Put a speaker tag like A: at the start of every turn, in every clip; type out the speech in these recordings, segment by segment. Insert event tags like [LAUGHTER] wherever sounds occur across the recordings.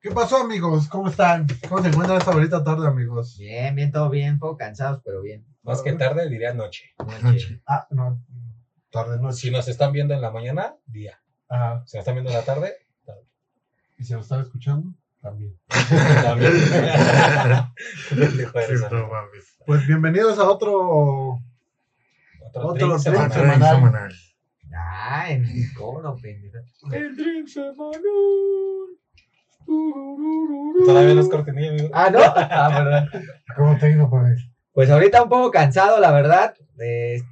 A: ¿Qué pasó, amigos? ¿Cómo están? ¿Cómo se encuentran esta bonita tarde, amigos?
B: Bien, bien, todo bien, un poco cansados, pero bien.
C: Más que tarde, diría noche. Pues
B: Noche.
A: Ah, no. Tarde, noche.
C: Si nos están viendo en la mañana, día.
A: Ajá.
C: Si nos están viendo en la tarde,
A: ¿Y si nos están escuchando? También.
D: [LAUGHS]
C: también. Qué pendejo eres,
D: Sí, no
C: amigo.
D: mames.
A: Pues bienvenidos a otro.
C: Otro
A: Otro
C: drink
A: drink.
C: semanal.
D: Otro drink
A: semanal.
D: semanal.
B: Ah, en el coro, pendejo.
C: Todavía no es cortinilla, amigo.
B: Ah, ¿no? Ah, perdón.
D: ¿Cómo te ha ido, Pavel?
B: Pues ahorita un poco cansado, la verdad, de,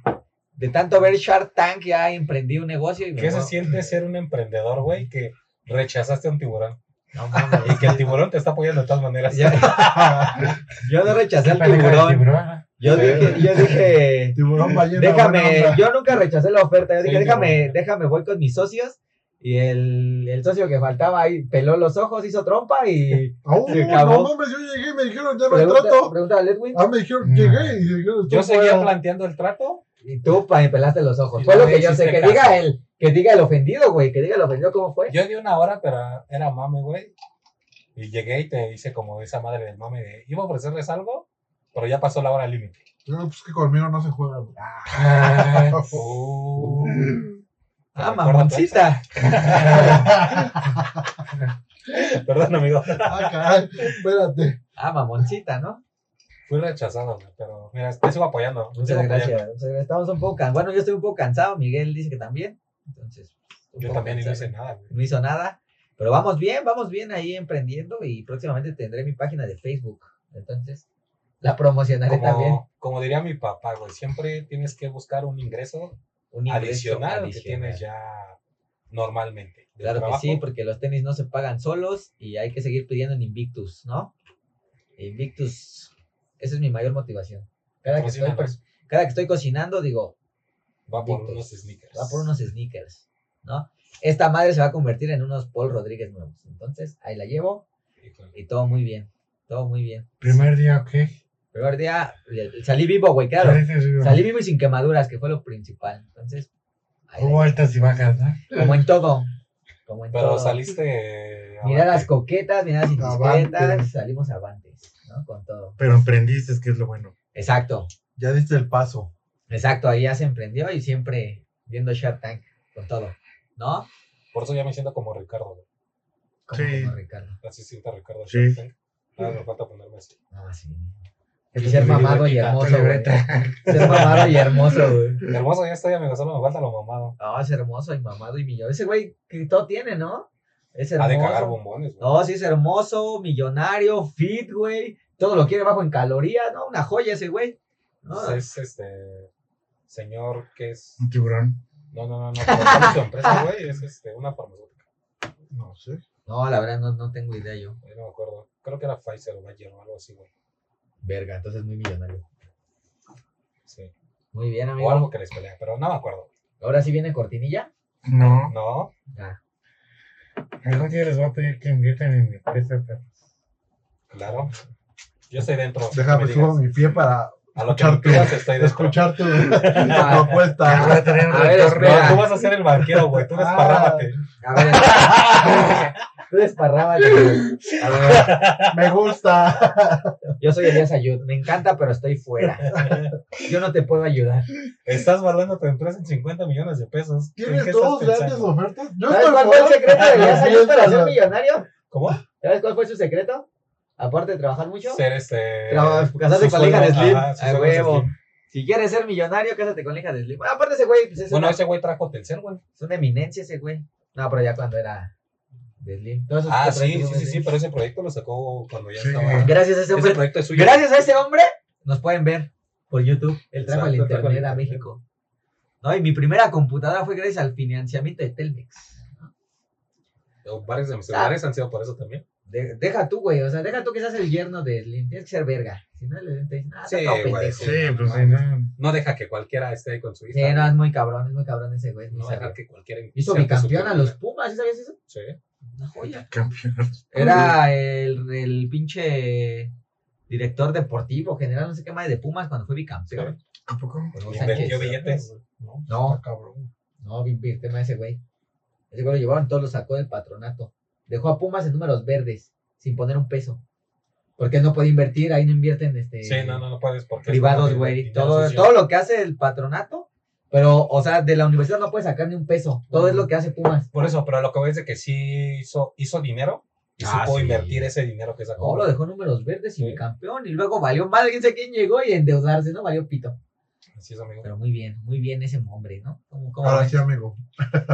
B: de tanto ver Shark Tank, ya emprendí un negocio y me
C: ¿Qué se
B: muevo.
C: siente ser un emprendedor, güey, que rechazaste a un tiburón?
B: No mames.
C: Y que el tiburón te está apoyando de todas maneras.
B: Ya- [LAUGHS] yo no rechacé al
D: Pendejo de
B: tiburón.
D: tiburón, ¿eh?
B: Yo dije, yo dije,
A: Tiburón ballena.
B: déjame,
A: buena onda.
B: yo nunca rechacé la oferta, yo dije,
C: Sí,
B: déjame,
C: no.
B: déjame, voy con mis socios. Y el, el socio que faltaba ahí peló los ojos, hizo trompa y
A: Aún,
B: Se
A: no
B: acabó.
A: mames, yo llegué y me dijeron, ya no hay
B: pregunta,
A: trato.
B: pregunta a Ledwin.
A: Ah, me dijeron,
D: Mm.
A: llegué y dijeron,
C: Yo
A: tú
C: seguía
A: fuera.
C: planteando el trato.
B: Y tú pa, me pelaste los ojos.
C: Y
B: Fue
C: no
B: lo
C: me
B: que yo sé.
C: hiciste
B: Que
C: caso.
B: diga el, que diga el ofendido, güey. Que diga el ofendido cómo fue.
C: Yo di una hora, pero era mame, güey. Y llegué y te hice como esa madre del mame de, iba a ofrecerles algo, pero ya pasó la hora límite.
A: No, pues que conmigo no se juega. güey.
C: Oh. ¿Te
B: ah,
C: recuerda
B: mamoncita.
C: tu ex? Perdón, amigo.
A: Ah, caray, espérate.
B: Ah, mamoncita, ¿no?
C: Fui rechazado, güey, pero mira, te sigo apoyando. te
B: Muchas
C: sigo
B: gracias.
C: apoyando.
B: muchas gracias. Estamos un poco cansados. Bueno, yo estoy un poco cansado. Miguel dice que también. Entonces. un
C: Yo
B: poco
C: también y no
B: cansado.
C: hice nada, güey.
B: No hizo nada. Pero vamos bien, vamos bien ahí emprendiendo. Y próximamente tendré mi página de Facebook. Entonces, la promocionaré también.
C: Como, como diría mi papá, güey, siempre tienes que buscar un ingreso,
B: Un ingreso
C: adicional al que
B: adicional.
C: tienes ya normalmente. del
B: Claro que
C: trabajo.
B: sí, porque los tenis no se pagan solos y hay que seguir pidiendo en Invictus, ¿no? Invictus, esa es mi mayor motivación. Cada que, estoy,
C: Patrocínanos.
B: cada que estoy cocinando, digo,
C: Va por
B: Invictus.
C: unos sneakers.
B: va por unos sneakers, ¿no? Esta madre se va a convertir en unos Paul Rodríguez nuevos. Entonces, ahí la llevo
C: Híjole.
B: y todo muy bien, todo muy bien.
D: Primer día, ¿qué?
B: Primer día, le- salí vivo, güey, claro.
D: Parece que
B: Salí vivo y sin quemaduras, que fue lo principal. Entonces, ahí la
D: Hubo altas y bajas, ¿no?
B: llevo. como en todo, como en
C: Pero
B: todo.
C: saliste. eh,
B: Miradas
C: avante.
B: coquetas, miradas indiscretas,
A: Avantes.
B: salimos avantes, ¿no? Con todo.
D: Pero emprendiste, que es lo bueno.
B: Exacto,
A: Ya diste el paso.
B: exacto, ahí ya se emprendió y siempre viendo Shark Tank con todo, ¿no?
C: Por eso ya me siento como Ricardo, güey.
B: Como,
D: Sí.
B: como Ricardo.
C: Así siento Ricardo.
D: Sí.
C: Sharpen. Nada, me falta ponerme así.
B: Ah, sí.
D: Es
B: Y ser
D: libreta,
B: mamado y
D: quita,
B: hermoso, güey.
D: libreta.
B: Ser mamado y hermoso, güey.
C: Hermoso ya estoy, amigo, solo me falta lo mamado.
B: No, es hermoso y mamado y millonario. Ese güey que todo tiene, ¿no? Es hermoso.
C: Ha de cagar bombones, güey.
B: No, sí es hermoso, millonario, fit, güey. Todo lo quiere bajo en calorías, ¿no? Una joya ese güey. ¿no?
C: Pues es este señor que es.
D: [LAUGHS] Un tiburón.
C: No, no, no, no. Pero ¿cuál es
B: [LAUGHS]
C: su empresa, güey? Es este, una farmacéutica.
A: No sé.
B: No, la verdad no, no tengo idea yo.
C: Ahí no me acuerdo. Creo que era Pfizer o Bayer o algo así, güey.
B: Verga, entonces muy millonario.
C: Sí.
B: Muy bien, amigo.
C: O algo que les pelea, pero no me acuerdo.
B: Ahora sí viene
C: [LAUGHS]
B: cortinilla.
D: No.
C: No,
D: Algún día les voy a pedir que inviertan en mi empresa. pero-
C: claro. Yo estoy dentro.
A: Déjame
C: no me
A: subo
C: digas.
A: mi pie para
C: A lo que
A: escuchar
C: me pidas
A: tu-
C: estoy dentro.
A: escuchar tu
B: Ah,
D: Ah, voy
A: propuesta.
D: a tener un
B: A ver,
D: retorno.
C: No, tú vas a ser el banquero, güey.
A: Ah.
C: Tú desparrámate.
B: A ver. Tú desparrábate. güey. A ver,
A: Me gusta.
B: yo soy Elías Ayud. Me encanta, pero estoy fuera. Yo no te puedo ayudar.
C: Estás valorando tu empresa en 50 millones de pesos. ¿En qué
A: ¿Tienes
C: estás
A: dos grandes
C: pensando?
A: ofertas? Ah, Yo
B: ¿Sabes
A: estoy
B: cuál fue el
A: fuera.
B: secreto de [LAUGHS] Elías Ayud para ser
C: [LAUGHS]
A: Ajá.
B: millonario?
C: ¿Cómo?
B: ¿Sabes cuál fue su secreto? Aparte de trabajar mucho.
C: Ser este.
B: Traba- Casarse
C: su
B: con la hija de
C: sueldo,
B: Slim.
C: ajá, su
B: A
C: sueldo de
B: huevo.
C: Slim.
B: Si quieres ser millonario, cásate con la hija de Slim. Bueno, aparte ese güey pues, es,
C: Bueno,
B: una,
C: ese güey trajo Telcel, güey.
B: es una eminencia ese güey. No, pero ya cuando era de Slim. Todos esos
C: Ah,
B: que traen
C: sí, sí,
B: de
C: sí, sí,
B: Slim.
C: pero ese proyecto lo sacó cuando ya
D: Sí.
C: estaba.
B: Gracias a ese
C: Ese
B: hombre
C: proyecto es suyo.
B: Gracias a ese hombre, nos pueden ver por YouTube. Él trajo el
C: Exacto, trajo el
B: internet a
C: internet.
B: México. No, y mi primera computadora fue gracias al financiamiento de Telmex.
C: O Varios de mis celulares han sido por eso también.
B: De- deja tú, güey. O sea, deja tú que seas el yerno de Slim. Tienes que ser verga. Si no, le te dicen, ah,
C: Sí,
B: está todo
C: güey,
B: pendejo.
D: Sí, pues si no.
C: No deja que cualquiera esté ahí con su hija.
B: Sí, no,
C: güey.
B: es muy cabrón, es muy cabrón ese güey. es muy
C: no dejar
B: cabrón.
C: que cualquiera.
B: Hizo
C: sea tu
B: bicampeón a los
C: superior.
B: Pumas, ¿sí sabías eso?
C: Sí.
B: Una joya.
D: Campeón.
B: Era el, el pinche director deportivo, general, no sé qué más, de Pumas cuando fue bicampeón.
D: ¿A poco?
B: Con Hugo
C: Y
B: Sánchez.
C: invirtió billetes.
A: No,
B: No.
A: está cabrón.
B: No, Bimbir, tema ese güey. Ese güey lo llevaron, todos lo sacó del patronato. Dejó a Pumas en números verdes. sin poner un peso. Porque él no puede invertir, ahí no invierten este,
C: Sí, no, no, no puedes porque. es
B: privados,
C: como
B: güey.
C: dinero
B: Todo,
C: sucio.
B: todo lo que hace el patronato, pero, o sea, de la universidad no puede sacar ni un peso. Todo es lo que hace Pumas.
C: Por eso, pero lo que ves de que sí hizo, hizo dinero y
B: Ah,
C: supo
B: sí.
C: invertir ese dinero que
B: No,
C: sacó.
B: lo dejó en números verdes y
C: Sí.
B: campeón. Y luego valió mal, quién sabe quién llegó y endeudarse, ¿no? Valió pito.
C: Así es, amigo.
B: Pero muy bien, muy bien ese hombre, ¿no? ¿Cómo- cómo
A: Ahora
B: ven?
A: sí, amigo.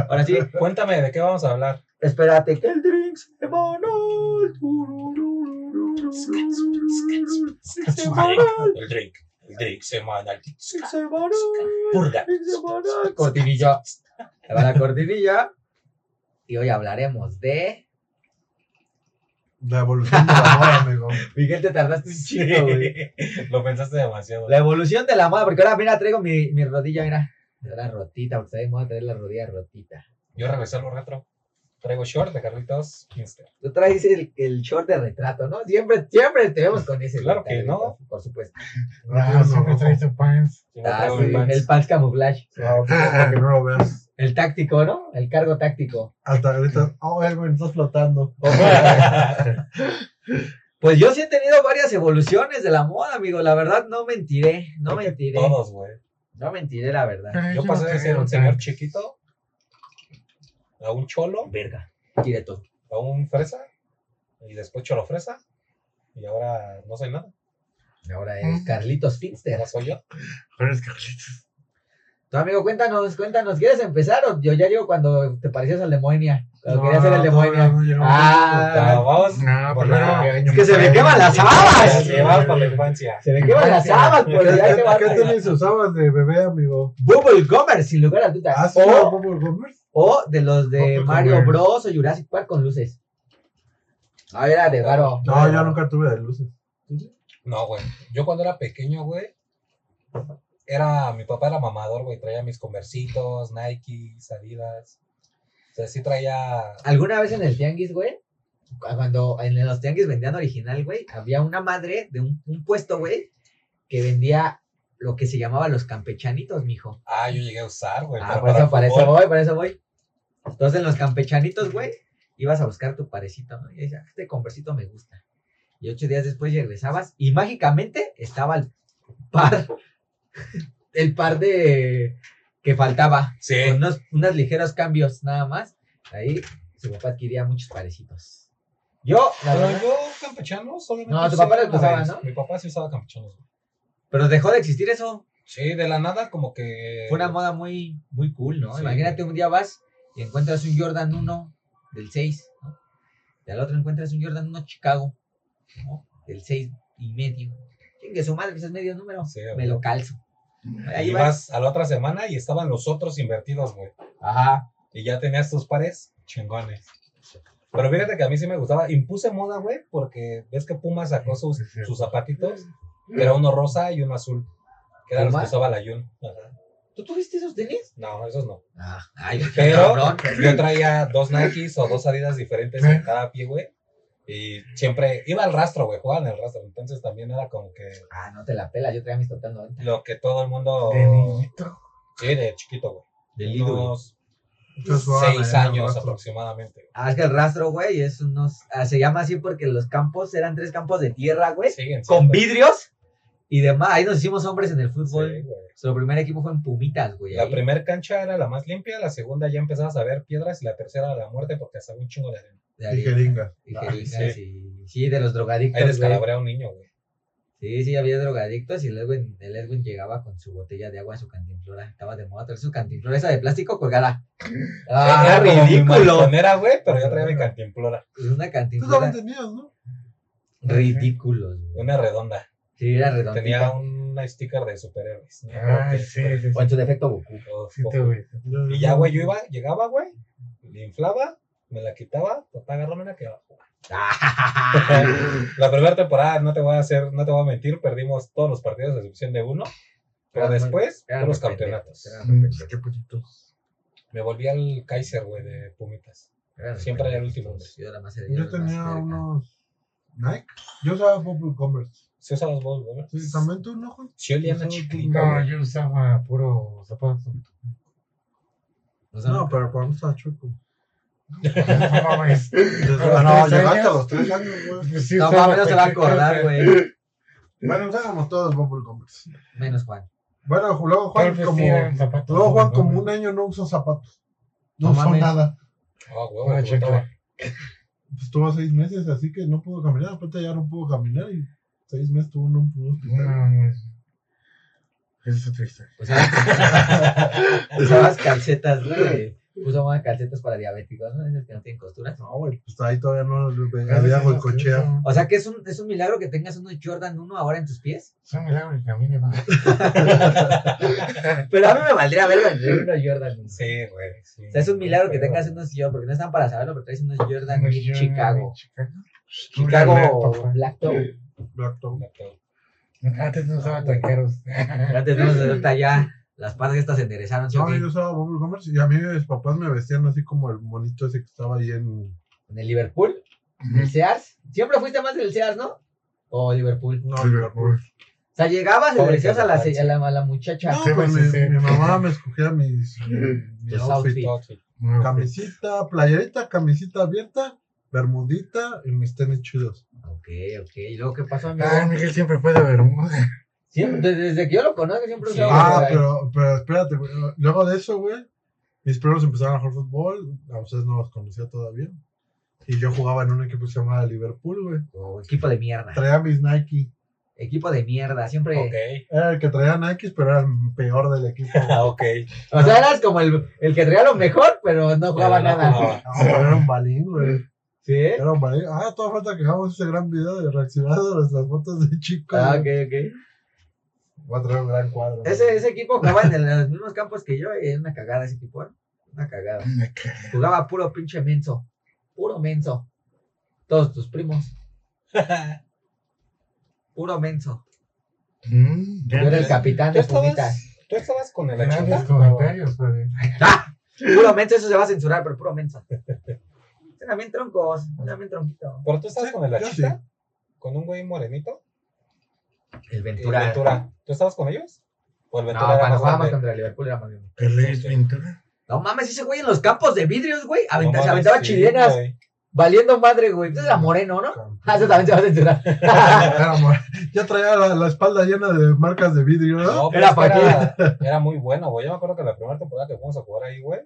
B: Ahora sí,
C: Cuéntame, ¿de qué vamos a hablar?
B: espérate. Que el drinks se monó.
C: El drink, El drink, el drink semanal.
B: Se monó.
C: Purga.
B: Se monó. Cortinilla. Se va la cortinilla. Y hoy hablaremos de.
A: La evolución del amor, amigo.
B: Miguel, te tardaste un
C: Sí,
B: chingo, güey.
C: [LAUGHS] Lo pensaste demasiado.
B: La evolución de la moda, porque ahora mira, traigo mi, mi rodilla, mira. La rotita, porque está de moda traer la rodilla rotita.
C: Yo regresé a lo retro. Traigo short de Carlitos Este, Finster.
B: Tú traes el, el short de retrato, ¿no? Siempre, siempre te vemos con ese.
C: Claro
B: güey,
C: que
B: tal,
C: no.
B: güey, Por supuesto.
A: No,
D: Ah, siempre
A: no.
D: trae su pants.
C: Si no
B: Ah,
C: traigo
B: sí,
C: mi pants.
B: el
C: [LAUGHS]
B: pants camuflaje.
A: Para que no lo veas.
B: El táctico, ¿no? El cargo táctico.
A: Hasta gritas, oh, Edwin, estás flotando.
B: Pues yo sí he tenido varias evoluciones de la moda, amigo. La verdad, no mentiré. No
C: Creo que
B: mentiré.
C: Todos, güey.
B: No mentiré, la verdad.
D: Pero
C: Yo
D: no
C: pasé de
D: traigo
C: ser un
D: pants.
C: señor chiquito a un cholo,
B: Verga. Directo.
C: a un fresa y después cholo fresa. Y ahora no soy nada.
B: Ahora es Carlitos Finster.
C: Ahora soy yo.
D: Pero es Carlitos.
B: Tu amigo, cuéntanos, cuéntanos, ¿quieres empezar? O yo ya llego cuando te parecías al Demonia. Cuando
A: No,
B: querías ser el
A: todavía
B: Demonia.
A: no llegamos.
B: ah,
C: Vamos
D: No,
C: Por
D: primero
C: la-
D: que año
B: es que se me
D: pasado.
B: queman las
C: a
B: habas.
C: llevar por la infancia.
B: se me queman las
A: [LAUGHS]
B: habas,
A: ¿Qué,
B: pero pues, ya te va a
A: qué tenis usabas de bebé, amigo?
B: Bubble Gummer, sin lugar a
A: ¿Has
B: dudas.
A: jugado
B: O,
A: Bubble Gummer?
B: o de los de
D: Bubble
B: Mario
D: Gummer.
B: Bros o Jurassic Park con luces. Ah, era de raro.
A: No, yo nunca tuve de luces.
C: No, güey. Yo cuando era pequeño, güey, era, mi papá era mamador, güey. Traía mis conversitos, Nike, Adidas. O sea, sí traía...
B: ¿Alguna vez en el tianguis, güey? cu- Cuando en los tianguis vendían original, güey, había una madre de un, un puesto, güey, que vendía lo que se llamaba los campechanitos, mijo.
C: Ah, yo llegué a usar, güey.
B: Ah, por
C: pero para
B: eso, para eso
C: fútbol.
B: voy, para eso voy. Entonces, en los campechanitos, güey, ibas a buscar tu parecito, ¿no? Y dices, "Ah, este conversito me gusta. Y ocho días después regresabas y mágicamente estaba el par, [LAUGHS] el par de que faltaba,
C: Sí.
B: con unos, unos ligeros cambios nada más. Ahí su papá adquiría muchos parecitos. Yo, la
C: Pero
B: verdad,
C: yo campechano solamente.
B: No, tu
C: usé
B: papá era el que
C: una
B: usaba,
C: vez.
B: ¿no?
C: Mi papá sí usaba campechanos. güey.
B: pero dejó de existir eso.
C: Sí, de la nada como que.
B: Fue una moda muy, muy cool, ¿no?
C: Sí,
B: Imagínate un día vas y encuentras un Jordan 1 del 6, ¿no? Y al otro encuentras un Jordan 1 Chicago, ¿no? Del 6 y medio. Chingue su madre, pues es medio número.
C: Sí,
B: Me
C: güey.
B: lo calzo. Ahí
C: Y
B: vas.
C: vas a la otra semana y estaban los otros invertidos, güey.
B: Ajá.
C: Y ya tenías tus pares chingones. Pero fíjate que a mí sí me gustaba. Impuse moda, güey, porque ves que Puma sacó sus,
D: Sí, sí.
C: sus zapatitos, que era uno rosa y uno azul. Que eran los
B: ¿Puma?
C: que usaba la Yun. Ajá.
B: ¿Tú tuviste esos tenis?
C: No, esos no.
B: Ah, ay, qué
C: Pero
B: cabrón.
C: yo traía dos Nikes o dos Adidas diferentes en cada pie, güey. Y siempre iba al rastro, güey, jugaba en el rastro. Entonces también era como que
B: Ah, no te la pela, yo traía mis total 90.
C: lo que todo el mundo.
D: De niñito.
C: Sí, de chiquito, güey.
B: Del
C: De unos
A: Muchos jugaban ahí
C: seis
A: en el
C: años
A: rastro.
C: aproximadamente.
B: Ah, es que el rastro, güey, es unos. ah, se llama así porque los campos eran tres campos de tierra, güey.
C: Siguen
B: Con
C: siendo-
B: vidrios y demás. Ahí nos hicimos hombres en el
C: Sí,
B: fútbol.
C: güey.
B: Nuestro primer equipo fue en Pumitas, güey.
C: La
B: ahí.
C: primera cancha era la más limpia, la segunda ya empezabas a ver piedras y la tercera la muerte porque hacía un chingo de arena.
B: De
A: Y
B: arena,
A: jeringas.
B: y
C: Ah,
B: jeringas
C: sí.
B: y- Sí, de los
C: Ahí
B: drogadictos, güey.
C: descalabré a un niño, güey.
B: Sí, sí, había drogadictos y el Edwin, el Edwin llegaba con su botella de agua, su cantinflora. Estaba de moda traer su cantinflora, esa de plástico
C: [LAUGHS]
B: colgada. ¡Ah,
C: Era como mi
B: ridículo!
C: mariconera, güey, pero yo traía mi cantimplora,
B: Es una
A: Tú también
B: cantinflora.
A: tenías, ¿no?
B: Ridículo. güey.
C: una redonda.
B: Sí, era redondita.
C: Tenía un sticker de superhéroes. ¿no?
D: Ay,
C: Porque-
D: Ah, sí, sí,
B: O en
D: sí.
B: su defecto, Goku.
C: Uf,
D: Sí,
C: uf.
D: tú, güey.
A: Yo-
C: Y ya, güey, yo iba, llegaba, güey, le inflaba, me la quitaba, papá agarró, me
B: [LAUGHS]
C: la quedaba. La primera temporada, no te voy a hacer, no te voy a mentir, perdimos todos los partidos a excepción de uno, pero
B: Eran muy-
C: después,
B: Ah, eran
C: todos los
B: muy pendejos,
C: campeonatos.
B: eran
D: Mm,
A: pues, Qué putitos.
C: Me volví al Kaiser, güey, de Pumitas.
B: Eran
C: Siempre era el último.
B: pendejos. Yo era más yo era
A: Yo
B: más
A: tenía
B: cerca.
A: unos Nike. Yo usaba Bubble Converse.
C: ¿Sí usabas vos, güey?
A: Sí, también tú, ¿no, güey?
C: Sí, olían a
A: Usaba
C: chiclito,
D: No,
C: güey.
D: yo usaba puro zapato.
B: O sea,
A: No, pero para no estaba chueco.
D: No mames.
A: No, no, llegaste a los tres años, güey.
D: Pues sí,
B: No
D: estaba
B: mames, no se va a
D: pendejo,
B: acordar,
D: pero-
B: güey.
A: Bueno, usábamos todos Bumble Converse.
B: Menos Juan.
A: Bueno, luego Juan,
D: Pero
A: como,
D: sí eh. eran zapatos,
A: luego Juan,
D: ¿no?
A: como un año no usó zapatos. No,
B: No
A: usó
B: mames.
A: nada.
C: Ah, huevo,
D: Una
C: me gustaba.
D: chancla.
A: Pues, Estuvo seis meses, así que no pudo caminar. Aparte ya no pudo caminar y seis meses tuvo en un pudo
D: No mames. Esa es otra historia.
B: [LAUGHS] Usabas, usabas calcetas, ¿no? De- Puso más calcetas para diabéticos, ¿no? Esas que no tienen costuras.
A: No, güey, pues ahí todavía no
D: Esa
A: había
D: es otra
A: cochea.
D: historia.
B: O sea que es un, es un milagro que tengas uno Jordan 1 ahora en tus pies.
D: Es un milagro que camine, va.
B: Pero a mí me valdría verlo en uno Jordan 1.
C: Sí, güey. Sí.
B: O sea, es un milagro que
C: Pero-
B: tengas unos Jordan, porque no están para saberlo, pero traes unos Jordan
D: Unos
B: Mid
D: Jordan
B: Chicago.
D: de Chicago.
B: Chicago
D: Black, papá.
B: Black Toe.
A: Black Tom.
D: Antes no usaba tranqueros.
B: Antes no se nota ya. Las patas estas se enderezaron, ¿sí o
A: No,
B: qué?
A: yo usaba Bumble Converse y a mí mis papás me vestían así como el monito ese que estaba ahí en.
B: En el Liverpool, en el Sears. Siempre fuiste más del Sears, ¿no? O Liverpool.
A: No, pues,
D: Liverpool.
B: O sea, llegabas, le
C: Pobre
B: decías a la,
C: Carvajal,
B: se- a la, a la muchacha.
A: No,
D: Sí,
A: pues
D: sí,
A: mi,
D: sí.
A: mi mamá me escogía mis, mis
B: Los
A: outfits.
B: outfits.
D: No, pues,
A: Camisita, playerita, camisita abierta, bermudita y mis tenis chidos.
B: Ok, ok. ¿Y luego qué pasó, amigo?
C: Ah,
D: Ay, Miguel siempre fue de Bermuda.
B: Siempre, desde, desde que yo lo conozco, siempre
C: Sí.
B: usaba ¿eh?
A: Ah,
B: Jordan.
A: pero, pero espérate, güey. eh, Luego de eso, güey, mis primos empezaron a jugar fútbol. A ustedes no los conocía todavía. Y yo jugaba en un equipo que se llamaba Liverpool, güey.
B: Oh, equipo de mierda.
A: Traía mis Nike.
B: Equipo de mierda. Siempre.
C: Ok. [LAUGHS]
A: Era el que traía Nike, pero era el peor del equipo. güey.
C: Ah, ok.
B: O sea, eras como el, el que traía lo mejor, pero no jugaba
C: Pero no
B: nada. [LAUGHS]
C: jugaba.
A: No, pero era un balín, güey.
B: ¿Sí?
A: Era un balín. Ah, toda falta que hagamos ese gran video de reaccionando a nuestras fotos de chicos.
B: Ah,
A: güey.
B: ok, ok.
A: Va a traer un gran cuadro.
B: Ese, ese equipo jugaba en el- en los mismos campos que yo. Es una cagada ese equipo. ¿eh? Una cagada.
D: Me cae.
B: Jugaba puro pinche menso. Puro menso. Todos tus primos. Puro menso.
D: Mm,
B: Yo era el
D: grandes-
B: capitán
C: ¿Tú
B: de Pumita.
C: estabas, ¿Tú estabas con el
D: Grandes
C: achita?
D: comentarios, güey.
B: Puro menso, eso se va a censurar, pero puro menso. Tú También troncos, tú también tronquito.
C: ¿Pero tú estabas con el
A: Yo
C: achita? ¿Con un güey morenito?
B: El
C: El
B: Ventura.
C: Ventura. ¿Tú estabas con ellos? ¿O el
B: No,
C: Ventura era
B: cuando
C: más
B: jugábamos
C: grande?
B: contra el Liverpool era más bien.
D: Pelés Ventura.
B: No mames, ese güey en los campos de vidrios, güey.
C: No
B: aventa- se
C: mames,
B: aventaba
C: sí,
B: chilenas,
C: güey.
B: valiendo madre, güey. Entonces era moreno, ¿no? Ah, eso también se va a [LAUGHS] censurar.
A: [LAUGHS] Era mor- Yo traía la, la espalda llena de marcas de vidrio, ¿no?
C: No, pero
B: Era
C: es que era, [LAUGHS] era muy bueno, güey. Yo me acuerdo que la primera temporada que fuimos a jugar ahí, güey.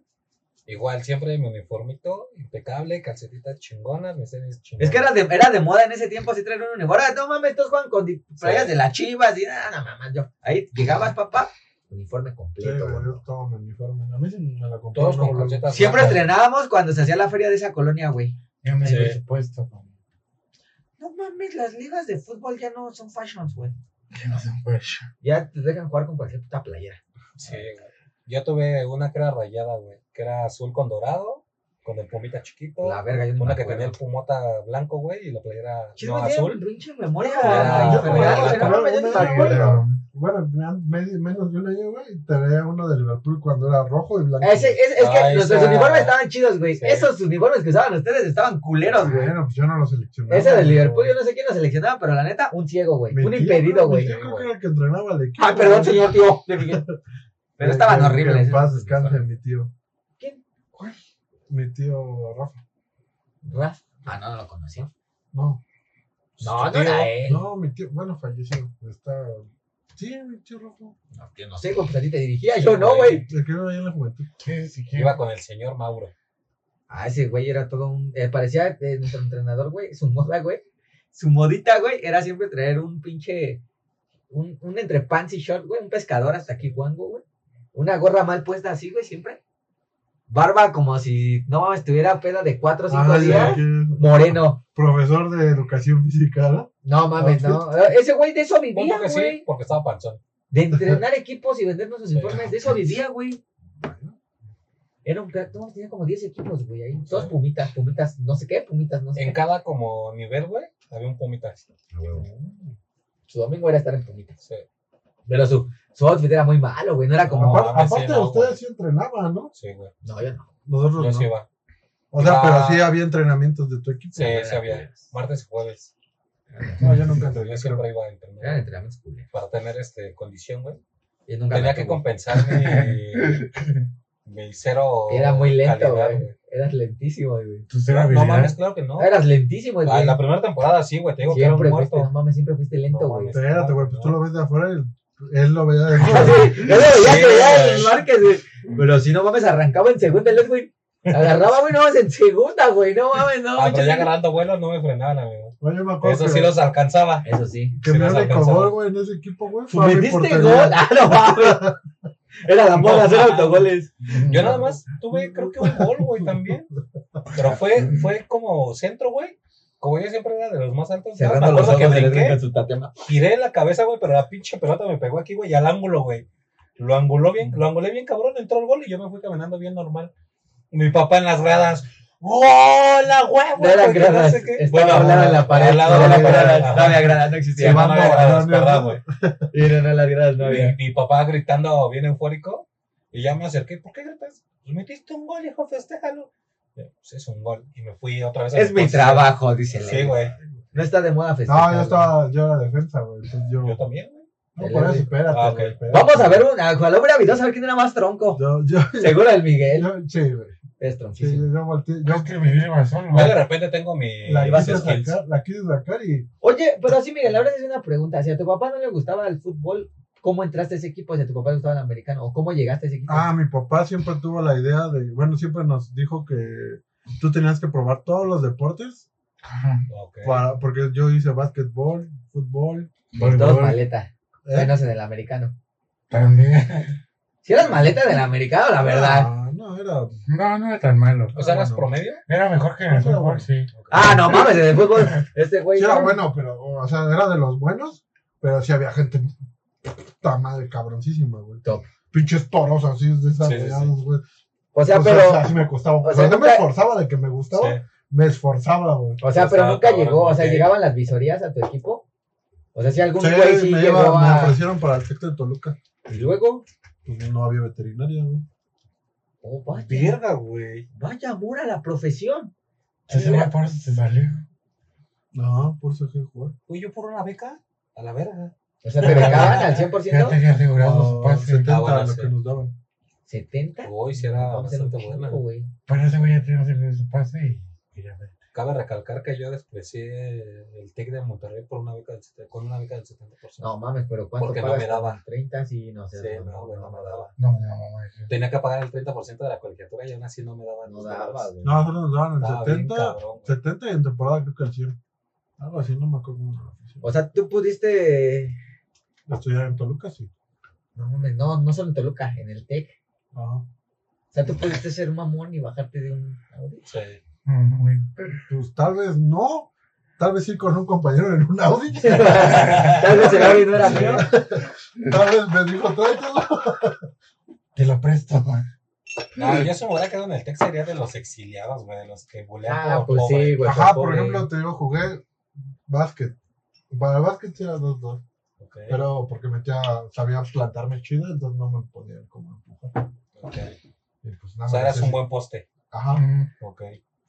C: Igual, siempre mi uniformito, impecable, calcetitas chingonas, mis tenis chingones.
B: es que era de, era de moda en ese tiempo así traer un uniforme. Ahora, no mames, todos juegan con di- playas de las chivas y nada, nada mamá. Yo. Ahí llegabas, papá, uniforme
A: Sí,
B: completo,
A: güey,
B: güey.
A: yo todo mi uniforme. A mí sí me la compré.
C: Todos
A: ¿no?
C: con calcetas.
B: Siempre
C: blancas.
B: entrenábamos cuando se hacía la feria de esa colonia, güey.
D: Ya me
C: Sí.
D: he supuesto, güey.
B: No mames, las ligas de fútbol ya no son fashions, güey.
D: Que no se fue eso.
B: Ya te dejan jugar con cualquier puta playera.
C: Sí, güey. Yo tuve una que era rayada, güey. Que era azul con dorado, con el pumita chiquito.
B: La verga, yo ni
C: una
B: me
C: que tenía el
B: acuerdo.
C: pumota blanco, güey, y la playera
B: Chis,
C: no,
B: güey, tiene
C: azul.
B: pinche memoria.
C: Era-
B: infernal,
C: era-
B: güey, no mames, yo ni me
A: era-
B: acuerdo.
D: Pero-
A: Bueno, me- me- menos de un año, güey, y traía uno de Liverpool cuando era rojo y blanco.
B: Ese- es, es que
C: Ah,
B: los,
C: esa-
B: los uniformes estaban chidos, güey.
C: Sí.
B: Esos uniformes que usaban ustedes estaban culeros, güey.
A: Bueno, pues yo no lo seleccionaba.
B: Ese de Liverpool, yo
A: güey.
B: no sé quién lo seleccionaba, pero la neta, un ciego, güey.
A: Mi
B: Un
A: tío,
B: impedido,
A: mi
B: güey.
A: tío creo que era el que entrenaba al equipo.
B: Ay, perdón,
A: güey.
B: señor, tío. de Miguel. [LAUGHS] Pero estaban
A: Que- que
B: horribles.
A: En paz
B: esos
A: descanse
B: uniformes.
A: mi tío.
B: ¿Quién?
A: ¿Cuál? Mi tío Rafa.
B: Raf. Ah, no, no lo conoció.
A: No,
B: No,
C: Tío,
B: no era él.
A: no, mi tío, bueno, falleció. Está. Sí, mi tío Rafa.
B: No, tío, no sé, güey, pues a ti te dirigía, yo no, güey.
A: Le quedó ahí en la juventud.
D: Sí, si quieres.
C: Iba con el señor Mauro.
B: Ah, ese güey era todo un. eh, parecía eh, nuestro entrenador, güey. Su moda, güey. Su modita, güey, era siempre traer un pinche. Un, un entre pants y short, güey. Un pescador hasta aquí, guango, güey. Una gorra mal puesta así, güey, siempre. Barba como si no estuviera peda de cuatro o cinco
A: Ah, ya,
B: días.
A: que-
B: Moreno.
A: Profesor de educación física, ¿no?
B: No mames, no. Eh, Ese güey de eso vivía,
C: Punto que sí,
B: güey.
C: porque estaba panzón.
B: De entrenar equipos y vendernos los informes. De eso vivía, güey. Era un crack. No, tenía como 10 equipos, güey. Ahí. Todos pumitas, pumitas, no sé qué, pumitas, no sé qué.
C: En cada como nivel, güey, había un pumita.
B: Su domingo era estar en Pumitas.
C: Sí.
B: Pero su, su outfit era muy malo, güey. No era como.
C: No.
A: Apar-
C: mames,
A: aparte
C: sí,
A: de
C: no,
A: ustedes
C: güey.
A: sí entrenaban, ¿no?
C: Sí, güey.
B: No, yo no.
A: Nosotros
C: Yo
A: no.
C: sí iba.
A: o sea,
C: iba-
A: pero sí había entrenamientos de tu equipo.
C: Sí,
B: era
C: sí había.
B: culeros.
C: Martes y jueves.
A: No, yo nunca
C: Yo
A: entrené.
C: siempre iba a
B: Eran
C: entrenar.
B: entrenamientos culeros.
C: Para tener este condición, güey.
B: Yo nunca me
C: Tenía que
B: tuve. [LAUGHS]
C: compensar mi, mi cero.
B: Era muy lento,
C: calidad,
B: güey. Eras lentísimo, güey.
D: Entonces era
C: No
D: habilidad.
C: mames, claro que no.
B: Eras lentísimo,
C: Ah,
B: güey.
C: en la primera temporada sí, güey, te digo que
B: Siempre
C: era un
B: fuiste, no
C: muerto.
B: mames, siempre fuiste lento,
C: No
B: güey.
C: mames.
A: Espérate, güey, pues tú lo ves de afuera, él, él lo veía de
B: Ah,
A: afuera.
B: [LAUGHS] sí, ya lo veía
C: Sí,
B: que ya
C: güey.
B: el Márquez, güey. Pero si no mames, arrancaba en segunda el güey. Agarraba, güey, no mames, en segunda, güey. No mames, no.
C: Ah, pero ya
B: muchachos.
C: agarrando vuelos no me frenaban, amigo.
A: Güey, yo me acuerdo
C: Eso
A: que,
C: sí los alcanzaba.
B: Eso sí.
A: que
C: sí
A: me
C: los
A: hablé con
C: alcanzaba.
A: gol, güey, en ese equipo, güey. fue a mi
B: ¿Metiste
A: portería.
B: gol? Ah, no mames. Era la moda, hacer
C: No,
B: autogoles.
C: Yo nada más tuve, creo que un gol, güey, también. Pero fue, fue como centro, güey. Como yo siempre era de los más altos. ya me
B: Cerrando los
C: acuerdo
B: ojos,
C: que
B: se le
C: brinqué,
B: brinca su tatema.
C: giré la cabeza, güey, pero la pinche pelota me pegó aquí, güey, y al ángulo, güey. Lo anguló bien, lo angulé bien cabrón, entró el gol y yo me fui caminando bien normal. Mi papá en las gradas. ¡Hola, huevo!
B: No eran
C: güey, que
B: gradas,
C: sé qué".
B: estaba al lado de la pared.
C: al
B: No
C: lado de la
B: había
C: pared,
B: gradas,
C: ajá.
B: no había gradas, no
C: Sí, no,
B: existía.
C: no
A: Llevando
C: había gradas,
A: balones,
C: ¿verdad,
A: ¿no?
C: güey?
B: Sí, no, no, las gradas no
C: mi,
B: había.
C: mi papá gritando bien eufórico y ya me acerqué. ¿Por qué gritas? Pues metiste un gol, hijo, festéjalo. Ya, Pues es un gol. Y me fui otra vez. a
B: Es mi
C: posición.
B: trabajo, dice
C: Sí, güey.
B: No está de moda festejar.
A: No, yo estaba, yo era defensa, güey. Entonces yo.
C: Yo también, güey.
A: No, por eso, espérate,
C: Ah, ok.
A: güey, espérate.
B: Vamos a ver, una, ojalá hubiera video, a ver quién era más [LAUGHS] tronco.
A: Yo, yo,
B: Seguro el Miguel.
A: yo, sí, güey.
B: Es
A: Sí,
B: tronquísimo.
A: yo volteé.
D: Yo
A: Yo
D: es que me lleva solo.
C: Yo de repente tengo mi.
A: la
C: mis
A: quise
C: skills.
A: sacar, la quise sacar y.
B: Oye, pero así, Miguel, ahora es una pregunta. Si a tu papá no le gustaba el fútbol, ¿cómo entraste a ese equipo? Si a tu papá le gustaba el americano, ¿o cómo llegaste a ese equipo?
A: Ah, mi papá siempre tuvo la idea de. Bueno, siempre nos dijo que tú tenías que probar todos los deportes.
D: Ajá.
C: Ok.
A: para- porque yo hice básquetbol, fútbol.
D: [LAUGHS]
B: Todos
D: Voleibol,
B: maleta,
A: ¿eh?
B: menos en el americano.
D: También. [LAUGHS]
B: Si eras maleta del americano, la verdad.
A: Ah, no, era.
D: No, no era tan malo.
C: O sea, ¿eras
A: Ah, bueno.
C: promedio?
D: Era mejor que en el
A: Eso era
D: fútbol,
A: bueno.
D: sí.
B: Ah, no mames, en el fútbol. Este güey.
A: Sí, era
B: no.
A: bueno, pero. O sea, era de los buenos, pero sí había gente. Puta madre, cabroncísima, güey.
B: Top.
A: Pinches toros así
C: Sí, sí,
A: desarrollados, güey.
B: O sea,
A: Pues, O sea,
B: pero.
A: así me costaba. O sea,
B: sea,
A: no me
B: nunca-
A: esforzaba de que me gustaba,
C: Sí.
A: me esforzaba, güey.
B: O sea,
C: O
B: pero
C: sea,
B: nunca
C: cabrón,
B: llegó. O sea,
C: ok.
B: llegaban las visorías a tu equipo. O sea, si algún
A: Sí,
B: güey sí
A: me,
B: llegó
A: iba- me
B: a.
A: ofrecieron para el sector de Toluca.
B: Y luego.
A: Pues no había veterinaria, güey.
B: Oh, vaya,
C: Verga, güey.
B: vaya amor a la profesión.
D: Ese güey por eso se salió.
A: No, por eso que jugar.
C: Fui yo por una beca. A la verga.
B: O sea, te becaban al
D: Ya
B: 100%.
D: tenía asegurado su
A: No,
D: pase.
A: 70
C: Ah, bueno,
A: lo
C: sí.
A: que nos daban.
B: 70.
C: Uy, si era
B: Vamos a hacer pues, un
C: bastante buena.
B: chingo, güey.
D: Pero ese güey ya tenía asegurado su pase y, y ya ve.
C: Cabe recalcar que yo desprecié el TEC de Monterrey por una beca del, 70 con una beca del 70%.
B: No mames, pero ¿cuánto
C: Porque no
B: pagas?
C: me daban.
B: 30, sí, no sé.
C: Sí, no, güey, no me daba.
D: No, no, no. ese-
C: Tenía que pagar el 30% de la colegiatura y aún así no me daban.
B: No
C: los
B: daba,
C: dólares.
B: güey.
A: No, solo nos
B: Ah,
A: daban el
C: Estaba bien
A: 70,
C: cabrón, güey.
A: 70 y en temporada creo que el 100. Algo así, no me acuerdo cómo era la oficina.
B: O sea, tú pudiste.
A: Estudiar en Toluca, sí.
B: No mames, no, no solo en Toluca, en el TEC.
A: Ajá.
B: O sea, tú pudiste ser un mamón y bajarte de un.
C: [LAUGHS]
B: Audi.
C: Sí.
D: Mm, güey.
A: Pues tal vez no. Tal vez sí con un compañero en un
B: [LAUGHS]
A: Audi.
B: Tal vez el Audi no era
C: [LAUGHS]
B: mío.
A: Tal vez me dijo, tráetelo.
D: Te lo presto, güey. [LAUGHS]
C: No, Ah, yo si me hubiera quedado en el TEC sería de los exiliados, güey, de los que bulean
B: Ah,
C: por
B: pues
C: pobre.
B: sí, güey.
A: Ajá, por
B: pobre.
A: ejemplo, te digo, jugué básquet. Para el básquet sí era 2-2.
C: Ok,
A: Pero porque metía, sabía plantarme chido, entonces no me podían como empujar.
C: ok.
A: Y pues
C: O
A: nada
C: sea,
A: más
C: eras
A: ese-
C: un buen poste.
A: Ajá.
D: Mm.
C: Ok.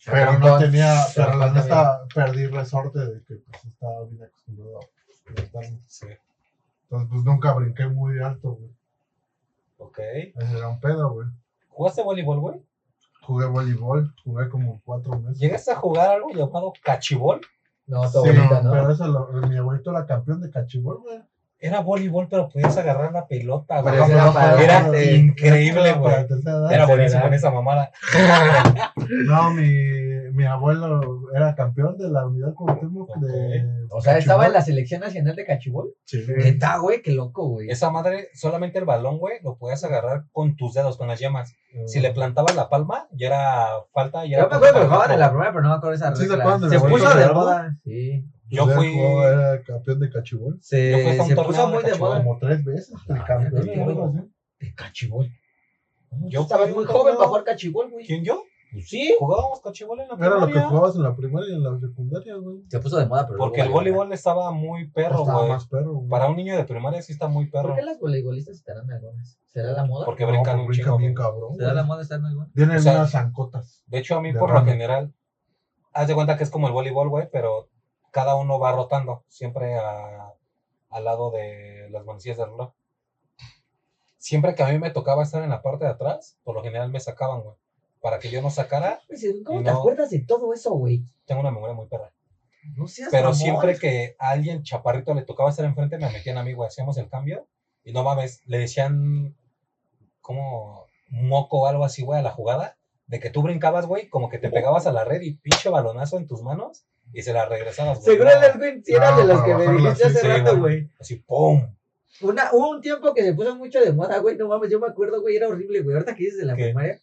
A: Pero no
B: Chapacón.
A: tenía, pero la
B: Chapacón también.
A: neta perdí resorte de que pues estaba bien acostumbrado a plantarme.
C: Sí.
A: Entonces pues nunca brinqué muy alto, güey.
C: Ok.
A: Ese era un pedo, güey.
C: ¿Jugaste voleibol, güey?
A: Jugué voleibol, jugué como cuatro meses.
C: ¿Llegaste a jugar algo llamado cachibol?
B: No,
A: Sí,
B: todo bonito, ¿no?
A: pero eso lo, mi abuelito era campeón de cachibol, güey.
C: Era voleibol, pero podías agarrar la pelota, güey.
B: Pero ese era para-
C: Era
B: sí.
C: increíble, güey.
A: Para tercera edad.
C: Era
B: Ese
C: buenísimo
B: era-
C: en esa mamada.
A: No, mi, mi abuelo era campeón de la unidad Cuauhtémoc de...
B: O sea, estaba
A: cachibol.
B: en la selección nacional de cachibol.
A: Sí. pues,
B: Neta, güey, qué loco, güey.
C: Esa madre, solamente el balón, güey, lo podías agarrar con tus dedos, con las yemas. Si
A: Mm.
C: le plantabas la palma, ya era falta.
B: Yo
C: Ya era
B: me acuerdo que
C: falta
B: lo jugaban
C: para
B: en la primera, pero no me acuerdo esa
A: ¿Sí se
B: regla.
A: acuerdan de
B: se
A: la
B: puso
A: Vuelta
B: de
A: de Arda?
B: moda. Sí.
C: Yo
A: Pues,
C: fui-
A: Era campeón de cachibol.
C: Yo fui
B: Se,
C: hasta un
B: se
C: torneo
B: puso
C: de
B: muy de
C: cachibol.
B: moda.
A: Como tres veces,
C: Ah,
A: tricampeón.
B: mira,
A: o algo así.
B: De cachibol.
C: Yo
B: Yo estaba
C: fui
B: muy
C: un
B: joven
C: torneo-
B: para jugar cachibol, güey.
C: ¿Quién yo?
B: Pues sí.
C: Jugábamos cachibol en la
A: Era lo que
C: primaria.
A: jugabas en la primaria y en la secundaria, güey.
B: Se puso de moda, pero.
C: Porque el
B: luego valió
C: voleibol estaba muy perro,
A: Estaba
C: güey.
A: más perro, güey.
C: Para un niño de primaria sí está muy
B: verga.
C: perro.
B: ¿Por qué las voleibolistas estarán algunas? ¿Será la moda?
C: Porque
A: No,
C: brincan
A: pues
C: un
A: brinca
C: chingo.
A: bien
C: güey.
A: cabrón.
B: ¿Será la
A: güey.
B: moda estar en algunas?
A: Tienen
C: O sea,
A: unas zancotas.
C: De hecho, a mí
A: De
C: por lo
A: rama.
C: general, haz de cuenta que es como el voleibol, güey, pero cada uno va rotando, siempre a- al lado de las manecillas del reloj. Siempre que a mí me tocaba estar en la parte de atrás, por lo general me sacaban, güey. para que yo no sacara.
B: Dices, Pues, ¿Cómo
C: Y
B: te
C: no.
B: acuerdas de todo eso, güey?
C: Tengo una memoria muy perra.
B: No seas
C: Pero
B: mamón.
C: siempre que a alguien chaparrito le tocaba estar enfrente, me metían a mí, güey. Hacíamos el cambio. Y no mames, le decían como moco o algo así, güey, a la jugada. De que tú brincabas, güey, como que te pegabas a la red y pinche balonazo en tus manos y se la regresabas, güey.
B: Seguro
C: No,
B: eres, güey, si eras
A: No,
B: de los
A: para
B: que me
A: bajarla,
B: dijiste
A: sí,
B: hace
C: sí,
B: rato,
C: no.
B: güey.
C: Así, ¡pum!
B: Una- Hubo un tiempo que se puso mucho de moda, güey. No mames, yo me acuerdo, güey, era horrible, güey. Ahorita que dices de la
C: ¿Qué?
B: primaria.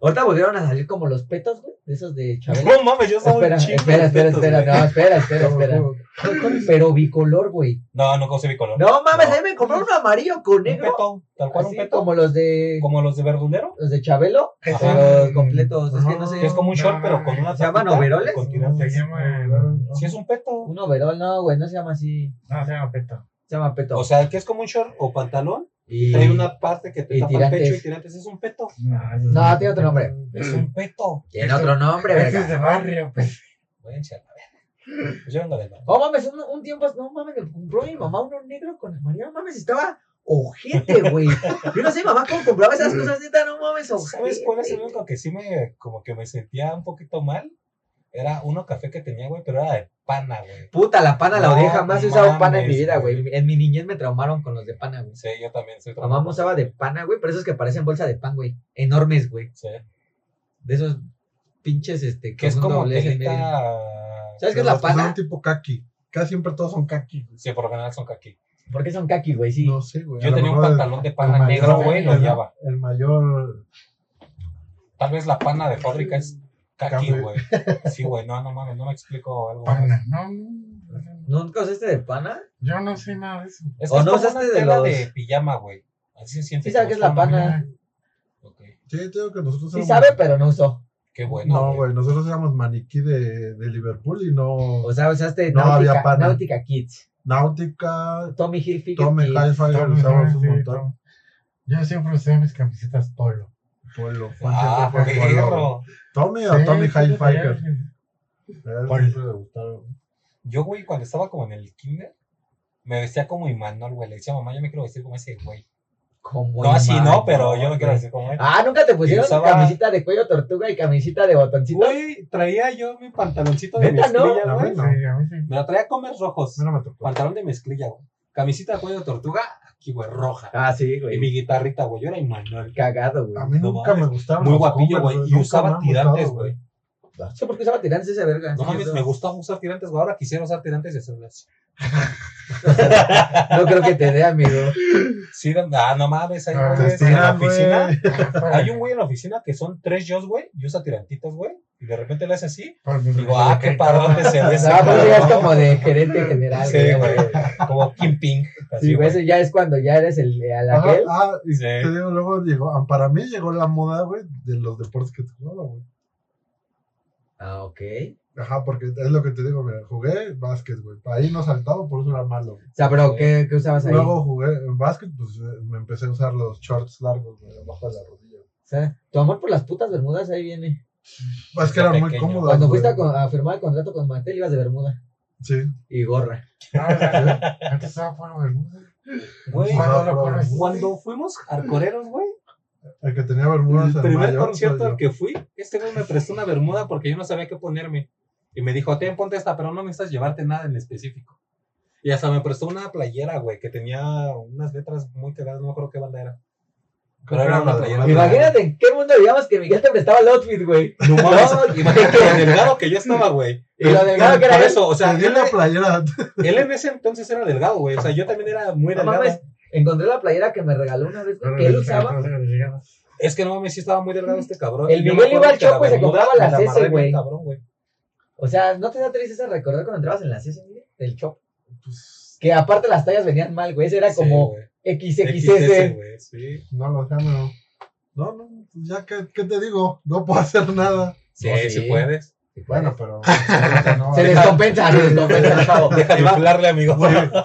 B: Ahorita volvieron a salir como los petos, güey, de esos de
C: [LAUGHS]
B: Chabela.
C: No mames, yo soy un
B: Espera,
C: chingo
B: espera,
C: de
B: espera,
C: tetos,
B: espera,
C: güey.
B: no, espera, espera, espera.
A: ¿Cuál es?
B: Pero bicolor, güey.
C: No, no conocí mi color.
B: No mames,
C: No.
B: ahí me compré un amarillo con
C: Un
B: negro.
C: peto, tal cual un
B: así
C: peto.
B: como los de
C: Como los de verdulero.
B: los de Chabelo,
D: Ajá.
B: pero completos. Es que no sé.
C: Que es como un short,
D: No,
C: pero con una.
B: ¿se llaman
C: tapita
B: overoles?
C: con tirantes.
D: Se llama.
C: Sí, es un peto.
B: Un overol, no, güey, no se llama así.
D: No, se llama Peto.
B: Se llama peto.
C: O sea, que es como un short o pantalón.
B: y...
C: Trae una parte que te
B: y
C: tapa el
B: tirantes. Mm.
C: pecho y tirantes. Es un peto.
D: No, eso
B: No,
D: es-
B: tiene otro nombre.
C: Es un peto.
B: Tiene otro nombre,
D: Ese es
B: verga.
D: de barrio, pues.
C: Váyanse a la verga. Pues yo vengo del barrio.
B: Oh, mames, un, un tiempo, no mames, me compró mi mamá uno negro con amarillo. Mames, estaba ojete, güey. Yo no sé, mamá, cómo compraba esas cosas, neta, no mames, ojete.
C: ¿Sabes cuál es el único que sí me. como que me sentía un poquito mal? Era uno café que tenía, güey, pero era de pana, güey.
B: Puta, la pana la
C: No
B: odia. Jamás he usado pana en mi
C: mames,
B: vida, güey.
C: güey.
B: En mi niñez me traumaron con los de pana, güey.
C: Sí, yo también soy
B: Mamá me usaba de pana, güey, pero esos que parecen bolsa de pan, güey. Enormes, güey.
C: Sí.
B: De esos pinches, este,
C: Que es
B: con un
C: como
B: doblez en medio.
C: telita.
B: ¿Sabes qué es
A: Pero
B: la
A: los que
B: pana?
A: Son tipo kaki. Casi siempre todos son kaki. güey.
C: Sí, por lo general son kaki.
B: ¿Por qué son kaki, güey? Sí.
A: No sé, güey. a
C: Yo
A: lo
C: tenía un
A: mejor el-
C: pantalón de
A: el
C: pana
A: mayor-
C: negro, güey, lo
A: el-
C: odiaba.
A: El mayor.
C: Tal vez la pana de fábrica es caqui,
A: Café.
C: güey. Sí, güey, no, no mames, no me explico algo.
D: Pana. No, no, no.
B: ¿Nunca usaste este de pana?
D: Yo no sé nada de eso.
C: Es
B: ¿O
C: que es
B: no
C: como
B: usaste
C: una
B: de
C: tela
B: los-
C: de pijama, güey. Así se siente.
B: Sí sabe
C: como
B: que es la
C: una-
B: pana.
C: Ok,
A: Sí, te digo que nosotros
B: Sí
A: éramos-
B: sabe, pero no usó.
C: Qué bueno.
A: No, güey. Nosotros éramos maniquí de, de Liverpool y no.
B: O sea, usaste
A: No había
B: Nautica,
A: pana.
B: Nautica Kids.
A: Náutica,
B: Tommy Hilfiger
A: Tome
B: y-
A: Hi-Fi, usábamos un montón.
D: Yo siempre usé mis camisetas polo.
A: Polo, Juan,
C: Ah,
A: siempre fue polo, güey.
C: perro.
A: Tommy o Tommy
D: Sí, sí,
A: Hi-Fi.
D: sí.
A: güey.
D: Polo.
A: Siempre le gustaron. güey.
C: Yo, güey, cuando estaba como en el kinder, me vestía como Imanol, güey. Le decía, mamá, yo me quiero vestir como ese güey.
B: Como
C: No así,
B: Imanol,
C: no, pero yo me quiero
B: güey.
C: vestir como él.
B: Ah, ¿nunca te pusieron
C: usaba-
B: camisita de cuello tortuga y camisita de botoncito?
C: Güey, traía yo mi pantaloncito de
B: Neta, ¿no?
C: mezclilla,
A: A
C: güey.
A: mí no.
D: Sí, a mí sí.
C: Me lo traía comer rojos.
A: A mí no me tocó.
C: Pantalón de mezclilla, güey. Camisita de cuello de tortuga, aquí, güey, roja.
B: Ah, sí,
C: Y
B: güey.
C: mi guitarrita, güey. Yo era Imanol.
B: Cagado, güey.
A: A mí
C: No
A: nunca me
C: mames,
A: gustaron.
C: Muy
A: los
C: guapillo,
A: hombres,
C: güey. Y
A: nunca me
C: usaba
A: han
C: tirantes,
A: gustado,
C: güey.
B: No sé por qué usaba tirantes esa verga.
C: No
B: Sí,
C: mames,
B: eso.
C: me gustaba usar tirantes, güey. Ahora quisiera usar tirantes y hacerlo así.
B: No creo que te dé,
C: [LAUGHS]
B: amigo.
C: Sí, de- ah, no mames, hay
D: Ah,
C: güeyes
A: Te
C: en
A: tiran,
C: la oficina.
A: güey.
C: Hay un güey en la oficina que son tres yo, güey, y usa tirantitos, güey. Y de repente le hace así.
D: Por mi
C: Digo, ah, qué
D: respeto.
C: parón de cerveza.
B: No, pues ya es
C: cabrón.
B: como de gerente general.
C: Sí, güey. Como Kim Ping.
B: Sí, güey, eso ya es cuando ya eres el eh, al
A: Ajá,
B: aquel.
A: Ah, y
C: Sí.
A: te digo, luego llegó, ah, para mí llegó la moda, güey, de los deportes que te jugaba, güey.
B: Ah, ok.
A: Ajá, porque es lo que te digo, mira, jugué básquet, güey. Ahí no saltaba, por eso era malo. güey.
B: O sea, pero
C: Sí.
B: ¿qué, qué usabas ahí?
A: Luego jugué en básquet, pues eh, me empecé a usar los shorts largos, güey, abajo de la rodilla.
B: O sea, tu amor por las putas bermudas ahí viene.
A: Es Pues que
C: Desde
A: eran muy
C: pequeño.
A: cómodos.
B: Cuando
A: güey.
B: fuiste a, con- a firmar el contrato con Mantel ibas de bermuda
A: Sí.
B: y gorra.
D: No, o sea, Ah,
A: [LAUGHS]
D: Antes estaba por Bermuda. "Pues,
C: Güey,
A: Ajá.
D: Ahora por Bermuda.
C: cuando fuimos hardcoreros, güey,
A: El que tenía bermudas
C: el
A: en
C: primer
A: mayor.
C: concierto
A: soy
C: al
A: yo.
C: que fui, este güey me prestó una bermuda porque yo no sabía qué ponerme. Y me dijo, ten, ponte esta, pero no necesitas llevarte nada en específico. Y hasta me prestó una playera, güey, que tenía unas letras muy cagadas, no me acuerdo qué banda
B: [LAUGHS]
C: era. Pero era una playera.
A: Ajá.
B: Imagínate en qué mundo vivíamos que Miguel te prestaba el outfit, güey.
C: No mames, imagínate lo delgado que yo estaba, güey.
B: Y lo delgado que
C: Por
B: era él.
C: eso, o sea,
A: Te di
C: él, [LAUGHS]
A: la playera. [LAUGHS]
C: él en ese entonces era delgado, güey. O sea, yo también era muy
B: No
C: delgado.
B: mames, encontré la playera que me regaló una vez, güey,
D: Ahora
B: que él
D: le-
B: usaba.
D: ahora le llegaba.
C: Es que no mames, sí estaba muy delgado este cabrón.
B: El
C: Y yo me
B: Miguel
C: acuerdo
B: iba al
C: que la
B: Chopo y se
C: bermuda
B: compraba
C: me
B: las
C: amarré
B: S,
C: bien
B: güey.
C: cabrón, güey.
B: O sea, ¿no te da tristeza recordar cuando entrabas en las S, güey? Del shop.
A: Pues,
B: Que aparte las tallas venían mal, güey. Ese era como
C: Sí, güey. XS,
B: XXS.
C: güey, sí.
A: no lo gano. No, no, ya que, ¿qué te digo? No puedo hacer nada.
C: Sí,
B: No,
C: sí,
B: sí.
C: puedes.
A: Bueno,
D: [LAUGHS]
A: pero. no, [LAUGHS]
B: Se
A: deja-
B: descompensa, se descompensa, chavo.
C: Deja de hablarle, amigo. Bueno,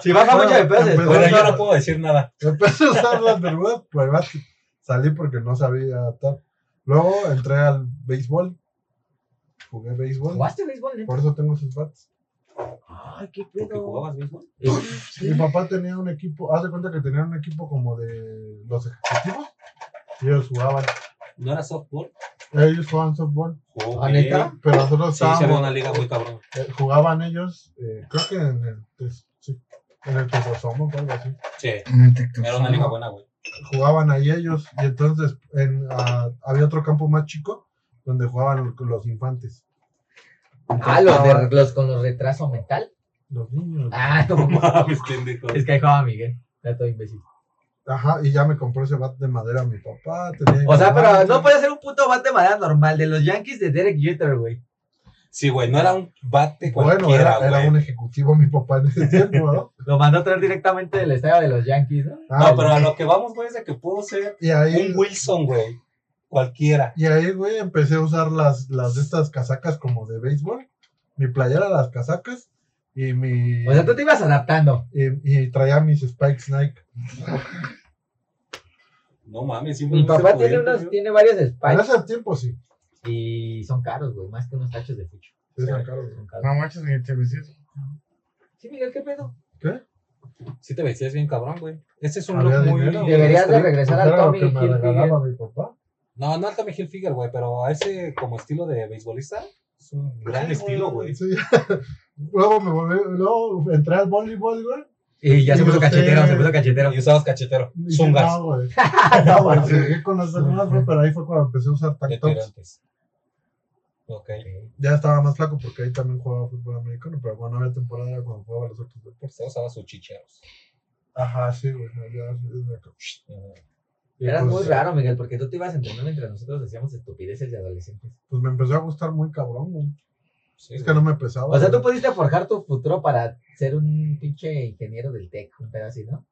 A: [LAUGHS] Si
B: baja mucho de peso,
A: empecé a
C: yo
A: usar-
C: no puedo decir nada.
A: [LAUGHS] Empecé a usar las bermudas por el básquet. Salí porque no sabía tal. Luego entré al béisbol. Jugué béisbol.
B: ¿Jugaste béisbol, neta?
A: Por eso tengo esos bats.
B: Ay, qué
C: Porque
B: pedo. Eh,
C: jugabas mismo.
A: Mi papá tenía un equipo, haz de cuenta que tenía un equipo como de los ejecutivos. Y ellos jugaban.
C: ¿No era softball?
A: Ellos jugaban softball.
B: ¿Ah, neta?
A: Pero nosotros
C: Sí, se
A: estábamos.
C: una liga muy cabrón.
A: eh, jugaban ellos, eh, creo que en el. Tez- sí, en el Tezosomo o algo así.
C: Sí, era una
D: Era
C: liga buena, güey.
A: jugaban ahí ellos y entonces en, ah, había otro campo más chico donde jugaban los infantes,
B: Ah, los, de- los con los retraso mental.
A: los niños.
B: Ah, no
C: [LAUGHS] Mames,
B: mames.
C: pendejo.
B: Es que ahí jugaba Miguel. Era todo imbécil.
A: Ajá, y ya me compró ese bat de madera mi papá. tenía
B: O sea, pero
A: guantes.
B: no puede ser un puto bate de madera normal de los Yankees de Derek Jeter, güey.
C: Sí, güey, no era un bate
A: Bueno,
C: cualquiera,
A: era, era
C: güey.
A: un ejecutivo mi papá en ese tiempo, ¿no?
B: [LAUGHS] Lo mandó a traer directamente del estadio de los Yankees, ¿no?
A: Ah,
C: No, pero a lo que vamos, güey, es de que pudo ser
A: y ahí,
C: un Wilson, güey. Cualquiera.
A: y ahí, güey, empecé a usar las, las de estas casacas como de béisbol, mi playera, las casacas, y mi...
B: O sea, tú te ibas adaptando.
A: y, y traía mis Spikes Nike.
C: No mames, siempre
B: Mi
C: me hice
B: papá tiene,
C: pudiente,
B: unos,
C: güey.
B: tiene varios
A: En
B: spikes
A: ese tiempo sí,
B: y son caros, güey. Más que unos tachos de fucho.
A: se sacaron.
B: Son caros.
D: No manches, ni te ves
B: Sí, Miguel, ¿qué pedo?
C: Sí te vestías bien cabrón, güey. Este es un
A: Había
C: look muy...
A: dinero,
C: muy
A: güey.
B: Deberías de
C: street.
B: regresar
A: Pues
B: al
A: era lo
B: Tommy
A: que me
B: Hilfiger.
A: regalaba mi papá.
C: No, no al Tommy Hilfiger, güey, pero a ese como estilo de beisbolista es un gran
A: Pues Sí,
C: estilo, güey.
A: Sí. [LAUGHS] luego me volví, luego entré al voleibol, güey.
B: Y ya se
A: Y
B: puso
A: usted-
B: cachetero, se puso cachetero.
C: Y usabas cachetero,
A: Y dije,
C: zungas,
A: No, güey. No, güey. Seguí con las demás, güey, pero ahí fue cuando empecé a usar
C: de
A: tank tops.
C: tirantes. Ok.
A: Ya estaba más flaco porque ahí también jugaba fútbol americano, pero cuando había temporada era cuando jugaba los otros deportes.
C: Se usaba sus chicheros.
A: Ajá, sí, güey. ya, ya, ya. Y
B: [LAUGHS] Eras
A: pues,
B: muy raro, Miguel, porque tú te ibas entrenando mientras nosotros hacíamos estupideces de adolescentes.
A: Pues me empezó a gustar muy cabrón, güey.
C: Sí,
A: Es que
C: güey.
A: no me pesaba.
B: O sea, tú
A: güey.
B: pudiste forjar tu futuro para ser un pinche ingeniero del TEC, un pedo así, ¿no?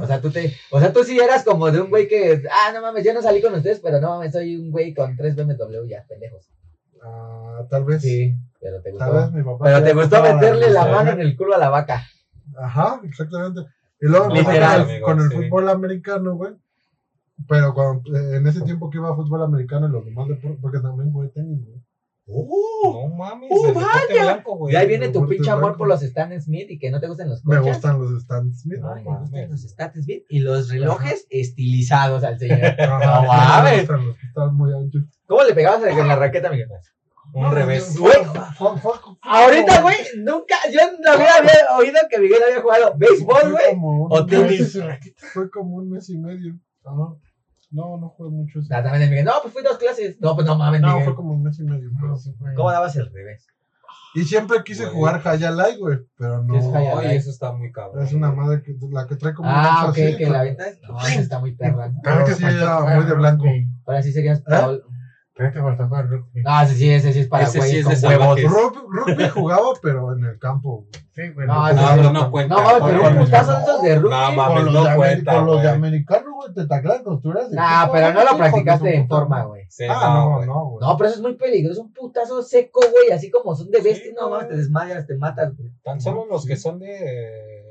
B: O sea, tú te, o sea, tú sí eras como de un güey que, ah, no mames, yo no salí con ustedes, pero no mames, soy un güey con tres BMW ya, pendejos.
A: Ah, tal vez.
B: Sí, pero te
A: Tal vez
B: gustó.
A: mi papá.
B: Pero te
A: ya
B: gustó
A: estaba-
B: meterle la
A: Ajá.
B: mano en el culo a la vaca.
A: Ajá, exactamente. Y luego
C: No,
A: empecé
B: literal,
A: con el- con el
C: amigo, sí.
A: fútbol americano, güey. Pero cuando, eh, en ese tiempo que iba a fútbol americano y los demás deportes, porque también jugué tenis, güey.
C: No mames,
B: ¡Uh,
C: el deporte
B: vaya!
C: blanco, güey.
B: Y ahí viene tu
A: deporte
B: pinche amor
A: blanco.
B: por los Stan Smith y que no te gustan los
A: Me
B: coches.
A: gustan los Stan Smith.
B: Ay,
C: No
B: me gustan
C: mames.
B: los Stan Smith y los relojes estilizados
A: [LAUGHS]
B: al señor.
A: Ajá,
B: [LAUGHS] No
A: sí,
B: mames.
A: Me gustan los que están muy anchos.
B: ¿Cómo le pegabas en la raqueta, Miguel?
C: Un
A: No,
C: revés.
A: no,
B: Güey,
A: fue- fue- fue-
B: Ahorita, güey, nunca, yo en la vida había oído que Miguel había jugado béisbol,
A: fue
B: güey.
A: como un
B: o tenis.
A: mes- Fue como un mes y medio. Ajá. No, no jugué mucho. eso.
B: Ah, también el Miguel, no, pues fui dos clases. No, pues no mames,
A: No,
B: Miguel.
A: fue como un mes y medio. pero sí.
B: ¿Cómo dabas el revés?
A: Y siempre quise
C: Güey.
A: jugar Hayalai, güey, pero no.
B: ¿Qué es Hayalai?
C: Ay, eso está muy cabrón.
A: Es una madre que, la que trae como. un
B: Ah,
A: gancho
B: ok,
A: así,
B: que
A: pero-
B: la venta es- No, esa está muy perra. ¿no?
A: Pero sí era muy de blanco.
B: Ahora sí serías Paul.
D: También te faltó jugar rugby.
B: Ah, sí, sí, ese sí es para
C: Ese sí
B: güeyes
C: es
B: con
C: de
B: huevos.
C: salvajes.
A: Rugby, rugby jugaba, pero en el campo. güey.
D: Sí, güey.
B: No,
A: Ah,
D: No,
B: ese
C: No,
B: sí
C: pero
B: es-
C: no cuenta.
B: No mames, pero
A: Oye,
B: los casos
A: no.
B: esos de rugby.
C: No
A: Con
C: mames,
A: los
C: no
A: de,
C: cuenta, pues.
A: con los de
C: güey.
A: americano, güey, te taclan costuras.
B: Nah, Ah, pero no lo practicaste en forma, güey.
C: Sí,
A: Ah,
C: Eh, no,
A: no,
C: güey.
A: no, güey.
B: No, pero eso es muy peligroso, un putazo seco, güey, así como son de bestia, no
C: güey.
B: mames, te desmayas, te matas, güey.
C: Tan solo los
A: sí.
C: que son de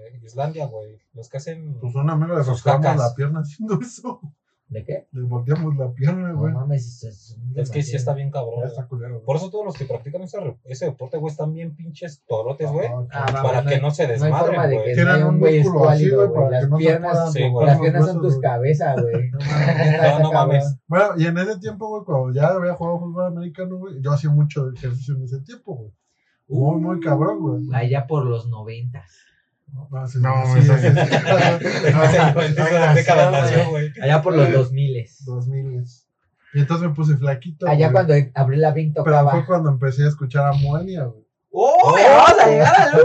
C: eh, Islandia, güey. Los que hacen.
A: Pues un amigo le
C: Sus
A: volteamos
C: tacas.
A: la pierna haciendo eso.
B: ¿De qué?
A: Le volteamos la pierna,
B: No
A: güey.
B: mames, eso es un
C: Es que sí está bien
A: Ya
C: cabrón. güey.
A: está culero, güey.
C: Por eso todos los que practican ese, re- ese deporte, güey, están bien pinches torotes, güey.
B: Ah,
A: cabrón.
B: va,
C: para
B: no
C: que
B: hay-
C: no se
B: No hay
C: desmadren,
B: forma de que
A: [LAUGHS]
C: [LAUGHS] güey.
B: no
A: Tienen
B: haya un
A: un
B: güey
A: músculo así,
B: escuálido,
A: güey,
B: güey.
A: para que
B: Las
A: no se
B: piernas,
A: puedan
C: Sí, güey.
A: romper
B: las
A: los
B: piernas son
A: huesos,
B: tus
A: güey. [LAUGHS]
B: cabezas, güey. No mames, neta,
C: No,
B: está
C: no mames.
B: cabrón.
A: Bueno, y en ese tiempo, güey, cuando ya había jugado fútbol americano, güey, yo hacía mucho ejercicio en ese tiempo, güey. Muy,
C: Uh.
A: muy cabrón, güey.
B: Allá por los noventas.
A: No, sí,
D: No,
A: sí,
D: eso
A: sí, sí. [LAUGHS]
D: Ay,
C: década
D: nació,
C: nació, güey.
B: Allá por los dos miles.
A: 2000. Y entonces me puse flaquito.
B: Allá
A: güey.
B: cuando Abril Lavigne
A: Pero fue
B: tocaba.
A: cuando empecé a escuchar a Moenia, güey.
B: ¡Oh! ya Vamos a
A: [LAUGHS]
B: llegar al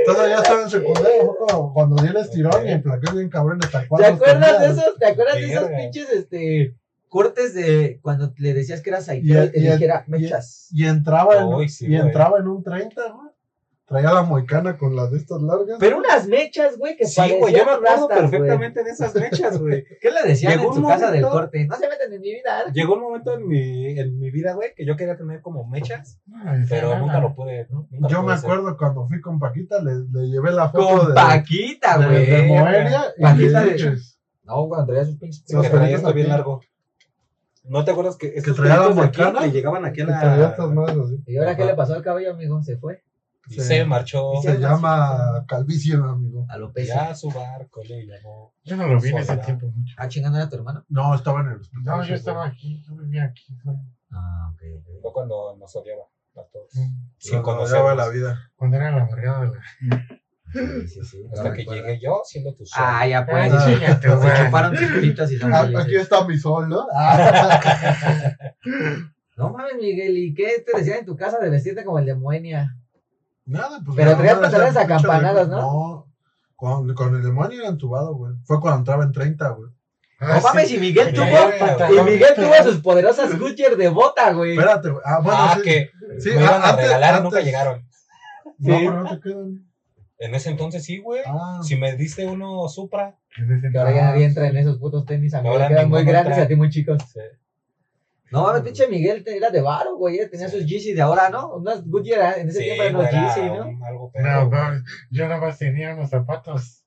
A: Entonces ya estaba en secundaria, fue cuando, cuando di el estirón y emplaqué bien cabrón hasta
B: ¿Te
A: cuatro.
B: acuerdas de esos? ¿Te acuerdas de esos
C: Verga.
B: pinches este cortes de cuando le decías que eras
A: Y
B: saitero
A: el-
B: y te
A: y el-
B: dijera
A: y-
B: mechas?
A: Y entraba en,
C: Uy, sí,
A: y
C: güey.
A: entraba en un 30, güey. Traía la moicana con las de estas largas.
B: Pero unas mechas, güey, que
C: Sí, güey, yo me
B: parecían
C: acuerdo
B: rastas, güey.
C: perfectamente de esas
B: [LAUGHS]
C: mechas, güey.
B: ¿Qué le decían
C: Llegó
B: en su
C: un
B: casa del
C: momento-
B: corte? No se meten en mi vida. ¿eh?
C: Llegó un momento en mi, en mi vida, güey, que yo quería tener como mechas, pero nunca lo pude. nunca lo
A: yo
C: pude
A: me
C: hacer.
A: acuerdo cuando fui con Paquita, le, le llevé la foto
B: Con
A: de,
B: Paquita,
A: de-
B: güey.
A: de Moenia y
B: Paquita
A: le
B: de-
A: dije
B: No, cuando traía sus pinches.
C: Sí, que
A: Los
C: traía
A: pelitos
C: esto bien
A: aquí.
C: largo. ¿No te acuerdas que estos
A: traía la
C: pelitos de aquí
A: bacana?
C: le llegaban aquí
A: que
C: a la...
A: traía estas madres así.
B: ¿Y ahora qué
C: Ajá.
B: le pasó al cabello, amigo? Se fue.
C: Y
A: Sí.
C: se marchó
B: Y
A: Se llama calvicie, amigo.
B: Alopecia.
C: ya su barco le llamó.
D: Yo no lo vi en ese
C: Soledad.
D: tiempo mucho.
B: Ah, chingando a tu hermano.
A: No, estaba en el hospital.
D: No, yo
A: güey.
D: estaba aquí, yo vivía aquí. güey.
B: Ah, ok.
C: Fue cuando nos odiaba a todos.
A: Lo
B: Mm.
C: Sin
A: rodeaba
C: conocernos.
A: la vida.
D: Cuando era la amargada de la.
B: Sí, sí, sí.
C: Hasta que llegué yo siendo tu sol.
B: Ah, ya pues.
A: Ah,
B: [LAUGHS] Se
D: chinga tu madre.
B: chuparon tus culitos y son
A: Ah,
B: felices.
A: Aquí está mi sol, ¿no?
B: No mames, Miguel, ¿y qué te decían en tu casa de vestirte como el de Moenia?
A: Nada, pues.
B: Pero
A: nada,
B: traías
A: nada,
B: pantalones
A: esa pinche
B: acampanados,
A: de-
B: ¿no?
A: No. Con, con el demonio era entubado, güey. Fue cuando entraba en 30, güey.
D: Ah,
B: No
D: sí.
B: mames, y Miguel
C: Sí,
B: tuvo.
C: güey.
B: Y Miguel tuvo sus poderosas Goodyear de bota, güey.
A: Espérate, güey. Ah, bueno,
C: Ah,
A: sí.
C: que
A: sí,
C: me iban a
A: antes-
C: regalar y nunca
A: antes-
C: llegaron.
A: No,
B: Sí.
A: pero no te quedan.
C: En ese entonces sí, güey.
A: Ah,
C: Si me diste uno Supra,
D: En ese
B: Que ahora ya nadie entra en esos putos tenis, a mí
C: Ahora
B: me quedan muy
C: ninguno
B: grandes y
C: trae.
B: a ti muy chicos.
C: se-
B: No mames, pinche Miguel te- era de varo, güey. eh, Tenía sus Yeezy de ahora, ¿no? Unas Goodyear ¿eh? en ese
C: sí,
B: tiempo eran
C: güey,
B: los
C: era
B: Yeezy, ¿no?
C: un- algo
D: No,
C: pedo.
D: no, yo nada más tenía unos zapatos.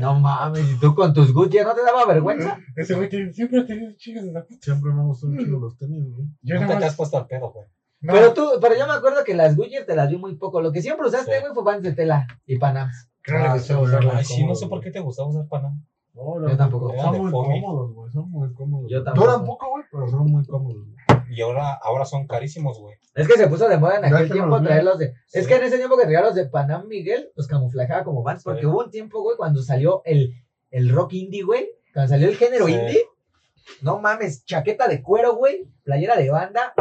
B: No mames, y tú con tus Goodyear, ¿no te daba vergüenza?
D: Ese güey tiene- siempre ha tenido chicas de zapatos.
A: siempre me gustan
C: Mm.
A: mucho los tenis, güey.
D: Yo
C: Nunca
D: nada
C: te has
D: más.
C: puesto al pedo, güey.
D: No,
B: Pero tú, pero yo me acuerdo que las Goodyear te las vi muy poco. Lo que siempre usaste,
C: Sí.
B: güey, fue pants de tela y panamas.
D: creo que
A: Ah,
D: le
A: sí,
D: gustaba usarlas.
C: Ay, sí, no sé
A: cómodo,
C: por
A: güey.
C: qué te gustaba usar panam.
A: No,
B: Yo tampoco.
A: Son
C: Eran
A: muy
C: de foamy.
A: cómodos, güey. Son muy cómodos.
B: Yo
A: tampoco.
B: tampoco.
A: Duran poco, güey, pero son muy cómodos. güey.
C: Y ahora, ahora son carísimos, güey.
B: Es que se puso de moda en
A: Ya
B: aquel
A: se
B: tiempo
A: los vi.
B: traerlos de. Es
C: Sí.
B: que en ese tiempo que traía los de Panam Miguel, los camuflajaba como vans.
C: Sí.
B: Porque hubo un tiempo, güey, cuando salió el, el rock indie, güey. Cuando salió el género
C: Sí.
B: indie. No mames, chaqueta de cuero, güey. Playera de banda.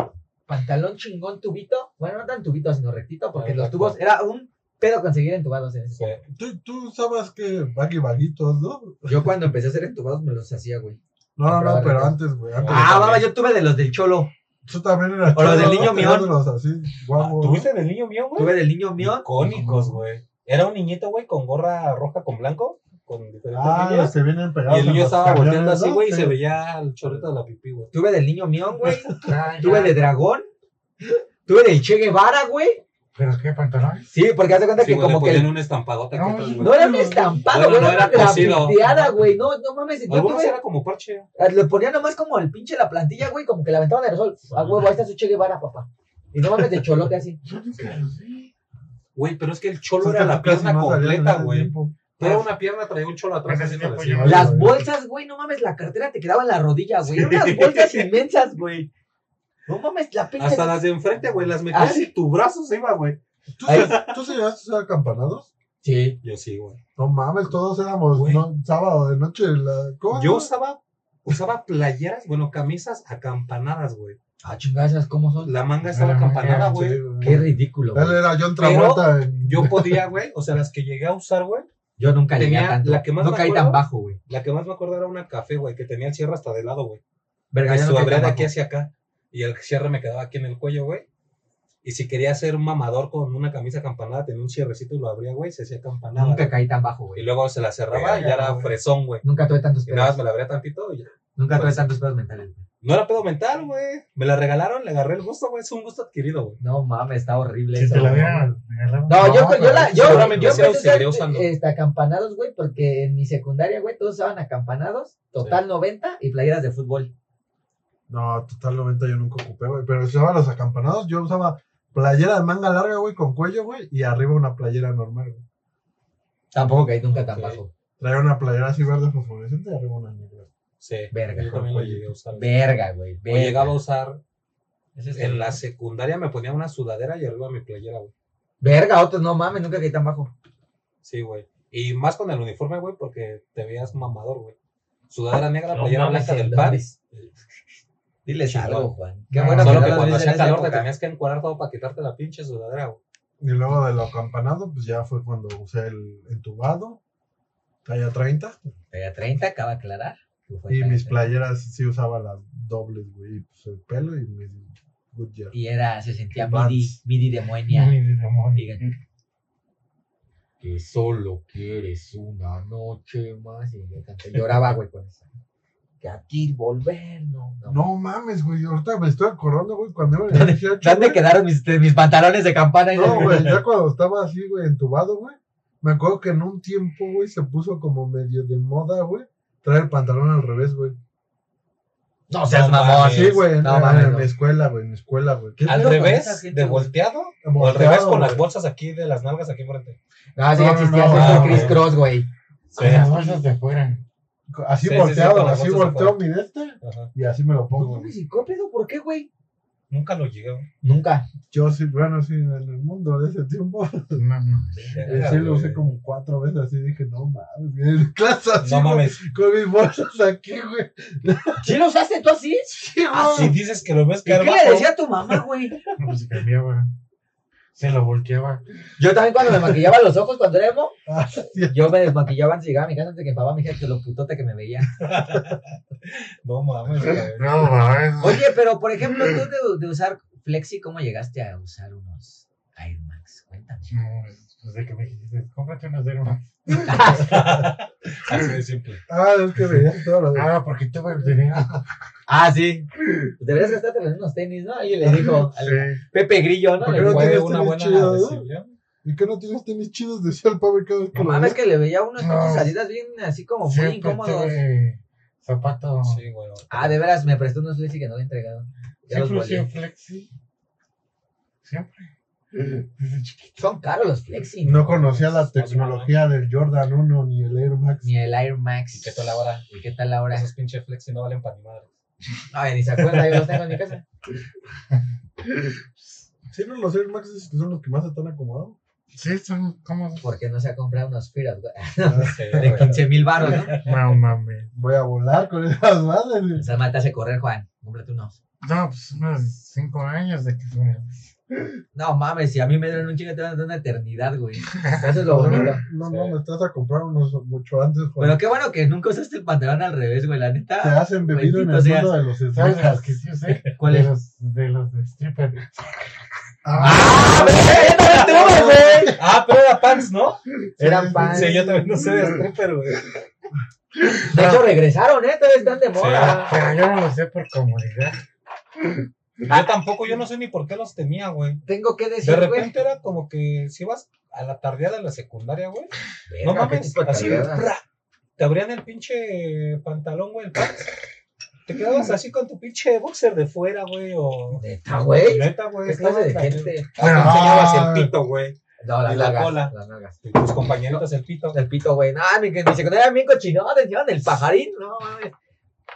B: Pantalón chingón tubito. Bueno, no tan tubito, sino rectito. Porque
C: Ah,
B: los
C: exacto.
B: tubos era un pedo conseguir entubados en ese.
C: Sí.
A: Tú, tú sabes que baggy baguitos, ¿no?
B: Yo cuando empecé a hacer entubados me los hacía, güey.
A: No, no, no,
B: Comprar
A: pero
B: barritas.
A: antes, güey. Antes.
C: Ah,
B: Ah, baba,
C: también.
B: yo tuve de los del cholo.
A: Tú también eras.
B: O los del
A: [LAUGHS]
B: niño mión.
A: mío. Los así,
C: Ah,
A: guapos.
C: ¿Tuviste del niño mío, güey?
B: Tuve del niño mío.
C: Icónicos, güey. Era un niñito, güey, con gorra roja con blanco, con diferentes
A: Ah,
C: líneas.
A: los que vienen pegados.
C: Y el
A: en
C: niño
A: los
C: estaba
A: camiones,
C: volteando así,
A: ¿no?
C: güey, y
A: Sí.
C: se veía el chorrito de la pipí, güey.
B: Tuve del niño mión, [LAUGHS] güey.
D: Ah,
B: Tuve
D: ya.
B: de dragón. Tuve del Che Guevara, güey.
D: ¿Pero qué pantalones?
B: Sí, porque hace cuenta
C: Sí,
B: que
C: güey, le
B: como que
C: ponían
B: el-
C: una estampadota.
D: No,
C: que
D: sí,
C: tal,
B: no
C: güey.
B: era un estampado,
C: Bueno,
B: güey,
C: no
B: era una
C: era cosido.
B: grafiteada, güey. No, no mames, yo
C: Algunos
B: tuve,
C: era como parche.
B: le ponía nomás como el pinche la plantilla, güey, como que la aventaban del sol. Ah, huevo, ahí está su Che Guevara, papá. Y no mames de cholote
C: [LAUGHS]
B: así.
D: Yo nunca los vi.
C: Güey, pero es que el
A: O
C: cholo
A: sea,
C: era
A: que
C: la
A: casi
C: pierna
A: no salían en
C: completa,
A: ese
C: güey.
A: tiempo.
C: Toda una pierna traía un cholo atrás
D: En ese
C: haciéndole
D: tiempo
C: así.
D: yo-
B: Las bolsas, güey, no mames, la cartera te quedaba en la rodilla, güey. Eran Unas bolsas inmensas, güey. No mames, la pinche.
C: Hasta las de enfrente, güey, las metías
B: Así.
C: y tu brazo se iba, güey.
A: ¿Tú, se- ¿Tú se llevaste a ser acampanados?
B: Sí.
C: Yo sí, güey.
A: No mames, todos éramos
C: Güey.
A: no, sábado de noche. La... ¿Cómo?
C: Yo usaba, usaba playeras, bueno, camisas acampanadas, güey.
B: Ah, chingadas, ¿esas ¿cómo son?
C: La manga estaba
D: La manga,
C: acampanada,
A: Sí,
C: güey.
B: Qué ridículo,
A: Él
B: güey.
A: era John
C: Pero-
A: Travolta. en-
C: Yo podía, güey, o sea, las que llegué a usar, güey.
B: Yo nunca llegué a
C: Tenía
B: tanto.
C: la que más
B: no
C: me
B: caí
C: acuerdo.
B: tan bajo, güey.
C: La que más me acuerdo era una café, güey, que tenía el cierre hasta de lado, güey.
B: Verga,
C: Que
B: yo no
C: su
B: caí
C: abría
B: tan
C: de
B: bajo.
C: aquí hacia acá. Y el cierre me quedaba aquí en el cuello, güey. Y si quería ser un mamador con una camisa acampanada, tenía un cierrecito y lo abría, güey, se hacía acampanada.
B: Nunca
C: güey.
B: caí tan bajo,
C: Y
B: güey.
C: luego se la cerraba y ya era
D: güey.
C: fresón, güey.
B: Nunca tuve tantos
C: Y pues. nada
B: pedos.
C: más me la abría tantito y ya.
B: Nunca tuve tantos pedos mentales.
C: No era pedo mental, güey. Me la regalaron, le agarré el gusto, güey. Es un gusto adquirido, güey.
B: No mames, está horrible
D: Si
B: eso.
D: te la
B: güey.
D: hubieran regalado.
B: No, yo, yo, la, yo,
C: seguramente
B: yo
C: sí lo
B: empecé a usar,
C: seguiré usando.
B: este, acampanados, güey, porque en mi secundaria, güey, todos usaban acampanados, total 90 y playeras de fútbol.
A: No, total 90 yo nunca ocupé, güey. Pero usaba los acampanados. Yo usaba playera de manga larga, güey, con cuello, güey. Y arriba una playera normal, güey.
B: Tampoco caí nunca tan
C: Ok.
B: bajo.
A: Traía una playera así verde fosforescente y arriba una negra.
C: Sí.
B: Verga,
C: Yo también lo llegué a usar. güey.
B: Verga, güey.
C: O
B: verga.
C: llegaba a usar
B: Ese es este. el-
C: en la secundaria, me ponía una sudadera y arriba mi playera, güey.
B: Verga, otros no mames, nunca caí tan bajo.
C: Sí, güey. Y más con el uniforme, güey, porque te veías mamador, güey. Sudadera negra,
B: No
C: playera
B: mames,
C: blanca
B: ¿en
C: del
B: dónde?
C: Paris.
B: Diles
C: Chingón.
B: algo, Juan. Qué
D: No,
B: bueno
C: Solo
B: no
C: que
B: las
C: cuando
B: ves de
C: hacía
B: esa
C: calor te
B: época.
C: tenías que encuadrar todo para quitarte la pinche sudadera, güey.
A: Y luego de lo acampanado, pues ya fue cuando usé el entubado, talla 30.
B: Traía 30, acaba de aclarar. que fue
A: Y
B: talla
A: mis
B: 30.
A: playeras sí usaba las dobles, güey. y, Pues el pelo y mis Goodyear.
B: Y era, se sentía
A: Vans.
B: midi, midi de moenia.
D: Uy, de demonio.
B: Digan. que solo quieres una noche más. Y yo canté, lloraba, güey, con eso. Que aquí volver, no. no.
A: No mames, güey. Ahorita me estoy acordando, güey, cuando iba en el 18.
B: ¿Dónde
A: güey.
B: quedaron mis, de- mis pantalones de campana? Y de-
A: No, güey, ya cuando estaba así, güey, entubado, güey. Me acuerdo que en un tiempo, güey, se puso como medio de moda, güey, traer el pantalón al revés, güey.
B: No seas
C: No
B: mamón.
C: mames.
A: Sí, güey, en,
B: No
A: en-
B: mames,
A: en
B: no.
A: mi escuela, güey, en mi escuela, güey.
B: ¿Qué
C: ¿Al
B: pedo con esa
C: revés
B: gente,
C: de
B: güey?
C: volteado? ¿O al
A: Volteado,
C: revés con
A: güey.
C: las bolsas aquí de las nalgas aquí enfrente?
B: No, Ah, sí
A: No, no,
B: existía.
A: no,
B: sí existía
C: no,
B: Chris
C: güey.
B: Cross, güey.
D: Con las bolsas de afuera.
A: Así
C: Sí, sí, sí,
A: volteado,
C: con las
A: así
C: bolsas
A: volteo
C: afuera.
A: mi de este
C: Ajá.
A: y así me lo
B: No
A: pongo.
B: mames, psicópedo, ¿por qué, güey?
C: Nunca lo llegué. güey.
B: Nunca.
A: Yo sí, bueno, sí, en el mundo de ese tiempo.
D: No, no.
A: Eh,
C: Verga,
A: Sí, lo
C: güey.
A: usé como cuatro veces así, dije, no mames, güey, en [LAUGHS] clase así,
C: No
A: güey,
C: mames.
A: con mis bolsas aquí, güey. [LAUGHS]
B: ¿Sí los hace tú así?
A: Sí,
C: Ah,
A: güey.
C: si dices que lo ves
B: ¿Y qué
C: caer
B: le
C: bajo,
B: decía a tu mamá, güey?
D: No, pues se cambiaba. Se lo volteaba.
B: Yo también cuando me maquillaba los ojos cuando era emo,
A: Ah, sí.
B: yo me desmaquillaba antes de llegar a mi casa antes de que mi papá me dijera que lo putote que me veía.
C: No mames, güey.
D: No, mames.
B: [LAUGHS] Oye, pero por ejemplo, tú de, de usar Flexi, ¿cómo llegaste a usar unos Air Max? Cuéntame.
D: No, pues de que me dijiste, cómprate unos Air Max.
C: Así de simple.
A: Ah, es que veías todo lo de...
D: Ah, porque tú me tenías.
B: Ah, sí. Deberías gastarte en unos tenis, ¿no? Y le dijo al
D: Sí.
B: Pepe Grillo, ¿no?
A: ¿Por
B: Le
A: qué no
B: dijo,
C: Fue
A: tienes
C: una
A: tenis
C: buena
A: chido, ¿no?
C: decisión.
A: ¿Y qué no tienes tenis chidos? Decía el pobre cada vez que
B: No
A: lo
B: mames,
A: veía.
B: que le veía unos
D: No.
B: pinches salidas bien así como muy
D: Siempre
B: incómodos.
D: tuve zapato.
C: Sí, güey.
B: Ah, de veras, me prestó unos Flexi que no había entregado. Ya los
D: Siempre usé
B: volé.
D: flexi. Siempre. Desde chiquito.
B: Son caros los Flexi.
A: No conocía la tecnología del Jordan 1 ni el Air Max.
B: Ni el Air Max.
C: ¿Y qué tal ahora?
B: ¿Y qué tal ahora?
C: Esos pinche flexi no valen para ni madre.
B: Ay, ni se acuerda, yo los tengo en mi casa.
A: Sí, no, los Air Max es que son los que más están acomodados.
D: Sí, son cómodos.
B: Porque no se ha comprado unos Firas, güey.
A: [LAUGHS]
C: Sí,
B: De
C: güey.
B: 15 mil baros, ¿no?
D: No mames.
A: Voy a volar con esas madres. güey.
B: Esa madre te hace correr, Juan. Cómprate unos.
D: No, pues unos cinco años de que fue.
B: No mames, si a mí me dieron un chingo, te van a dar una eternidad, güey. [LAUGHS] Eso es lo bonito.
A: No,
C: Sí.
A: no, me estás a comprar unos mucho antes. Juan.
B: Pero qué bueno que nunca usaste el pantalón al revés, güey. La
A: Te
B: neta,
A: has embebido en el
B: Bendito seas.
A: mundo de los
D: ¿Sabes de las
A: sneakers.
D: que sí usé?
B: ¿cuál
D: de
B: es?
D: los de los de stripper.
B: ¡Ah! ¡Pero ya no la tenemos, güey!
C: Ah, pero era pants, ¿no?
B: Eran pants.
C: Sí, yo también no sé de stripper, güey.
B: De hecho, regresaron, ¿eh? Todavía están de moda.
D: Pero yo no lo sé por comodidad.
C: Yo tampoco, yo no sé ni por qué los tenía, güey.
B: Tengo que
C: De
B: decir, güey.
C: repente era como que si ibas a la tardeada de la secundaria, güey. No
B: Verga, qué
C: mames,
B: tipo de
C: así,
B: carreras.
C: ¡pra! te abrían el pinche pantalón, güey, el pants. Te quedabas así con tu pinche boxer de fuera, güey, o...
B: Neta, güey.
C: Neta, güey.
B: ¿Qué clase de
C: estaba
B: gente?
C: cañón. Ah, te enseñabas el pito, güey.
B: No, las
C: Y la
B: nalgas,
C: cola.
B: Las nalgas.
C: Y Tus compañeritos el pito.
B: El pito, güey. No, mi, que- mi secundaria era bien cochinones, llevan el pajarín. No, mames.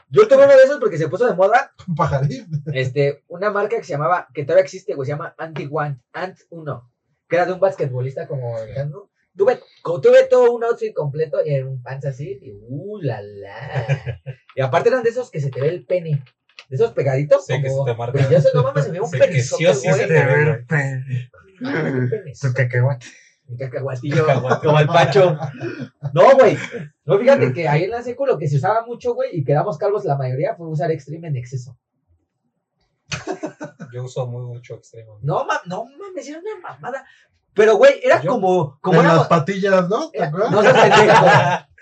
B: Yo tuve uno de esos porque se puso de moda
A: [LAUGHS] Un pajarín.
B: este, una marca que se llamaba, que todavía existe, güey, se llama Anti One, Ant 1, que era de un basquetbolista como americano. Tuve, co- tuve todo un outfit completo y en un pants así, y uh, la, la. Y aparte eran de esos que se te ve el pene, de esos pegaditos.
C: Sí, que
B: como-
C: se te marca.
B: Pues yo sé, no mames, se me ve un
C: Sí, que
B: penisote,
C: sí o sí
B: güey.
C: se
D: De Este, ver pe-
B: Un penisote.
D: tu cacahuate.
B: Mi cacahuatillo, como el Pacho. No, güey. No, fíjate que ahí en la secu lo que se usaba mucho, güey, y quedamos calvos la mayoría, fue usar extreme en exceso.
C: Yo uso muy mucho extremo.
B: No, ma no mames, era una mamada. Pero, güey, era
C: Yo-
B: como. como
A: Como
B: una
A: las
B: mo-
A: patillas, [LAUGHS] ¿no? ¿Te
B: era-
A: acuerdas?
B: no seas pendejo.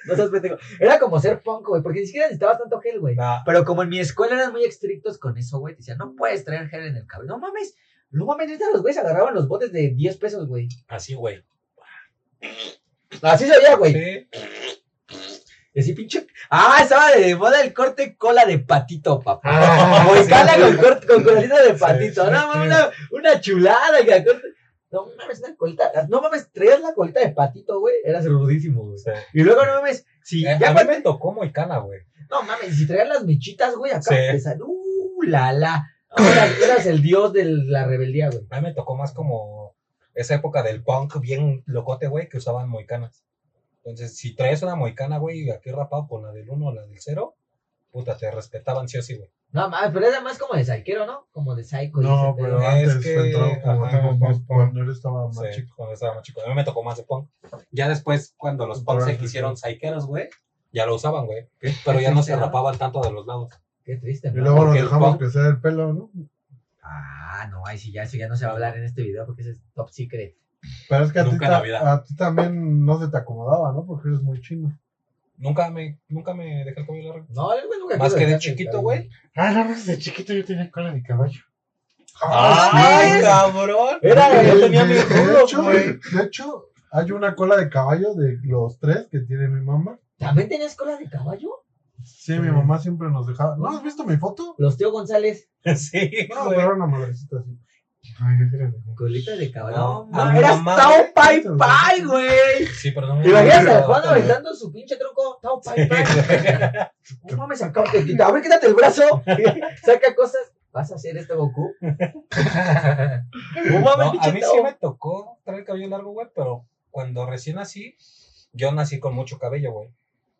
B: No seas pendejo. Era como ser punk, güey, porque ni siquiera necesitabas tanto gel, güey.
C: Nah,
B: Pero como en mi escuela eran muy estrictos con eso, güey, decían, no puedes traer gel en el cabello. No mames. No mames, neta, los güeyes agarraban los botes de 10 pesos, güey.
C: así, güey.
B: Así se veía, güey.
C: Sí.
B: Y así pinche. Ah, estaba de moda el corte cola de patito, papá.
D: Ah,
B: [LAUGHS] Moicana con, cor- con colita de patito.
D: sí,
B: no, mames, una, una chulada. Que acorde- No mames, una colita. No mames, traías la colita de patito, güey. Eras rudísimo, güey.
C: sí.
B: Y luego, no mames, si
C: Eh,
B: ya
C: a mí
B: cuando-
C: me tocó Moicana, güey.
B: No mames, si traías las mechitas, güey, acá
C: Sí.
B: te sal- Uh, la, la. No, eras, eras el dios de la rebeldía, güey.
C: A mí me tocó más como esa época del punk bien locote, güey, que usaban moicanas. Entonces, si traes una moicana, güey, aquí rapado con la del 1 o la del 0, puta, te respetaban sí o sí, güey.
B: No mames, pero era más como de psychero, ¿no? Como de psycho. y
A: No,
B: ese pedo.
A: pero
C: Es
A: antes
C: que-
A: entró como
C: ajá,
A: éramos
D: más
A: más cuando él estaba más
C: Sí,
A: chico.
C: cuando estaba más chico. A mí me tocó más de punk. Ya después, cuando los punks se quisieron psycheros, güey, ya lo usaban, güey. Pero ya no se rapaban tanto de los lados.
B: Qué triste,
A: Y
B: ¿no?
A: luego nos
C: porque el
A: dejamos
C: punk-
A: crecer el pelo, ¿no?
B: Ah, no, ay, sí, ya, eso ya no se va a hablar en este video porque ese es top secret.
A: Pero es que a ti,
C: Nunca
A: ta-
C: en la vida.
A: a ti también no se te acomodaba, ¿no? Porque eres muy chino.
C: Nunca me, nunca me dejé el cabello largo.
B: No, el güey nunca
C: Más
B: quiso
C: que de
B: dejarse el
C: chiquito,
B: cabello.
C: güey.
D: Ah, no, desde chiquito yo tenía cola de caballo.
B: ¡Ay,
C: ¡Ay, cabrón!
B: Era
C: Ah, yo
A: De-
C: tenía
A: de-
C: mi [LAUGHS]
A: de
C: culo,
A: hecho,
C: güey.
A: de hecho, hay una cola de caballo de los tres que tiene mi mamá.
B: ¿También tenías cola de caballo?
A: Sí, mi mamá siempre nos dejaba. ¿No has visto mi foto?
B: Los tío González,
C: [LAUGHS] Sí,
A: No,
C: güey.
A: pero era una madrecita así.
D: Ay, Ah, yo quiero ver.
B: colita de cabrón.
C: No,
B: ah,
C: mi
B: era
C: mamá.
B: Tao Pai Pai, güey.
C: Sí, pero no me
B: Imagínate a
C: acuerdo,
B: Juan
C: güey.
B: aventando su pinche tronco. Tao Pai Pai.
C: Sí, [LAUGHS]
B: No mames, acábate. A ver, quítate el brazo. Saca cosas. ¿Vas a hacer este
C: [LAUGHS]
B: Goku?
C: güey.
A: Pues,
B: No mames,
C: No, a
B: pinche
C: mí
B: Tao.
C: sí me tocó traer el cabello largo, güey, pero cuando recién nací, yo nací con mucho cabello, güey.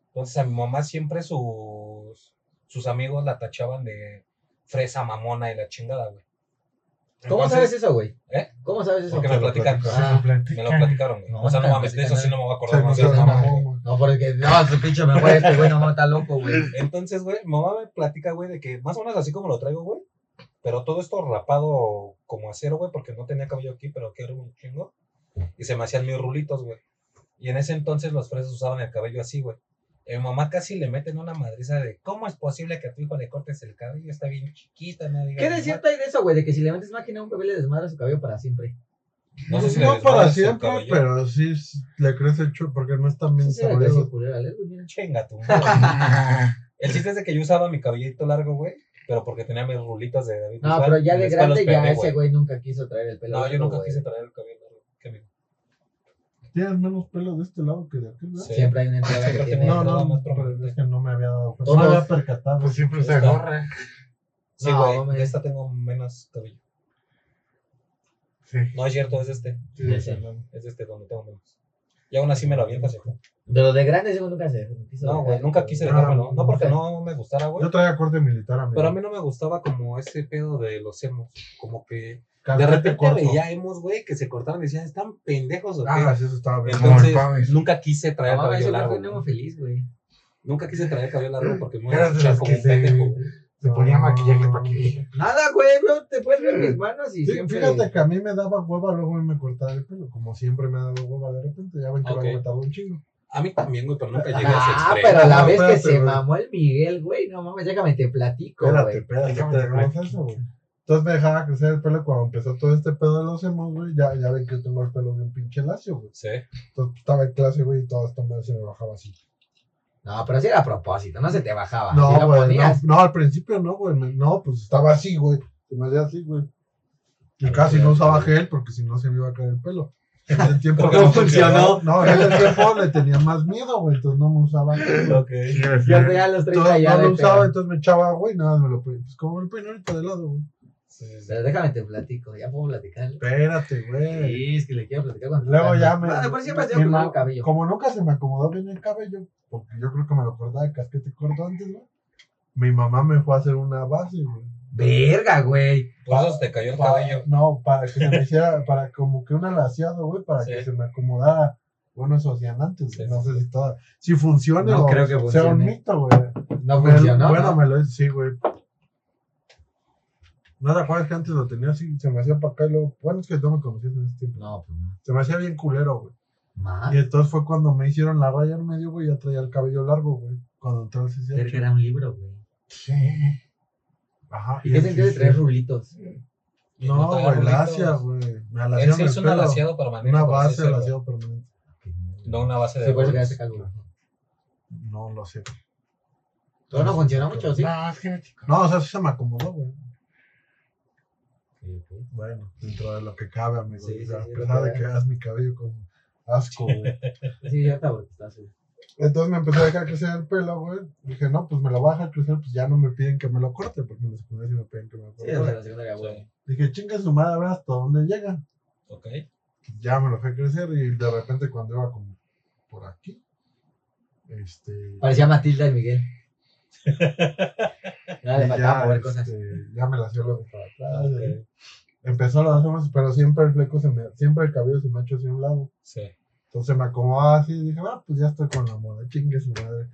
C: Entonces a mi mamá siempre sus, sus amigos la tachaban de fresa mamona y la chingada, güey.
B: ¿Cómo
C: Entonces,
B: sabes eso, güey?
C: ¿Eh?
B: ¿Cómo sabes eso?
C: Porque me
A: Te lo
C: platicaron.
A: platico.
B: Ah,
C: Me lo platicaron, güey.
B: No,
C: o sea, no
B: no
C: mames, de eso
B: platican
C: sí no me voy a
A: Se
C: acordar. no
A: nos
C: seas
A: hizo
C: mamón,
A: mamón,
C: güey.
A: güey.
B: No, porque no, su pinche me fue este güey, no mames, está loco,
C: [LAUGHS]
B: güey.
C: Entonces, güey, mi mamá me platica, güey, de que más o menos así como lo traigo, güey. Pero todo esto rapado como acero, güey, porque no tenía cabello aquí, pero que era un chingo. Y se me hacían mis rulitos, güey. Y en ese entonces los fresas usaban el cabello así, güey. Y mi mamá casi le meten una madriza de cómo es posible que a tu hijo le cortes el cabello, está bien chiquita, no digas
B: ¿Qué
C: mamá".
B: de cierto hay de eso, güey? De que si le metes máquina a un bebé le desmadra su cabello para siempre.
C: No sé si
A: no
C: le
A: para
C: desmadras el
A: siempre,
C: cabello.
A: pero sí es- le crece el chulo porque no es tan bien
B: Sí, sí, era que sí,
A: sabido.
B: culera, ¿eh, güey? Mira.
C: Chinga tu madre. El chiste es de que yo usaba mi cabellito largo, güey, pero porque tenía mis rulitos de David.
B: No,
C: Bisbal,
B: pero ya
C: y
B: de
C: después los
B: grande ya
C: perdí,
B: ese güey nunca quiso traer el pelo.
C: No, yo
B: largo,
C: nunca
B: güey.
C: quise traer el cabello largo. Qué miedo.
A: Tienes menos pelo de este lado que de aquel, ¿verdad?
C: Sí.
B: Siempre hay una entrada
C: [LAUGHS]
B: que
C: Siempre
B: tiene.
A: No,
C: Nada
A: no,
C: más
A: pero
C: prominente.
A: es que no me había dado cuenta.
B: Todos-
A: No me había percatado.
D: [LAUGHS] Pues siempre se
C: Está.
D: agarra.
C: Sí,
B: No,
C: güey.
B: hombre.
C: de esta tengo menos cabello.
D: Sí.
C: No es cierto, es de este.
B: Sí, sí.
C: Es de este donde tengo menos. Y aún así me lo avientas, hijo.
B: Pero de grande ese güey Ah, nunca se. quiso
C: No,
B: dejar
C: güey,
B: el
C: nunca
B: pelo.
C: quise
A: No,
C: dejármelo. No porque
B: ok.
C: no me gustara, güey.
A: Yo traía corte militar, amigo.
C: Pero a mí no me gustaba como ese pedo de los emos. Como que de
A: Calcete
C: repente
A: corto.
C: veía emos, güey, que se cortaron y decían, están pendejos o qué.
A: Ah, sí, eso estaba bien.
D: Entonces-
C: Entonces,
D: No, mames.
C: nunca quise traer
B: No,
C: cabello
B: ese güey
C: largo.
B: fue un emo
C: güey.
B: feliz, güey.
C: Nunca quise traer cabello largo porque me iba a
D: Eras de
C: escuchar
D: las
C: como
D: que
C: un pendejo,
D: se,
C: güey.
D: se ponía maquillaje para que.
B: Nada, güey, bro, te puedes ver mis manos y
A: Sí,
B: siempre.
A: fíjate que a mí me daba hueva, luego me cortaba el pelo, como siempre me ha dado hueva de repente, ya ven que
C: Ok.
A: lo aguantaba un chingo.
C: A mí también, güey, pero nunca llegué a ese
B: Ah,
C: extremo.
B: pero la
A: No,
B: vez que
A: espérate,
B: se
A: güey.
B: mamó el Miguel, güey, no mames, déjame te platico,
A: Espérate,
B: güey.
A: espérate,
D: Déjame
A: te
D: llegar
A: conoces,
D: aquí.
A: güey. Entonces me dejaba crecer el pelo cuando empezó todo este pedo de los emos, güey. Ya, ya ven que yo tengo el pelo bien pinche lacio, güey.
C: Sí.
A: Entonces estaba en clase, güey, y todas tomas se me bajaba así.
B: No, pero sí era a propósito, no se te bajaba. sí
A: No,
B: lo
A: güey, no,
B: ponías.
A: no, al principio no, güey. me- No, pues estaba así, güey. Se me hacía así, güey. Y
B: Pero
A: casi
B: ya,
A: no usaba
B: güey.
A: gel porque si no se me iba a caer el pelo. En ese tiempo
C: Porque no funcionó.
A: No, en ese tiempo le tenía más miedo, güey. Entonces no me usaba gel. güey.
C: Ok.
B: Yo ya a los 30
A: Entonces
B: ya.
A: no lo
B: de
A: usaba,
B: pedo.
A: entonces me echaba, güey, nada, me lo ponía. Pues como el pelo ahorita de lado, güey.
C: Sí, sí, sí.
B: Pero déjame te platico, ya puedo platicar.
A: Espérate, güey.
B: Sí, es que le quiero platicar cuando.
A: Luego ya me.
B: No, Ah, de por sí siempre
A: mi
B: tengo
A: ma-
B: el cabello.
A: Como nunca se me acomodó bien el cabello, porque yo creo que me lo cortaba de casquete corto antes, güey. Mi mamá me fue a hacer una base, güey.
B: Verga, güey.
C: Por eso se te cayó el
A: Para-
C: cabello.
A: No, para que se me
B: [LAUGHS]
A: hiciera, para como que un alaciado, güey, para
C: Sí.
A: que se me acomodara. Bueno, eso hacían antes, güey.
C: Sí,
A: no
C: sí,
A: sé si toda. Si funciona
B: No
A: o
B: creo que
A: sea un
B: funcione.
A: mito, güey.
B: No
A: Me-
B: funcionó.
A: Bueno,
B: ¿no?
A: me lo sí, güey. ¿No te acuerdas que antes lo tenía así? Se me hacía para acá y luego. Bueno, es que no me conocías en ese tiempo.
B: No, Ah. pues no.
A: Se me hacía bien culero, güey.
B: Ma,
A: Y entonces fue cuando me hicieron la raya en medio, güey, ya traía el cabello largo, güey. Cuando entró el
B: verga,
A: 18.
B: era un libro, güey.
D: Sí.
A: Ajá.
B: ¿Y qué
A: el
B: sentido de
A: 18.
B: traer rulitos?
A: No,
C: te
A: güey,
C: agarro
A: lacia,
C: ritos.
A: güey. Me
C: Él sí
A: alaciaron
C: es
A: el
C: un
A: pelo.
C: alaciado permanente.
A: Una
C: por así
A: base
C: decirlo.
A: alaciado permanente.
C: No una base de.
B: Se puede quedarse
C: roles.
B: calvo.
A: No lo sé.
B: Todo no funcionó mucho, ¿sí?
D: No, es que no, chico.
A: No, o sea, sí se me acomodó, güey.
B: Sí, sí.
A: Bueno, dentro de lo que cabe, amigo.
B: Sí,
A: o sea,
B: sí,
A: a
B: sí,
A: pesar
B: lo
A: de
B: que
A: que hagas mi cabello con asco, güey.
B: Sí, ya está, porque está así.
A: Entonces me empecé a dejar crecer el pelo, güey. Dije, no, pues me lo voy a dejar crecer, pues ya no me piden que me lo corte, porque en la secundaria sí me piden que me lo
B: Sí, desde
A: corte.
B: la secundaria, güey.
C: Sí,
A: Dije, chinga su madre, a ver hasta dónde llega.
C: Ok.
A: ya me lo dejé crecer y de repente cuando iba como por aquí, este,
B: Parecía Matilda y [LAUGHS] Miguel. Nada, Ah, le
A: y
B: faltaba mover
A: este,
B: cosas.
A: ya me la hacía lo de para atrás.
C: Ok.
A: eh. Empezó lo de hacer más, pero siempre el fleco se me, siempre el cabello se me ha hecho hacia un lado.
C: Sí.
A: Entonces me acomodaba así y dije, ah, pues ya estoy con la moda, chingue su madre.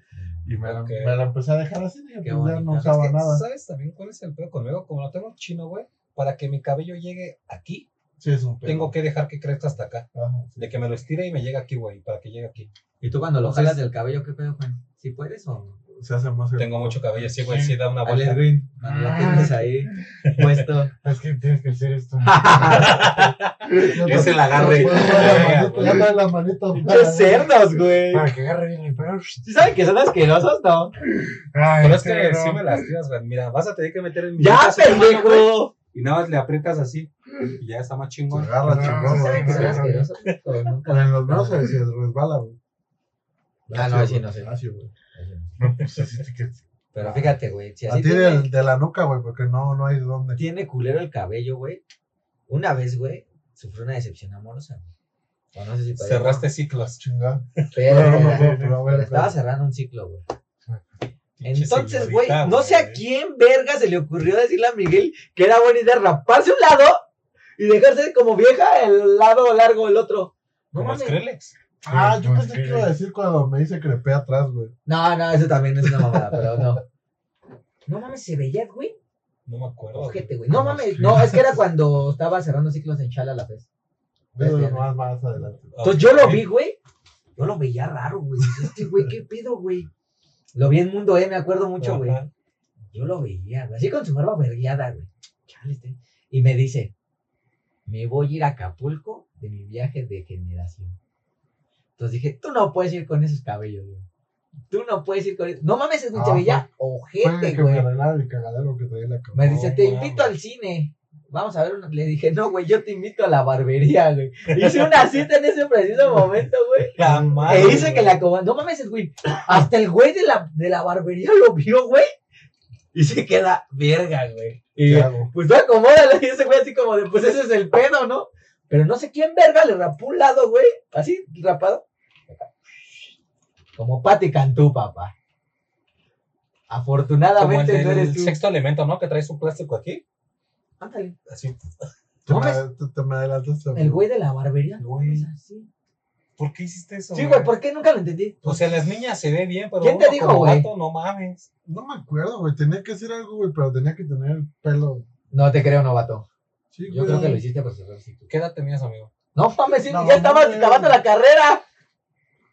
A: Y me,
C: Ok.
A: la, me la empecé a dejar así, dije,
B: Qué
A: pues ya
B: bonito.
A: no
B: Es
A: usaba
C: Es que,
A: nada.
C: ¿Sabes también cuál es el pedo conmigo? Como lo tengo chino, güey, para que mi cabello llegue aquí,
A: Sí, es un pedo.
C: tengo que dejar que crezca hasta acá.
A: Ajá, sí.
C: De que me lo estire y me llegue aquí, güey, para que llegue aquí.
B: ¿Y tú cuando lo
C: Entonces-
B: jalas del cabello, qué pedo, Juan? ¿Sí puedes o no?
A: se hace más.
C: Tengo mucho cabello así, güey, sí da una
B: Alex
C: vuelta.
B: Green, cuando lo tienes [LAUGHS] ahí puesto.
D: Es que Ah, [LAUGHS] tienes que
C: [LAUGHS]
D: hacer esto.
C: Es el agarre.
A: Ya trae la manita.
B: Muchos cerdos, güey.
D: Para que agarre bien el perro.
B: ¿Sí saben que son asquerosos, no?
D: Ay,
C: Pero es
D: este
C: que
D: no.
C: sí me las tiras, güey. Mira, vas a tener que meter el
B: ¡Ya,
C: brazo, güey,
B: pendejo!
C: Y nada más le aprietas así. Y ya está más
A: Se
C: chingón.
A: agarra chingón,
B: ¿Sí
A: güey.
B: saben que son
D: no, no, no.
B: asquerosos? No, nunca.
A: Pero en los brazos se se resbala, güey.
B: Ah, no, así no sé.
A: Así, güey.
D: No, pues así te quedas.
B: Pero fíjate, güey, si
A: A
B: así
A: ti
B: tiene,
A: del- de la nuca, güey, porque no, no hay dónde.
B: tiene culero el cabello, güey. Una vez, güey, sufrí una decepción amorosa. güey. O no sé si todavía-
C: Cerraste ciclos.
A: Chingada.
B: Pero,
A: No, no, no,
B: güey,
A: pero, pero, a ver,
B: estaba
A: pero-
B: cerrando un ciclo, güey.
C: Pinche
B: Entonces, güey,
C: señorita,
B: no sé a quién verga se le ocurrió decirle a Miguel que era buena idea raparse un lado y dejarse como vieja el lado largo del otro. No,
C: Como
B: mames.
C: Skrillex.
A: Ah, yo
D: No,
A: pensé
D: sí,
A: que iba a decir cuando me dice crepé atrás, güey.
B: no, no, eso también es una mamada, pero no. No mames, se veía, güey.
C: Oh, No me acuerdo. güey.
B: Ojete, güey. No mames, no, es que era cuando estaba cerrando ciclos en Chala la vez.
A: Pero
B: Bestia,
A: más, más adelante.
B: Entonces yo lo
C: Ok.
B: vi, güey. Yo lo veía raro, güey. Dije, Este güey, ¿qué pedo, güey? Lo vi en Mundo E, me acuerdo mucho, güey.
C: Ajá.
B: Yo lo veía, güey. Así con su barba vergueada, güey. Chale, este. Y me dice, me voy a ir a Acapulco de mi viaje de generación. Entonces dije, tú no puedes ir con esos cabellos, güey. Tú no puedes ir con esos. No mames, es
A: Ah,
B: se veía
A: Fue
B: ojete,
A: el que me
B: güey.
A: arreglaron el cagadero que traía en la cama.
B: Me dice,
C: No
B: te invito
C: mames.
B: al cine. Vamos a ver, una-". le dije, no, güey, yo te invito a la barbería, güey. Hice una cita en ese preciso momento, güey.
C: La madre.
B: E hice
C: güey.
B: que la coba- No mames, güey. Hasta el güey de la, de la barbería lo vio, güey. Y se queda verga, güey. Y
A: ¿Qué hago?
B: pues tú acomódalo. Y ese güey así como de, pues ese es el pedo, ¿no? Pero no sé quién verga le rapó un lado, güey. Así, rapado. Como Pati Cantú, papá.
C: Como el
B: Afortunadamente no eres
C: del
B: tú.
C: sexto elemento, ¿no? Que traes un plástico aquí.
B: Ándale.
C: Así.
A: Te
B: No,
A: me- te- Te me adelantaste.
B: El güey de la barbería.
C: Güey.
B: no es así.
C: ¿Por qué hiciste eso?
B: Sí, güey, ¿por qué nunca lo entendí?
C: O sea, las niñas se ve bien, pero
B: ¿Quién te
C: uno
B: dijo,
C: como
B: güey?
C: vato, no mames.
A: No me acuerdo, güey. Tenía que hacer algo, güey, pero tenía que tener el pelo.
B: No te creo, novato.
A: Sí,
B: Yo
A: güey.
B: creo que lo hiciste por cerrar ciclo.
C: ¿Qué edad tenías, amigo?
B: No mames, sí,
A: No,
B: ya estaba
A: no, no.
B: acabando la carrera.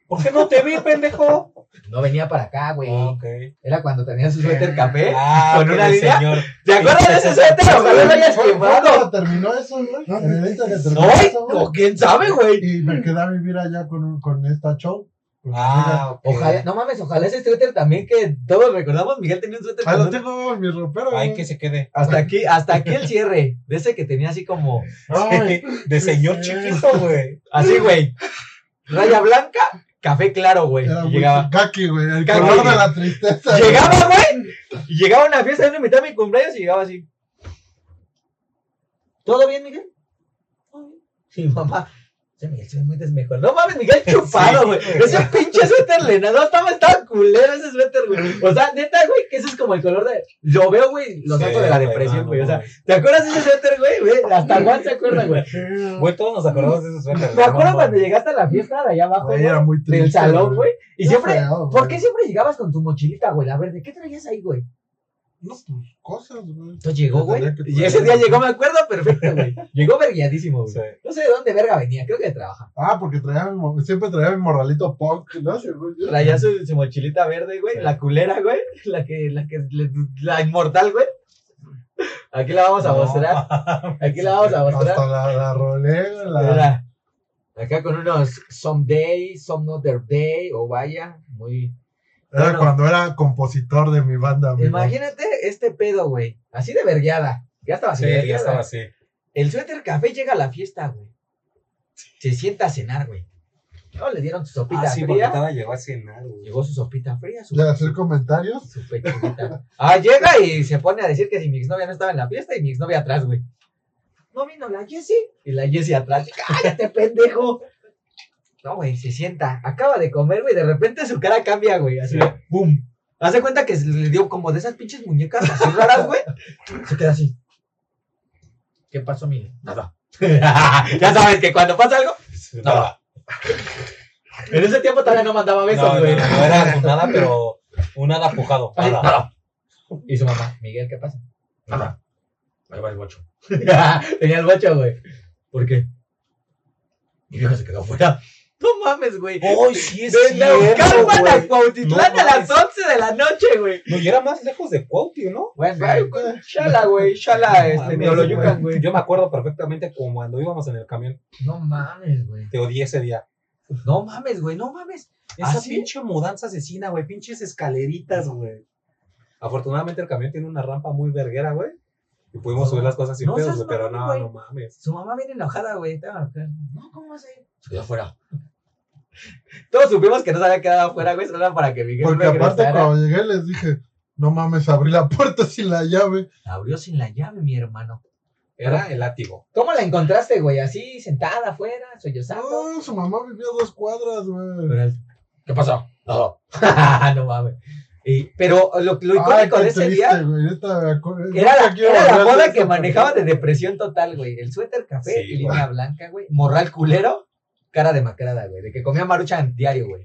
C: ¿Por qué no te vi, pendejo?
B: No venía para acá, güey.
C: Ah, ok.
B: Era cuando tenía su suéter café.
C: Ah,
B: ¿Con
C: que
B: una
C: el
B: línea?
C: señor.
B: ¿Te acuerdas de ese suéter? Ojalá lo hayas
A: ¿Fue- fue cuando
B: llevado.
A: terminó eso, güey?
D: No,
A: En el
D: sí,
A: inter que
D: sí.
A: terminó eso,
B: No,
A: güey.
B: o quién sabe, güey.
A: Y me quedé a vivir allá con, un- con esta show. Pues, Con
C: Ah, ok.
B: Ojalá, no mames, ojalá ese suéter también que todos recordamos. Miguel tenía un
C: Ah,
B: suéter.
A: Ahí
B: con
A: lo
B: un-
A: tengo, mi ropero.
C: Ay,
A: güey.
C: que se quede.
B: Hasta aquí, hasta aquí el cierre. De ese que tenía así como,
D: Ay,
C: [LAUGHS] De señor
B: [LAUGHS]
D: Sí.
C: chiquito, güey.
B: así, güey. Raya blanca, café claro, güey.
A: Era
B: Y
A: muy
B: llegaba.
A: kaki, güey. El
B: Kaki,
A: color
B: güey.
A: de la tristeza. güey.
B: Llegaba, güey. Y llegaba a una fiesta, yo le invitaba a mi cumpleaños y llegaba así. ¿Todo bien, Miguel? Todo bien. Sí, mamá. Ese Miguel se ve muy desmejor. No mames, [LAUGHS] Miguel chupado,
C: Sí,
B: güey.
C: güey.
B: Ese pinche suéter lenado estaba, estaba culero ese suéter, güey. O sea, neta, güey, que ese es como el color de. Yo veo, güey, lo saco
C: Sí,
B: de la
C: güey,
B: depresión,
C: no,
B: güey. O sea,
C: no,
B: ¿te acuerdas de ese suéter, güey? Güey, Hasta Juan se acuerda, güey.
C: Güey, todos nos acordamos de esos suéteres.
B: Me acuerdo
C: No,
B: cuando
C: mames.
B: llegaste a la fiesta de allá abajo,
A: Güey,
B: güey,
A: era muy triste.
B: del salón, güey. Y
A: Yo
B: siempre,
A: fregado,
B: ¿Por
A: güey.
B: qué siempre llegabas con tu mochilita, güey? La verde. ¿Qué traías ahí, güey?
A: No, pues cosas, güey.
B: Entonces llegó, güey.
A: Tenía que
B: Y ese día
A: traer.
B: llegó, me acuerdo perfecto, güey. [LAUGHS] Llegó verguiadísimo, güey.
C: Sí.
B: No sé de dónde verga venía, creo que de trabaja.
A: Ah, porque traía mi mo- siempre traía mi morralito punk, ¿no? Según yo.
B: Traía su, su mochilita verde, güey.
C: Sí.
B: La culera, güey. La que, la que, le- la inmortal, güey. Aquí la vamos a
C: No, [LAUGHS]
B: mostrar. Aquí la vamos a mostrar.
A: Hasta la, la rolé, güey, la...
B: Mira, Acá con unos someday, some other day, o vaya, muy
A: Era
B: Bueno.
A: cuando era compositor de mi banda. amigo.
B: Imagínate este pedo, güey. Así de vergueada. Ya estaba así. de
C: Sí, ya
B: vergueada.
C: estaba así.
B: El suéter café llega a la fiesta, güey. Se sienta a cenar, güey. No le dieron su sopita
C: Ah, sí, porque
B: fría.
C: estaba llegó a cenar, güey.
B: Llegó su sopita fría, su,
A: De hacer comentarios.
B: su pechita. ah, llega y se pone a decir que si mi exnovia no estaba en la fiesta y mi exnovia atrás, güey. No vino la Jessie. Y la Jessie atrás. ¡Cállate, pendejo! No, güey, se sienta. Acaba de comer, güey. De repente su cara cambia, güey. Así,
C: Sí.
B: de ¡boom! Hace cuenta que se le dio como de esas pinches muñecas así raras, güey. Se queda así. ¿Qué pasó, Miguel? Nada. [LAUGHS] ya sabes que cuando pasa algo,
C: No,
B: En ese tiempo todavía no mandaba
C: no,
B: besos,
C: no,
B: güey.
C: no
B: [LAUGHS]
C: era un nada, pero un nada pujado.
B: Ay,
C: Nada.
B: no. Y su mamá, Miguel, ¿qué pasa?
C: Nada. Ahí va
B: [LAUGHS]
C: el bocho.
B: Tenía el bocho, güey. ¿Por qué? Mi vieja se quedó Oh, afuera. No mames, güey.
C: ¡Uy, sí es
B: De
C: cierto,
B: Naucalpan a
C: güey!
B: Cuautitlán
C: No
B: a las
C: mames.
B: 11 de la noche, güey.
C: No, y era más lejos de Cuauti, ¿no?
B: Bueno, Shala, güey. Shala, este,
C: Mames,
B: Teoloyucan,
C: güey.
B: güey.
C: Yo me acuerdo perfectamente como cuando íbamos en el camión.
B: No mames, güey.
C: Te odié ese día.
B: No mames, güey. No mames.
C: Esa
B: ¿Ah, sí?
C: pinche mudanza asesina, güey. Pinches escaleritas, güey. Afortunadamente el camión tiene una rampa muy verguera, güey. Y pudimos
B: No.
C: subir las cosas sin
B: No
C: pedos,
B: seas
C: güey. Pero
B: mamón,
C: no,
B: güey.
C: no mames.
B: Su mamá viene enojada, güey. te va a pegar. No, ¿cómo vas a ir? Estoy afuera. [LAUGHS] Todos supimos que no se había quedado afuera, güey. Solo era para que Miguel
A: Porque aparte
B: regresara.
A: cuando llegué les dije, no mames, abrí la puerta sin la llave.
B: Abrió sin la llave, mi hermano.
C: Era el látigo.
B: ¿Cómo la encontraste, güey? Así, sentada afuera, sollozando.
A: No, su mamá vivía a dos cuadras, güey.
B: Pero él, ¿Qué [LAUGHS] pasó? No. no mames. Y- pero lo, lo
A: Ay,
B: icónico
A: Ah, qué
B: de ese
A: triste,
B: día
A: güey, neta, me acu-
B: era la,
A: nunca quiero
B: era la
A: hablar de eso,
B: moda que
A: porque-
B: manejaba de depresión total, güey. El suéter café,
C: Sí,
B: línea blanca, güey. Morral culero, cara demacrada, güey. De que comía maruchan diario, güey.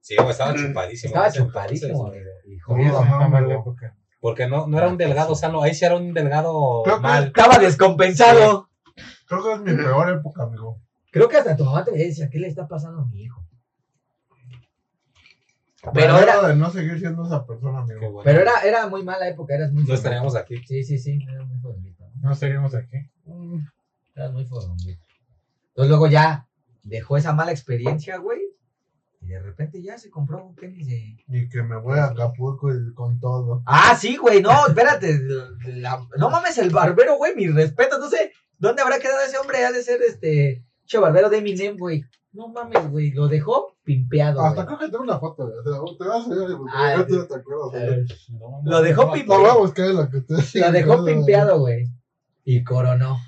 C: Sí, güey, estaba chupadísimo.
B: Estaba
C: en ese
B: chupadísimo,
C: entonces,
B: güey. Ah, Y
A: Sí,
B: jodido.
A: ajá,
D: Estaba
A: güey.
D: época.
C: Porque no, no era un delgado sano. Ahí sí era un delgado
A: Creo que-
C: mal.
B: Estaba descompensado.
A: Creo que es mi peor época, amigo.
B: Creo que hasta tu mamá te decía, ¿qué le está pasando a mi hijo? Pero
A: Me
B: era-
A: alegro de no seguir siendo esa persona,
C: Qué
A: amigo.
C: bueno.
B: Pero era, era muy mala época, eras muy
C: No estaríamos aquí.
B: Sí, sí, sí, eras muy jovencito.
D: No estaríamos aquí.
B: Mm, Eras muy fodonguito. Entonces luego ya dejó esa mala experiencia, güey. Y de repente ya se compró un tenis de.
A: Y que me voy a Acapulco y con todo.
B: Ah, sí, güey, no, espérate. la- No mames, el barbero, güey, mi respeto. No sé dónde habrá quedado ese hombre. Ha de ser este. Che, barbero de Eminem, güey. No mames, güey, lo dejó pimpeado.
A: Hasta
B: güey.
A: creo que tengo una foto, güey. Te la- Te vas a ver, porque
B: Ah,
A: yo te-
B: sí.
A: te acuerdas, güey.
B: Eh,
C: No,
B: Lo dejó
C: no,
B: pipa.
A: La voy a buscar en la que te
B: Lo dejó pimpeado, güey. Y coronó.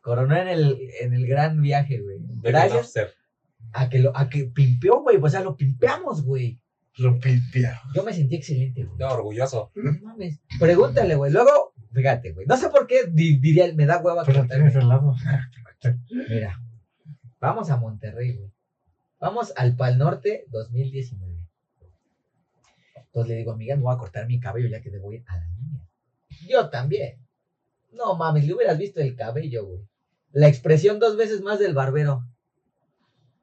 B: Coronó en el, en el gran viaje, güey.
C: de
B: Gracias
C: Napster.
B: a que lo, a que pimpeó, güey. O sea, lo pimpeamos, güey.
A: Lo pimpeado.
B: Yo me sentí excelente, güey.
C: No, orgulloso.
B: No mames. Pregúntale, güey. Luego, fíjate, güey. No sé por qué di- diría, me da hueva
D: Tú la tienes
B: contarme.
D: al lado.
B: Mira, vamos a Monterrey, güey. Vamos al Pal Norte 2019. Entonces le digo, amiga, me voy a cortar mi cabello ya que te voy a la niña. Yo también. No mames, le hubieras visto el cabello, güey. La expresión dos veces más del barbero.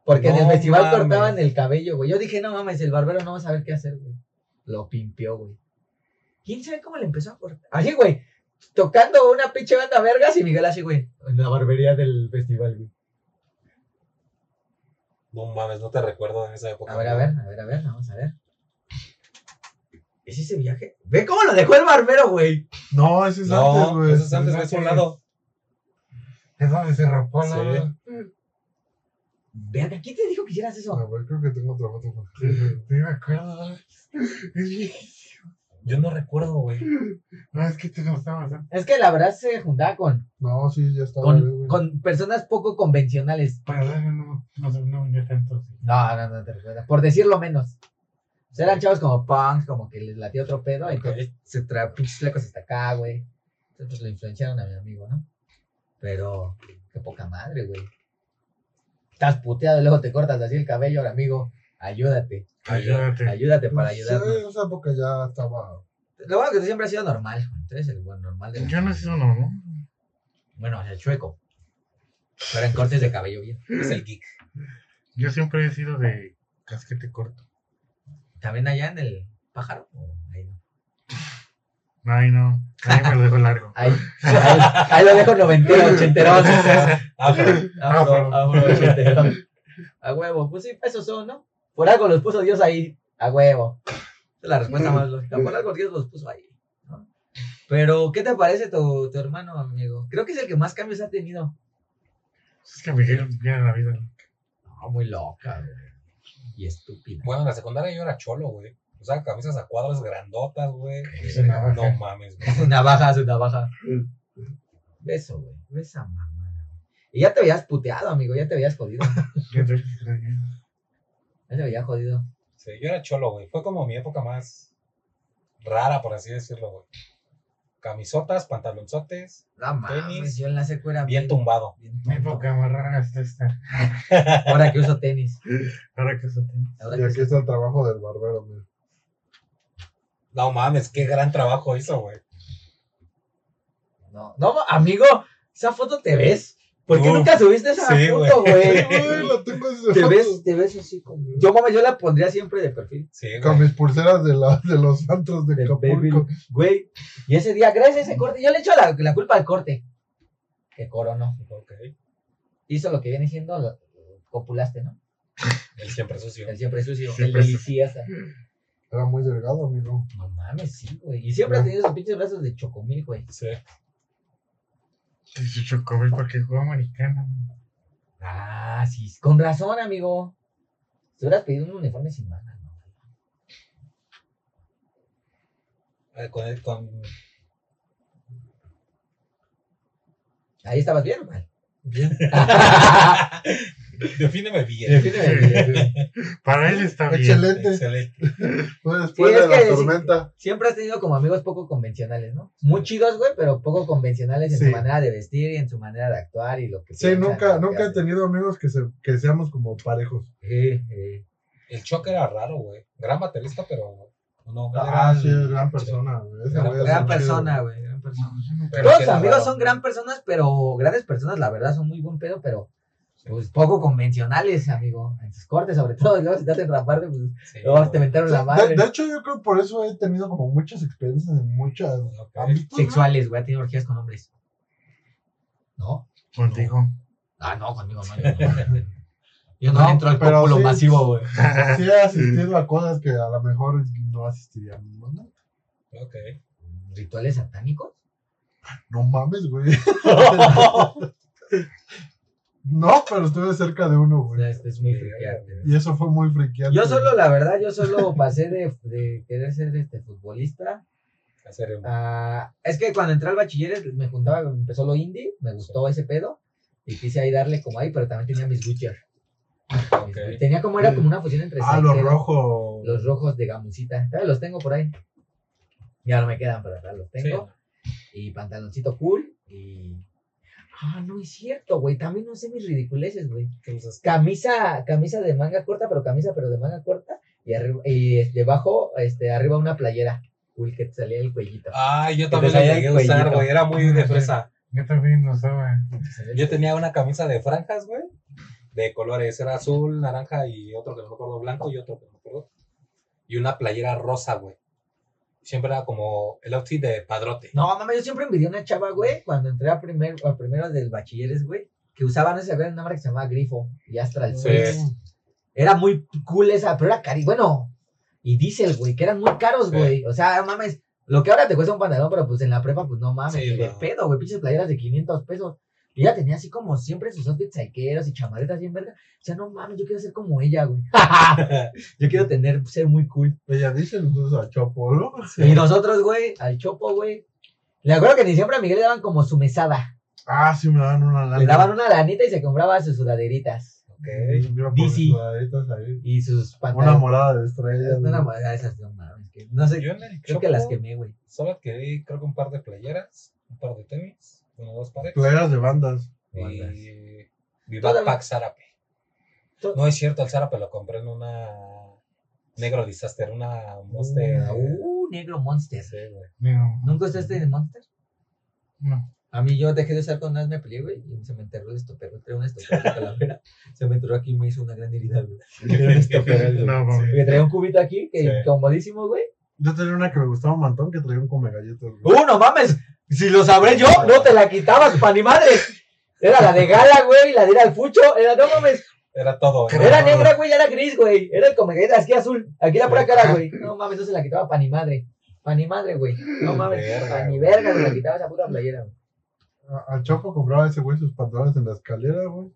B: Porque en el
C: No
B: festival
C: mames.
B: cortaban el cabello, güey. Yo dije, no mames, el barbero no va a saber qué hacer, güey. Lo pimpió, güey. ¿Quién sabe cómo le empezó a cortar? Así, güey. Tocando una pinche banda vergas y Miguel así, güey. En la barbería del festival, güey.
C: No mames, no te recuerdo en esa época.
B: A ver, a ver, a ver, a ver, vamos a ver. ¿Es ese viaje? Ve cómo lo dejó el barbero, güey.
A: No, ese es antes,
C: No,
A: güey.
C: eso es antes, es un lado.
D: Es donde se rapó
C: Sí.
D: la.
B: Verga, ¿quién te dijo que hicieras
A: A
B: eso?
A: ver, Ah, creo que tengo otra foto. güey.
D: Sí, me acuerdo.
C: Yo no recuerdo, güey.
D: No, es que te gustaba bastante.
B: Es que la verdad se juntaba con,
A: No, sí, ya estaba. güey,
B: con,
A: güey.
B: con personas poco convencionales.
D: Perdón, no, no, no, no venía tanto. sí.
B: No, no, no te recuerdas. Por decirlo menos. O sea, eran chavos como punks, como que les latía otro pedo. Entonces se trae pinches flacos hasta acá, güey. Entonces pues, lo influenciaron a mi amigo, ¿no? Pero, qué poca madre, güey. Estás puteado y luego te cortas así el cabello, ahora, amigo. Ayúdate.
D: Ayúdate.
B: Ayúdate para
A: Sí,
B: ayudarnos.
A: en esa época ya estaba.
B: Lo bueno que tú siempre has sido normal, güey. Tú eres el buen normal. de-
D: Yo no sé uno, ¿no?
B: Bueno, o sea, chueco. Pero en cortes de cabello bien.
C: Es el geek.
D: Yo siempre he sido de casquete corto.
B: También allá en el pájaro. o ahí no?
D: Ay, no. Ahí me lo dejo largo.
B: Ahí, ahí, ahí lo dejo noventero,
D: [LAUGHS]
B: ochentero.
C: Afro.
B: Afro, afro, ochentero. A huevo. Pues sí, esos son, ¿no? Por algo los puso Dios ahí. A huevo. Esa es la respuesta más lógica. Por algo Dios los puso ahí. ¿no? Pero, ¿qué te parece tu, tu hermano, amigo? Creo que es el que más cambios ha tenido.
D: Pues Es que Miguel viene a la vida.
B: No, muy loca, güey. Y estúpida.
C: Bueno, en la secundaria yo era cholo, güey. Usaba camisas a cuadros grandotas, güey.
D: Eso nada
C: No mames, güey.
B: Su navaja, su navaja. Beso, güey. Besa mamada. Y ya te habías puteado, amigo. Ya te habías jodido.
D: ¿eh?
B: Ya te habías jodido.
C: Sí, yo era cholo, güey. Fue como mi época más rara, por así decirlo, güey. Camisotas, pantalonzotes,
B: La mames.
C: Tenis.
B: Yo en la secu era
C: bien tumbado.
B: bien
D: Mi
B: tonto.
D: época más rara es esta.
B: Ahora que uso tenis.
D: Ahora que eso tiene.
B: Ahora
A: Y
B: que
A: aquí
B: uso-
A: está el trabajo del barbero,
B: [LAUGHS]
A: mira.
C: No mames, qué gran trabajo hizo, güey.
B: No, no, amigo. Esa foto te ves. ¿Por qué
C: Uf,
B: nunca subiste esa
C: sí,
B: foto, güey?
A: Uy, la tengo así.
B: [LAUGHS] Te ves, te ves así como. Yo, mames, yo la pondría siempre de perfil.
C: Sí, güey.
A: Con mis pulseras de, la, de los antros de
B: De baby,
A: Acapulco.
B: güey. Y ese día, gracias a ese corte, yo le echo la, la culpa al corte. Que coronó.
C: Ok.
B: Hizo lo que viene siendo, lo- copulaste, ¿no?
C: Él siempre sucio.
B: El siempre sucio,
D: Siempre
B: el
D: sucio.
B: deliciosa.
A: Mm. Era muy delgado, amigo.
B: No mames, sí, güey. Y siempre ha tenido esos pinches brazos de chocomil, güey.
C: Sí.
D: Se chocó, güey, porque jugó americano. güey.
B: Ah, sí, con razón, amigo. Te hubieras pedido un uniforme sin mangas, ¿no?
C: Eh, Con él, con.
B: Ahí estabas bien, güey. [LAUGHS]
C: [LAUGHS]
A: Bien.
C: Defíneme bien.
B: Defíneme.
D: Para él está bien.
A: Excelente.
C: Excelente.
A: Fue después
B: Ah, Sí, es
A: de la
B: que sí.
A: tormenta.
B: [LAUGHS] Siempre has tenido como amigos poco convencionales, ¿no? Muy chidos, güey, pero poco convencionales en
A: Sí.
B: su manera de vestir y en su manera de actuar y lo que
A: Sí,
B: piensan,
A: nunca,
B: lo que
A: nunca he
B: hacen.
A: tenido amigos que, se, que seamos como parejos.
B: Eh, eh.
C: El choque era raro, güey. Gran baterista, pero. No,
A: Ah,
C: era-
A: sí, es gran persona, güey. Ese
C: Gran-
A: güey es
B: Gran
A: un
B: persona, güey, gran persona.
C: Pero
B: Todos
C: sí
B: tus
C: era
B: amigos
C: raro.
B: son gran personas, pero grandes personas, la verdad, son muy buen pedo, pero pues poco convencionales, amigo. En sus cortes, sobre todo, y luego si te hacen rapar, pues
C: Sí,
B: luego te
C: güey.
B: mentaron
A: chido.
B: la
A: De,
B: madre.
A: de hecho, yo creo que por eso he tenido como muchas experiencias en muchos
C: Ok.
A: ámbitos. ¿no?
B: Sexuales, güey, ha tenido orgías con hombres. ¿No?
D: Contigo.
B: Ah, no, conmigo no. Yo no, yo no, entro al
A: pero
B: cúmulo
A: sí.
B: masivo, güey.
A: Sí he asistido a cosas que a lo mejor no asistiría. No,
C: Ok.
B: ¿Rituales satánicos?
A: no mames,
B: [LAUGHS]
A: güey. no, pero estuve cerca de uno,
B: O
A: güey.
B: sea, este es muy friqueante.
A: Y eso fue muy friqueante.
B: Yo solo, la verdad, yo solo pasé de, de querer ser este futbolista.
C: Hacer
B: Ah,
C: un-
B: a- es que cuando entré al bachiller me juntaba, empezó lo indie, me gustó ese pedo. Y quise ahí darle como ahí, pero también tenía mis Witcher.
C: Ok.
B: Tenía como, era como una fusión entre
A: Ah, lo
B: rojo
A: rojo.
B: los rojos de gamusita. Todavía los tengo por ahí. Ya no me quedan, pero todavía los
C: Sí.
B: tengo. Y pantaloncito cool. Y. Ah, no es cierto, güey. También no sé mis ridiculeces, güey.
C: ¿Qué usas?
B: Camisa, camisa de manga corta, pero camisa, pero de manga corta. Y arriba, y eh, debajo, este, arriba una playera. Cool, que te salía el cuellito.
C: Ah, yo también la
B: salía
C: llegué a
B: el
C: usar,
B: cuellito.
C: güey. Era muy de fresa.
D: Yo también lo usaba.
C: Yo tenía una camisa de franjas, güey. De colores. Era azul, naranja y otro que no me acuerdo, blanco y otro que no me acuerdo. Y una playera rosa, güey. Siempre era como el outfit de padrote.
B: No, mamá, yo siempre envidié a una chava, güey, cuando entré a, primer, a primero del bachilleres, güey, que usaba, no sé si se acuerdan, una marca que se llamaba Grifo y Astral
C: Sí.
B: Suez. Era muy cool esa, pero era cari. Bueno, y Diesel, güey, que eran muy caros,
C: Sí.
B: güey. O sea, mames, lo que ahora te cuesta un pantalón, pero pues en la prepa, pues no mames,
C: Sí,
B: ni de
C: no.
B: pedo, güey, pinches playeras de 500 pesos. Y ella tenía así como siempre sus outfits saiqueros y chamarretas bien verga. O sea, no mames, yo quiero ser como ella, güey. [LAUGHS] yo quiero tener, ser muy cool.
A: Ella dice, nosotros a Chopolo.
B: Y nosotros, güey, al chopo, güey. Le acuerdo que ni siempre a Miguel le daban como su mesada.
A: Ah, sí, me daban una lana.
B: Le daban una lanita y se compraba sus sudaderitas.
C: Ok.
A: Mira, por
B: bici.
A: mis sudaditas ahí.
B: Y sus
A: Una
B: pantalones.
A: morada de estrellas.
B: Una
A: güey.
B: morada, esas no mames. que No sé,
C: Yo en el
B: creo
C: Chopo
B: que las quemé, güey.
C: solo adquirí, creo que un par de playeras, un par de tenis, uno o dos pares.
A: Playeras de bandas.
C: Y mi
B: Todavía-
C: backpack Zarape.
B: To-
C: No es cierto, el Zarape lo compré en una Negro Disaster, una Monster.
B: Uh, negro monster.
C: Sí, güey.
D: Digo,
B: ¿Nunca usaste de monster?
D: No.
B: A mí yo dejé de usar cuando me peleé, güey, y se me enterró el estopero. Traía un estopero de calavera. Se me enterró aquí y me hizo una gran herida, güey. Era un estopero, güey.
D: No, mami.
B: Porque traía un cubito aquí, que
C: Sí.
B: comodísimo, güey.
A: Yo tenía una que me gustaba un montón que traía un come galletas. güey.
B: ¡Uh, no mames! Si lo sabré yo, no te la quitabas, pa' ni madre. Era la de gala, güey, la de ir al fucho. Era, no mames.
C: Era todo.
D: Creo-
B: Era negra, güey, era gris, güey. Era como que era aquí azul. Aquí la pura cara, güey. No mames, no se la quitaba pa' ni madre. Pa' ni madre, güey. No mames.
C: Verga,
B: Pa' ni
C: güey.
B: verga se la quitaba esa puta playera, güey.
A: A- Al Chopo compraba ese güey sus pantalones en la escalera, güey.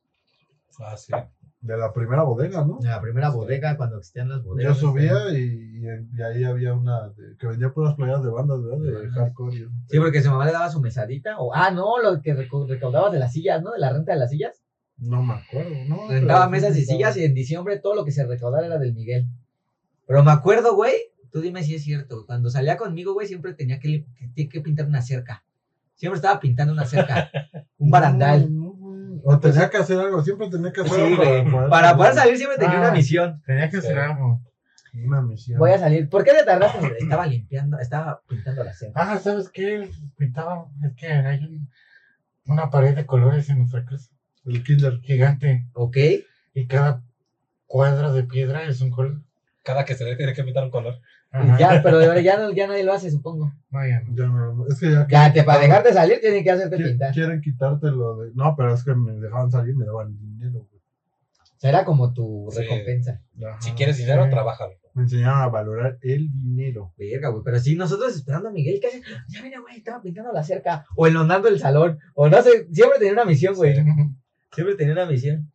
C: Ah, sí.
A: De la primera bodega, ¿no?
B: La primera bodega, cuando existían las este,
A: Yo subía y, y- y ahí había una de- que vendía puras playeras de bandas, ¿verdad? De
B: Ajá.
A: hardcore. y eso.
B: Sí, porque su mamá le daba su mesadita. O, ah, no, lo que reco- recaudaba de las sillas, ¿no? De la renta de las sillas.
A: No me acuerdo, ¿no?
B: Rentaba
A: Pero-
B: mesas y sillas y en diciembre todo lo que se recaudara era del Miguel. Pero me acuerdo, güey, tú dime si es cierto. Cuando salía conmigo, güey, siempre tenía que, li- que- que, pintar una cerca. Siempre estaba pintando una cerca, un barandal. Pues
A: No, no, güey. o tenía que hacer algo, siempre tenía que hacer
B: Sí,
A: algo
B: güey.
A: para poder,
B: Para poder salir siempre tenía una
D: Ah.
B: misión.
D: Tenía que hacer algo.
A: Una misión.
B: Voy a salir. ¿Por qué te tardaste? Estaba limpiando, estaba pintando la cerca.
D: Ah, ¿sabes qué? Pintaba, es que hay un- una pared de colores en nuestra casa.
A: el kinder.
D: gigante.
B: ¿Ok?
D: Y cada cuadra de piedra es un color.
C: Cada que se le tiene que pintar un color.
D: Ajá.
B: Ya, pero de verdad ya, no- ya nadie lo hace, supongo.
D: No, ya no.
A: Ya no, es que ya.
B: Ya, te, para dejar de salir tienen que hacerte
A: Qui-
B: pintar.
A: Quieren quitarte lo de. No, pero es que me dejaban salir y me daban dinero, güey.
B: Será como tu
C: Sí.
B: recompensa.
A: Ajá,
C: Si quieres dinero,
D: sí.
C: trabájalo.
A: Me enseñaron a valorar el dinero.
B: Verga, güey. Pero sí, nosotros esperando a Miguel, ¿qué hace? Ya viene, güey, estaba pintando la cerca. O enlonando el salón. O no sé, siempre tenía una misión, güey. Siempre tenía una misión.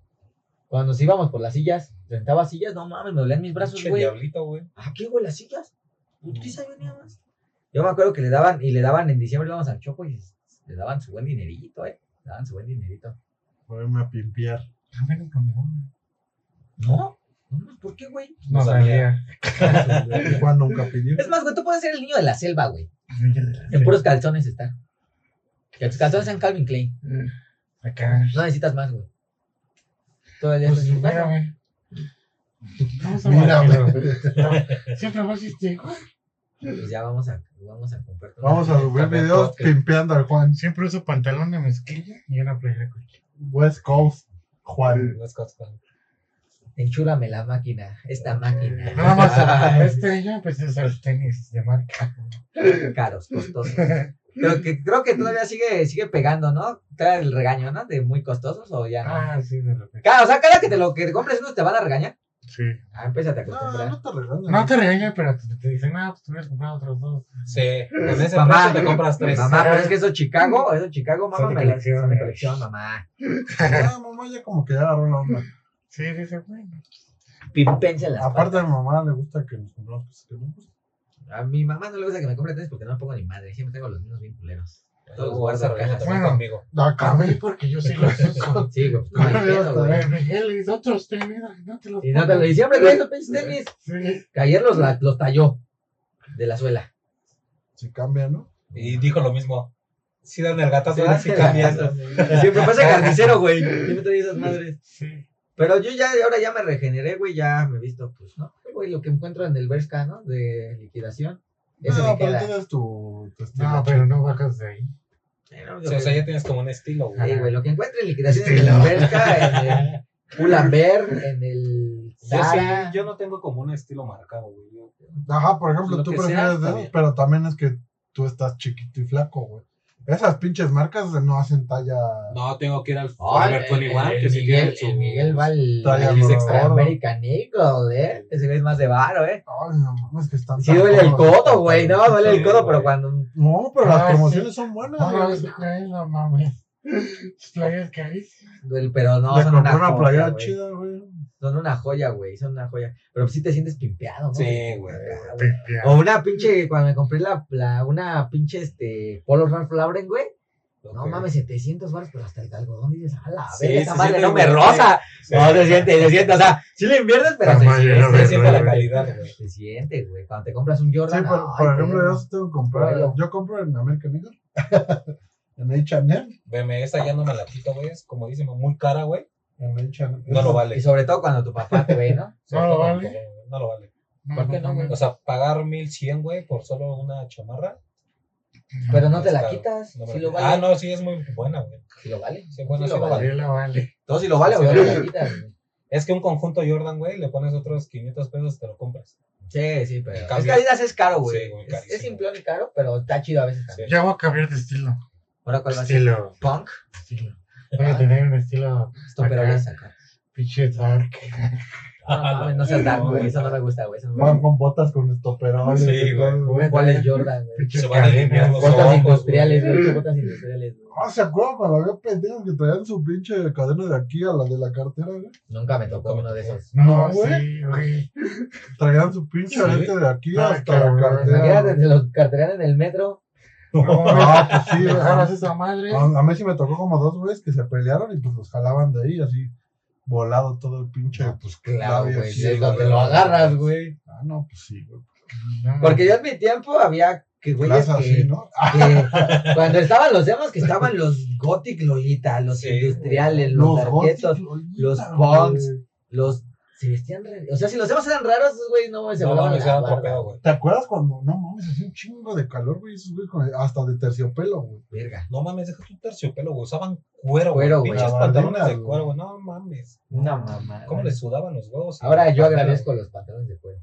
B: Cuando nos íbamos por las sillas, sentaba sillas, no mames, me dolían mis brazos,
C: Pinche
B: güey.
C: diablito, güey.
B: ¿A Ah, qué, güey, las sillas? Putiza venía más. Yo me acuerdo que le daban, y le daban en diciembre, íbamos al Choco y le daban su buen dinerito, eh. Le daban su buen dinerito.
A: Poderme a pimpear.
D: Ah, bueno, como-
B: No, no, mames, ¿por qué, güey?
D: No sabía.
A: Y Juan nunca pidió.
B: Es más, güey, tú puedes ser el niño de la selva, güey.
D: Niño de la
B: En puros calzones está. Que tus calzones sean Calvin Klein.
D: selva. Acá.
B: No necesitas más, güey. Todo el día
D: Pues
B: estás en tu casa.
D: mírame. Vamos a
A: Mírame.
D: [LAUGHS] marcarlo. Siempre vas este, a existir.
B: Pues ya vamos a, vamos a comprar. todo.
A: Vamos a subir
C: También
A: videos
C: toque.
A: pimpeando al Juan.
D: Siempre uso pantalón de mezquilla y una playera de cuello.
A: West Coast, Juan.
C: Las cosas, güey.
B: Enchúrame la máquina, esta máquina.
D: Nada [LAUGHS] más.
B: [LAUGHS]
D: Este yo empecé a usar tenis de marca.
B: Caros, costosos. Creo que, creo que todavía sigue, sigue pegando, ¿no? Trae el regaño, ¿no? De muy costosos o ya no.
D: Ah, sí, de repente.
B: Claro, o sea, cada que te lo que te compres uno te van a regañar.
D: Sí.
B: Ah, empézate a
A: No,
B: acostumbrar.
A: no te regañan.
D: No te regañan, pero te, te dicen, no, pues te hubieras comprado otros dos.
C: Sí, con ese
B: Mamá.
C: precio te compras tres.
B: Mamá, pero es que eso Chicago, eso Chicago, mamá,
D: Son de
B: me las-
D: colección,
B: son de
D: eh.
B: colección, mamá.
A: Ah, mamá ya como que ya agarró la onda.
D: Sí, dice, bueno.
B: Pimpense las
A: Aparte a mi mamá le gusta que nos compramos cosas que no nos gustan.
B: patas. A mi mamá no le gusta que me compre tenis porque no me pongo ni madre. Siempre tengo los mismos bien culeros.
C: Todos guardan cajas también
D: Bueno.
C: conmigo.
A: La
D: Acabé
A: acabé.
D: porque yo sí los [LAUGHS] uso.
B: Sí, güey. pues,
A: Yo
B: no me entiendo,
A: hasta
B: güey.
D: Pero Miguel hizo otros tenis, no te los
B: Y no te lo y siempre trae esos pinches tenis.
D: Sí.
B: Que ayer los, la- los talló de la suela.
A: Se cambia, ¿no?
C: Y dijo lo mismo. Si dan el gatazo,
B: Sí,
C: ahora sí
B: dan el
C: cambias.
B: Siempre pasa carnicero, güey. Siempre trae esas madres.
D: Sí.
B: Pero yo ya, ahora ya me regeneré, güey, ya me he visto, pues, ¿no? Güey, lo que encuentro en el Berska, ¿no? De liquidación. Eso
A: no,
B: me
A: pero
B: queda.
A: tienes tu, tu estilo.
D: No, pero no bajas de ahí.
B: Eh, no, lo
C: Sí, o
B: que-
C: sea, ya tienes como un estilo, güey.
B: Sí, güey, lo que encuentro en liquidación en
D: Estilo.
B: el Berska, en el Pull&Bear, en el
C: Yo, sí,
B: Zara.
C: yo no tengo como un estilo marcado, güey. Yo-
A: Ajá, por ejemplo,
C: Lo
A: tú
C: que sea,
A: prefieres
C: está
A: de esos,
C: bien.
A: pero también es que tú estás chiquito y flaco, güey. Esas pinches marcas no hacen talla.
C: No, tengo que ir al
B: Ah, el-
C: Forever 21,
B: el
C: que si
B: Miguel,
C: tiene su...
B: el Miguel va al
A: talla
B: al
A: gorda.
B: Extra American Eagle, ¿eh? Ese güey es más de varo, ¿eh?
A: Ay, no mames, que están.
B: Sí
A: tan
B: duele el
A: gordos.
B: codo, güey, no, duele el
C: Sí,
B: codo,
C: güey.
B: pero cuando...
A: No, pero las
D: Ah,
A: promociones son buenas.
D: No, no,
A: güey.
D: no mames. Tus playas carísimas.
B: duele- Pero no,
A: Le
B: son
A: compré
B: una,
A: una
B: joya,
A: playera
B: güey.
A: chida, güey.
B: Son una joya, güey, son una joya. Pero sí te sientes pimpeado, ¿no?
C: Sí, güey.
B: Acá, güey. O una pinche, cuando me compré la, la una pinche este Polo Ralph Lauren, güey. No
C: Ok.
B: mames, 700 baros, pero hasta el algodón dices, a la
C: Sí,
B: verga, esa
C: se
B: madre
C: siente
B: no me
C: muy
B: rosa. No, se siente, se siente, o sea, sí le inviertes, pero
D: La
B: se
D: madre
B: siente,
D: no me
B: se siente
D: rosa.
B: la calidad, güey. Se siente, güey. Cuando te compras un
A: Sí,
B: Jordan,
A: por,
B: ay,
A: por ejemplo,
B: perro.
A: yo sí tengo que comprar.
B: Bueno.
A: Yo compro en American Eagle. [LAUGHS] en H&M.
C: Veme, esa ya no me la quito, güey. Es como dicen, muy cara, güey.
A: En H&M.
C: No lo vale.
B: Y sobre todo cuando tu papá te ve, ¿no?
D: [LAUGHS] No lo vale.
C: No lo vale.
B: ¿Por qué no, güey?
C: O sea, pagar 1100, güey, por solo una chamarra.
B: Pero no te la
C: Claro,
B: quitas,
C: no me
B: si
C: la-
B: lo
C: Ah,
B: vale.
C: no, sí, es muy buena, güey.
B: Si lo vale.
C: Sí, bueno,
B: Sí
C: sí,
B: lo
C: lo
B: vale.
C: vale.
D: Sí, la vale.
B: Todo si lo vale,
C: Sí,
B: güey,
C: lo
B: no te la
C: vale.
B: quitas, güey.
C: Es que un conjunto Jordan, güey, le pones otros 500 pesos y te lo compras.
B: Sí, sí, pero.
C: En
B: Es que
C: cambio-
B: Adidas es caro, güey.
C: Sí, güey,
B: Es- es
C: carísimo.
B: simplón y caro, pero está chido a veces también.
D: Ya voy a cambiar de estilo.
B: Ahora, ¿cuál va a ser?
D: Estilo.
B: Punk.
D: Estilo. Voy a tener un estilo
B: Esto, pero
D: Acá.
B: le saca.
D: pinche dark.
B: No, mames, no seas dark, güey. Eso no me gusta, güey. Eso no
A: Van
B: me
A: con botas con estoperones.
C: Sí,
A: y
C: güey.
A: todo,
D: Voy a
B: ¿Cuál es
D: tener
B: Jordan, güey?
D: pinches
C: Se van a
D: cadenas.
C: limpiar los
B: Botas
C: ojos,
B: industriales, güey. Botas industriales, güey.
A: Ah, ¿se acuerdan cuando había pendejos que traían su pinche cadena de aquí a la de la cartera, güey?
B: Nunca me tocó
C: Nunca me
B: uno de
C: tocó.
B: esos.
D: No,
A: No, güey.
D: sí, güey.
A: Traían su pinche
C: Sí.
A: arete de aquí
D: Ah,
A: hasta la
D: cabrón.
A: cartera.
B: Imagínate
A: güey.
B: de los carteles en el metro.
D: No,
A: Ah, pues sí,
B: [LAUGHS]
D: me
A: güey.
D: jalas esa madre.
A: A, a mí sí me tocó como dos güeyes que se pelearon y pues los jalaban de ahí así volado todo el pinche.
B: Pues
A: claro, güey,
B: Sí,
A: es
B: es
A: donde
B: donde lo
A: lo
B: agarras, güey.
A: Ah, no, pues sí, güey.
D: No,
B: Porque yo en mi tiempo había que güeyes
A: Plaza así,
B: que,
A: ¿no?
B: que cuando estaban los demás que estaban los gothic lolita, los
C: Sí,
B: industriales, los
A: Los
B: darquetos,
A: góticos,
B: los
A: güey.
B: punks. los Se vestían raros. O sea, si los demás eran raros, esos güeyes no mames, se
C: No
B: volaban
C: mames,
B: la
C: era otro
B: barda,
C: pedo, güey.
A: ¿Te acuerdas cuando, no mames, hacía un chingo de calor, güey? Esos güeyes con- hasta de terciopelo, güey.
B: Verga.
C: No mames, deja tu terciopelo, güey. Usaban cuero, güey.
B: Cuero, güey.
C: Pinches
A: Gabardina,
C: pantalones de
A: güey.
C: cuero, güey. No mames.
B: Una mamada.
C: ¿Cómo les sudaban los huevos?
B: Ahora yo
C: Pantalones,
B: agradezco los pantalones de cuero.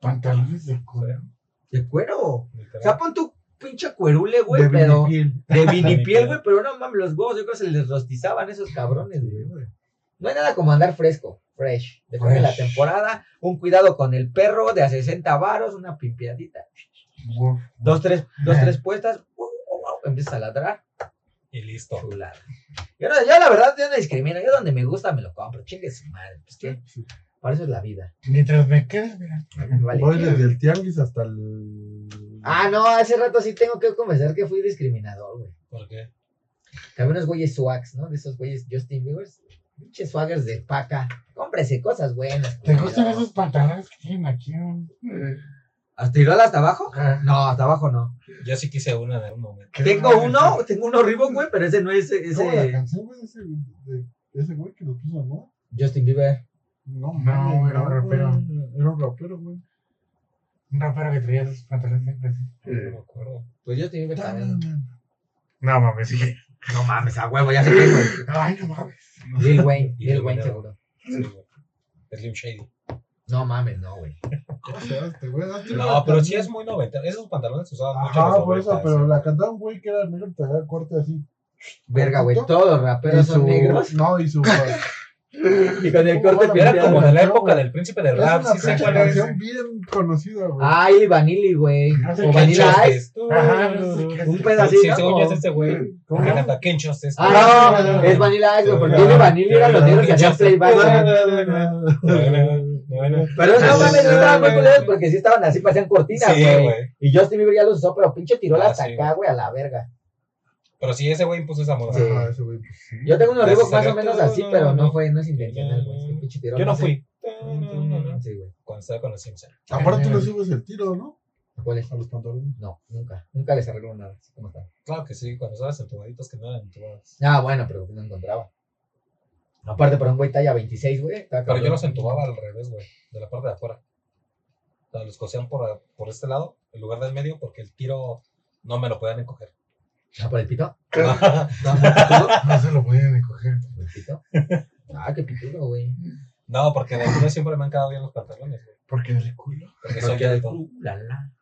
D: Pantalones de cuero.
B: ¿De cuero? O
C: literal.
B: sea, pon tu pinche cuerule, güey,
A: de
B: pero.
A: vinipiel.
B: De vinipiel, [LAUGHS]
C: Vinipiel.
B: güey, pero no mames, los huevos, yo creo que se les rostizaban esos cabrones, güey. No hay nada como andar fresco, fresh. Depende de la
D: Fresh.
B: temporada, un cuidado con el perro de a 60 varos, una pimpiadita.
D: Uf.
B: Dos, tres, dos, tres puestas, uh, uh, uh, empiezas a ladrar,
C: Y listo.
B: chulada. Yo, no- yo la verdad, yo no discrimino, yo donde me gusta me lo compro, chingue su madre, pues qué, para eso es la vida.
D: Mientras me quedes, mira.
B: me vale
A: Voy
B: qué.
A: desde el tianguis hasta el.
B: Ah, no, hace rato sí tengo que confesar que fui discriminador, güey.
C: ¿Por qué?
B: Que había unos güeyes swags, ¿no? De esos güeyes Justin Bieber. Pinches swaggers de paca. Cómprese cosas buenas.
D: ¿Te gustan
B: culero.
D: esos pantalones que tienen aquí? un- eh,
B: ¿Has tirado hasta abajo? No, hasta abajo no.
C: Yo sí quise una en un momento.
D: que
B: Tengo
D: no,
B: uno, tengo uno ribbon, güey, pero ese no es
A: ¿Cómo la
B: ese.
A: canción, güey, de ese, de ese güey que lo puso, no?
B: Justin Bieber.
A: No,
D: No, era un
A: güey,
D: rapero.
A: Era un rapero, güey.
D: Un rapero que traía esos pantalones siempre así.
C: No me acuerdo.
B: Pues Justin Bieber también.
D: No mames, sí.
B: No mames, a huevo, ya se ve, güey.
D: Ay, no mames.
B: Lil Wayne,
C: Y
B: Lil
C: Lil
B: Wayne
C: Wayne.
B: seguro.
C: Sí, güey. Slim Shady.
B: No mames, no, güey.
A: O sea, este güey, hazte
C: No,
A: una
C: pero
A: canción.
C: sí es muy noventa. Esos pantalones se usaban mucho. en
A: Ajá,
C: los
A: por eso,
C: 90s,
A: pero
C: sí.
A: la cantaba un güey que era negro y traía el corte así.
B: Verga, güey,
A: ¿Cortito?
B: todos los raperos
A: Y
B: son
A: su- [LAUGHS]
B: negros.
A: No,
C: [LAUGHS]
A: y su.
B: Y con el
A: corte
B: corte
C: Era
A: pintado.
C: como de la
A: Pero,
C: época
A: güey,
C: del príncipe del
A: es
C: rap.
A: una
C: Sí, sé
A: pinche
C: cuál es.
A: canción bien conocida, güey.
B: Ah, Ili Vanilli, güey.
D: No sé
B: O
D: qué
B: Vanilla Ice.
C: Kenchos, tú.
D: Ajá, no sé qué es.
B: Un
C: este, Sí,
B: pedacito.
C: según yo es
B: o-
C: este güey.
A: ¿Cómo?
C: Me encanta Kenchos. es- este.
B: Ah,
A: Ah,
B: no,
A: no,
B: es
A: no.
B: Vanilla Ice, güey, porque
A: Sí,
B: Ili
A: no,
B: Vanilli eran los
C: no,
B: negros que hacían
C: no,
B: playback, güey.
C: Bueno,
B: Pero no
C: Sí,
B: mames, no
C: sí,
B: estaban muy
C: güey.
B: culeros porque sí estaban así, parecían cortinas,
C: Ah, Sí,
B: güey.
C: güey.
B: y Justin Bieber ya los usó, pero pinche tiró
C: Ah,
B: hasta
C: sí,
B: acá, güey, a la verga.
C: Pero sí, ese güey impuso esa moda.
B: Sí.
A: Ajá, ese güey, pues, sí.
B: Yo tengo unos
C: Ya
B: Reebok
C: se
B: más o
C: salió
B: menos
C: todo,
B: así,
C: no,
B: pero
C: no,
B: no
C: no.
B: fue, no es intencional, güey. es que pinche tirón,
C: Yo no
B: sé.
C: fui.
B: Sí, güey.
C: Cuando estaba con los Simpsons.
A: Aparte, tú le subes el tiro, ¿no?
B: ¿Cuál es?
A: A los pantalones.
B: No, nunca. Nunca les arregló nada. así como está.
C: Claro que sí, cuando estabas en tubaditos que no eran entubados.
B: Ah, bueno, pero no encontraba. Aparte, para un güey talla 26, güey. está
C: Pero yo
B: cabrón.
C: los entubaba al revés, güey, de la parte de afuera. O sea, los cosían por, por este lado, en lugar del medio, porque el tiro no me lo podían encoger.
B: Ah, por el
C: [LAUGHS]
B: pito.
D: No se lo podían encoger.
B: Por el pito. Ah, qué pitudo,
C: [LAUGHS]
B: güey.
C: No, porque de culo siempre me han quedado bien los pantalones, güey.
D: Porque del culo.
C: Porque soy
B: Porque,
C: alto.
B: uh, la, la.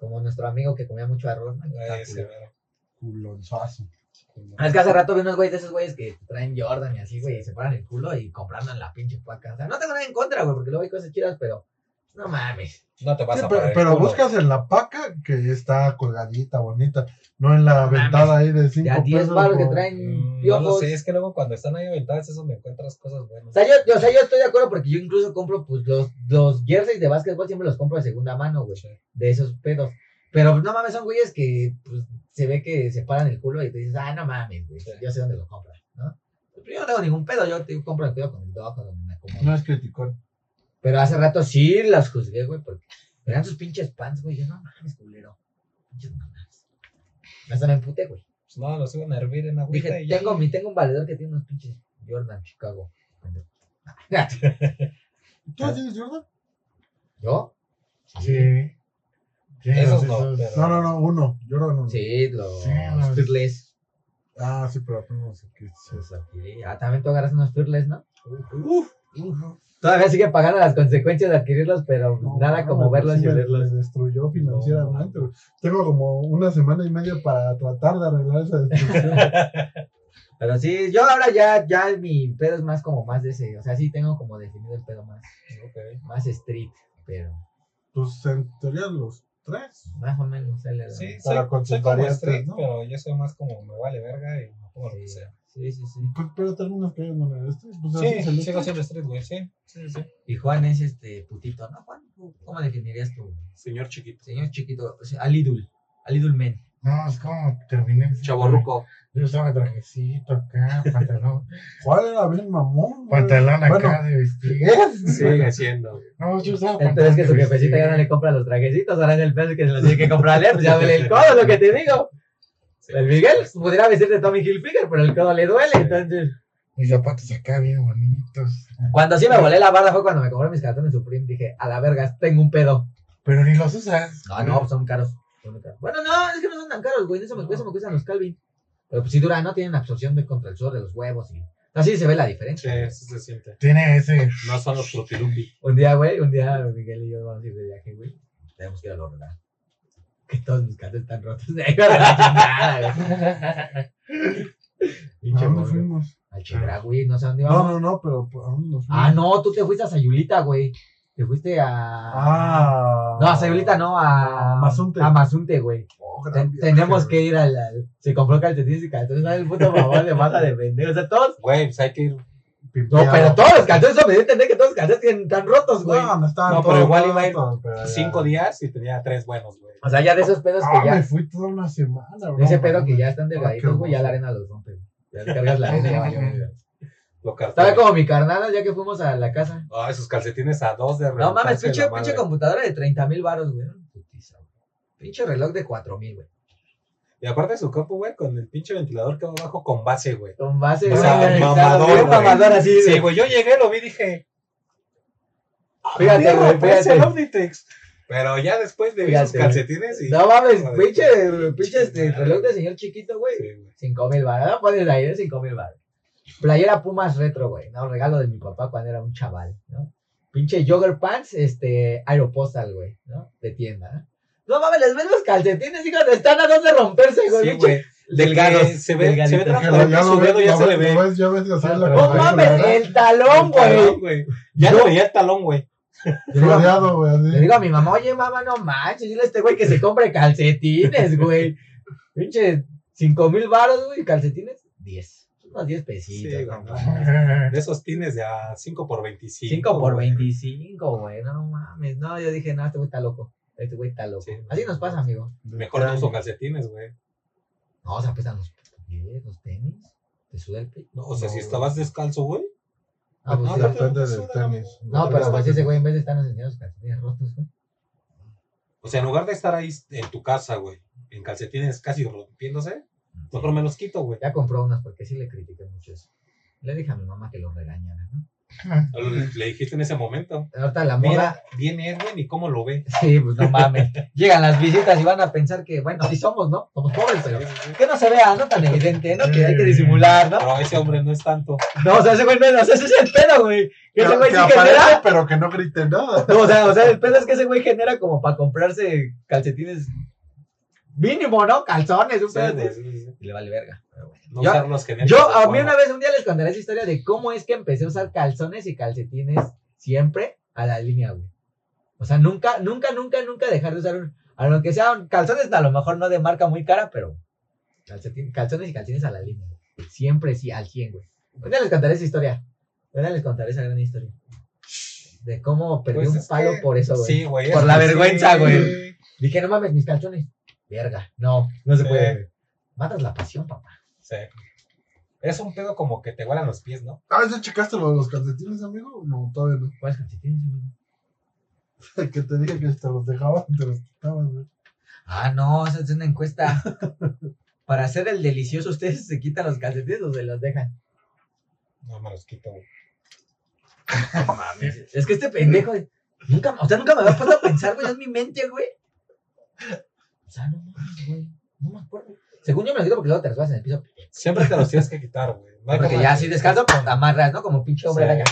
B: Como nuestro amigo que comía mucho arroz, man.
A: Ah,
B: está
C: Ay, ese,
B: culero.
C: mero.
A: Culonzazo.
B: Ah, Es que hace rato vi unos güeyes de esos güeyes que traen Jordan y así, güey, y se paran el culo y comprando en la pinche cuaca. O sea, no tengo nada en contra, güey, porque luego hay cosas chidas, pero no mames.
C: No te vas
A: Sí,
C: a
A: pero,
C: parar el
A: pero
C: culo.
A: buscas en la paca que está colgadita, bonita, no en la
B: No mames.
A: ventada ahí de 5
B: Ya 10
A: pesos.
B: baros que
A: por-
B: traen
C: Mm, No lo
B: piojos.
C: sé, es que luego cuando están ahí aventadas es donde encuentras cosas buenas.
B: O sea, yo, o sea, yo estoy de acuerdo porque yo incluso compro pues, los, los jerseys de básquetbol, siempre los compro de segunda mano, güey,
C: Sí.
B: de esos pedos. Pero no mames, son güeyes que pues, se ve que se paran el culo y te dices, ah, no mames, güey,
C: Sí.
B: yo sé dónde lo compras, ¿no? Pero yo no tengo ningún pedo, yo te compro el pedo con el dojo donde me acomodo.
A: No es criticar.
B: Pero hace rato sí las juzgué, güey, porque eran sus pinches pants, güey. Yo no mames, culero. Pinches mamadas. Hasta me emputé, güey.
C: Pues no, los iban a hervir en agüita
B: Dije,
C: y ya.
B: tengo, mi- tengo un valedor que tiene unos pinches Jordan Chicago.
A: ¿Tú
B: Ah.
A: tienes Jordan?
B: ¿Yo?
D: Sí. Tiene
C: Esos
D: los-
C: no, pero-
A: No, no, no, uno. Jordan uno.
B: Sí, los
D: Sí, los-
B: Fearless.
A: Ah, sí, pero no sé qué es
B: Los
A: eso.
B: adquirí. Ah, también tú agarras unos Fearless, ¿no?
A: Uf, uf.
B: Todavía sigue pagando las consecuencias de adquirirlos, pero
A: No,
B: nada
A: no,
B: como
A: no,
B: verlos
A: sí
B: y
A: me-
B: olerlos.
A: Me destruyó financieramente. güey. Tengo como una semana y media para tratar de arreglar esa destrucción.
B: Pero sí, yo ahora ya, ya mi pedo es más como más de ese. O sea, sí tengo como definido el pedo más,
C: Ok.
B: más street, pero
A: pues en teoría los tres.
B: más o menos sale la-
C: Sí, soy,
A: Para
C: soy
A: consultar
C: como
A: variantes,
C: street,
A: ¿no?
C: pero yo soy más como me vale verga y me pongo lo que sea.
B: Sí, sí, sí.
A: Pues, Pero terminas cayendo en el este. Pues así
C: Sí,
A: es el
C: sigo
A: este.
C: siendo street, güey, sí. Sí, sí.
B: Y Juan es este putito, ¿no, Juan? ¿Tú ¿Cómo definirías tu
C: Señor chiquito.
B: señor chiquito? O sea, Alidul. Alidul Men.
D: No, es como terminé.
C: Chaborruco.
D: Yo usaba trajecito acá, pantalón.
A: ¿Cuál era bien mamón? güey?
D: pantalón acá
A: Bueno,
D: de vestir.
A: es?
C: siendo.
D: No, yo usaba
B: El
D: pantalón.
B: pedo es que su
D: de
B: jefecita
D: vestir.
B: ya no le compra los trajecitos, ahora es el pedo que se los tiene que comprar a él. Ya duele el codo, lo que te digo. El Miguel pudiera vestir de Tommy Hilfiger, pero el codo le duele, entonces.
D: Mis zapatos acá bien bonitos.
B: Cuando sí me volé la barda fue cuando me compré mis cartones Supreme. Dije, a la verga, tengo un pedo.
D: Pero ni los usas.
B: No, no, son caros. son muy caros. Bueno, no, es que no son tan caros, güey. En eso me
D: No.
B: cuesta, me cuestan los Calvin. Pero pues si dura, no tienen absorción de contra el sol de los huevos. y Así se ve la diferencia.
C: Sí, sí se siente.
D: Tiene ese.
C: No son los frutilupi.
B: Un día, güey, un día Miguel y yo vamos a ir de viaje, güey. Tenemos que ir a Lorna. Que todos mis cartones están rotos. [LAUGHS] De ahí, güey, la chingada, güey.
A: ¿A
B: Pinche
A: dónde
B: morro.
A: fuimos?
B: Al Chibra, güey, no sé a dónde
A: No, no,
B: íbamos.
A: no, pero ¿a dónde nos fuimos?
B: Ah, no, tú te fuiste a Sayulita, güey. Te fuiste a.
A: Ah.
B: No, a Sayulita no, a.
A: A Mazunte.
B: A Mazunte, güey.
A: Oh,
B: Ten-
A: gran viaje,
B: tenemos
A: güey.
B: que ir al. al- Se compró calcetines y calzones, ¿sabes? El puto favor de masa de vender. O sea, todos.
C: Güey, pues hay que ir.
B: No,
A: Pipiado.
B: pero todos los calzones, eso me dio a entender que todos los calzones tienen- están rotos, güey.
A: No, no estaban
C: No,
A: todos
C: pero igual iba a ir
A: rotos, Ah, pero
C: Cinco
A: ya-
C: días y tenía tres buenos, güey.
B: O sea, ya de esos pedos
A: Ah,
B: que ya.
A: me fui toda una semana, bro.
B: De ese pedo que ya
C: Ah,
B: están delgaditos,
A: qué
B: güey, ya la
A: hermoso.
B: arena los rompe. güey. Ya le cargas
C: [LAUGHS]
B: la arena y ya valió, güey.
C: Lo
B: Estaba
C: cartón.
B: como mi carnada ya que fuimos a la casa.
C: Ah, esos calcetines a dos de
B: No mames,
C: reventarse
B: pinche,
C: la
B: pinche
C: madre.
B: computadora de 30 mil baros, güey. Putiza, güey. Pinche reloj de 4 mil, güey.
C: Y aparte su copo, güey, con el pinche ventilador que va abajo con base, güey.
B: Con base,
C: O sea,
B: güey,
C: mamador,
B: bien
C: güey.
B: mamador así, de-
C: Sí, güey, yo llegué, lo vi y dije. "Ah,
B: Fíjate,
C: mierda,
B: güey,
C: parece
B: fíjate.
C: el Omnitex. Pero ya después de ver sus
B: Fíjate, güey.
C: calcetines y.
B: No mames,
C: Joder,
B: pinche, pinche este,
C: madre.
B: reloj de señor chiquito, güey.
C: Sí, güey.
B: 5 mil baros. No pones ahí, 5 mil baros. Playera Pumas retro, güey. No, regalo de mi papá cuando era un chaval, ¿no? Pinche jogger pants, este, aeropostal, güey, ¿no? De tienda, ¿no? No mames, les ven los calcetines, hijos, están a dos de romperse, güey.
C: Sí,
B: pinche
C: güey. Del
B: delgados,
C: que se ve, se
B: delgaditos.
C: ve
A: Ya lo-
C: transparente
A: ya lo
C: su
A: ves,
C: dedo, ya
A: lo
C: se le
A: ves, lo
C: ve.
A: ves, ya ves la sala
D: No
B: No
D: Ay,
B: mames, eh.
D: ¿verdad?
B: el talón,
C: El talón,
B: güey.
C: güey. Ya
B: Yo-
C: lo veía el talón, güey.
B: Le digo a mi-
A: Rodeado, güey. así.
B: Le digo a mi mamá, oye, mamá, no manches, dile a este güey que se compre calcetines, güey. Pinche, cinco mil baros, güey, calcetines, 10. Unos 10
C: Sí,
B: pesitos.
C: güey,
B: ¿no?
C: no mames. De esos tines de a 5 por 25.
B: 5 por
C: güey.
B: 25, güey, no mames. No, yo dije, no, este güey está loco. Este güey está loco.
C: Sí.
B: Así nos pasa, amigo.
C: Mejor no uso calcetines, güey.
B: No, se apestan los pies, los tenis. Te suda el pie.
C: No, o sea,
A: No,
C: si
A: güey.
C: estabas descalzo, güey.
B: Ah, pues
C: No,
B: sí.
C: aparte
A: Depende
C: no te
A: del
C: suda, no,
A: tenis.
C: no
B: No,
C: te
B: pero
C: ves
B: pues
C: tan-
B: ese güey en vez de estarnos enseñando los calcetines rotos, güey.
C: O sea, en lugar de estar ahí en tu casa, güey, en calcetines casi rompiéndose, mejor me los quito, güey.
B: Ya compró unas porque sí le critiqué mucho eso. Le dije a mi mamá que lo regañara, ¿no?
C: Le le dijiste en ese momento.
B: Ahorita la moda. [LAUGHS]
C: Mira, viene Edwin y cómo lo ve.
B: Sí, pues no mames. Llegan las visitas y van a pensar que, bueno, sí somos, ¿no? Somos pobres, pero que no se vea, no tan evidente, ¿no? Que hay que disimular, ¿no?
C: Pero ese hombre no es tanto.
B: No, o sea, ese güey no, o sea, ese es el pedo, güey. Que
A: Que,
B: ese güey sí
A: que aparece,
B: genera.
A: pero que no grite nada.
B: No, o sea, o sea, el pedo es que ese güey genera como para comprarse calcetines mínimo, ¿no? Calzones, un
C: Sí,
B: pedo
C: güey,
B: de-
C: sí, sí.
B: Y le vale verga. pero bueno.
C: No
B: pues, Yo-
C: usar los genéricos.
B: Yo, a mí
C: bueno.
B: una vez, un día les contaré esa historia de cómo es que empecé a usar calzones y calcetines siempre a la línea, güey. O sea, nunca, nunca, nunca, nunca dejar de usar, un, a lo que sean calzones, a lo mejor no de marca muy cara, pero calcetín- calzones y calcetines a la línea. güey. Siempre sí, al 100, güey. Un día les contaré esa historia. Un día les contaré esa gran historia. De cómo perdí
C: Pues
B: un
C: es
B: palo
C: que-
B: por eso, güey.
C: Sí, güey.
B: Por
C: es
B: la
C: que
B: vergüenza,
C: sí.
B: güey. Dije, no mames, mis calzones. Verga, no, no se
C: Sí.
B: puede. güey. Matas la pasión, papá.
C: Sí. Es un pedo como que te huelan los pies, ¿no?
A: Ah, ¿ya checaste lo de los calcetines, amigo? No, todavía no. [LAUGHS]
B: ¿Cuáles calcetines, amigo?
A: Que te dije que te los dejaban, te los quitaban, güey.
B: Ah, no, esa es una encuesta. [LAUGHS] Para hacer el delicioso, ¿ustedes se quitan los calcetines o se los dejan?
C: No me los quito, güey.
B: Es que este pendejo, nunca, o sea, nunca me había puesto a pensar, güey, es mi mente, güey. O sea, no mames, güey, no me acuerdo. Según yo me los quito porque luego te resbalas en el piso.
C: Siempre te los tienes que quitar, güey. No hay
B: Porque
C: forma
B: ya
C: de-
B: así descalzo, pues amarras, ¿no? Como pinche hombre
C: Sí.
B: araña.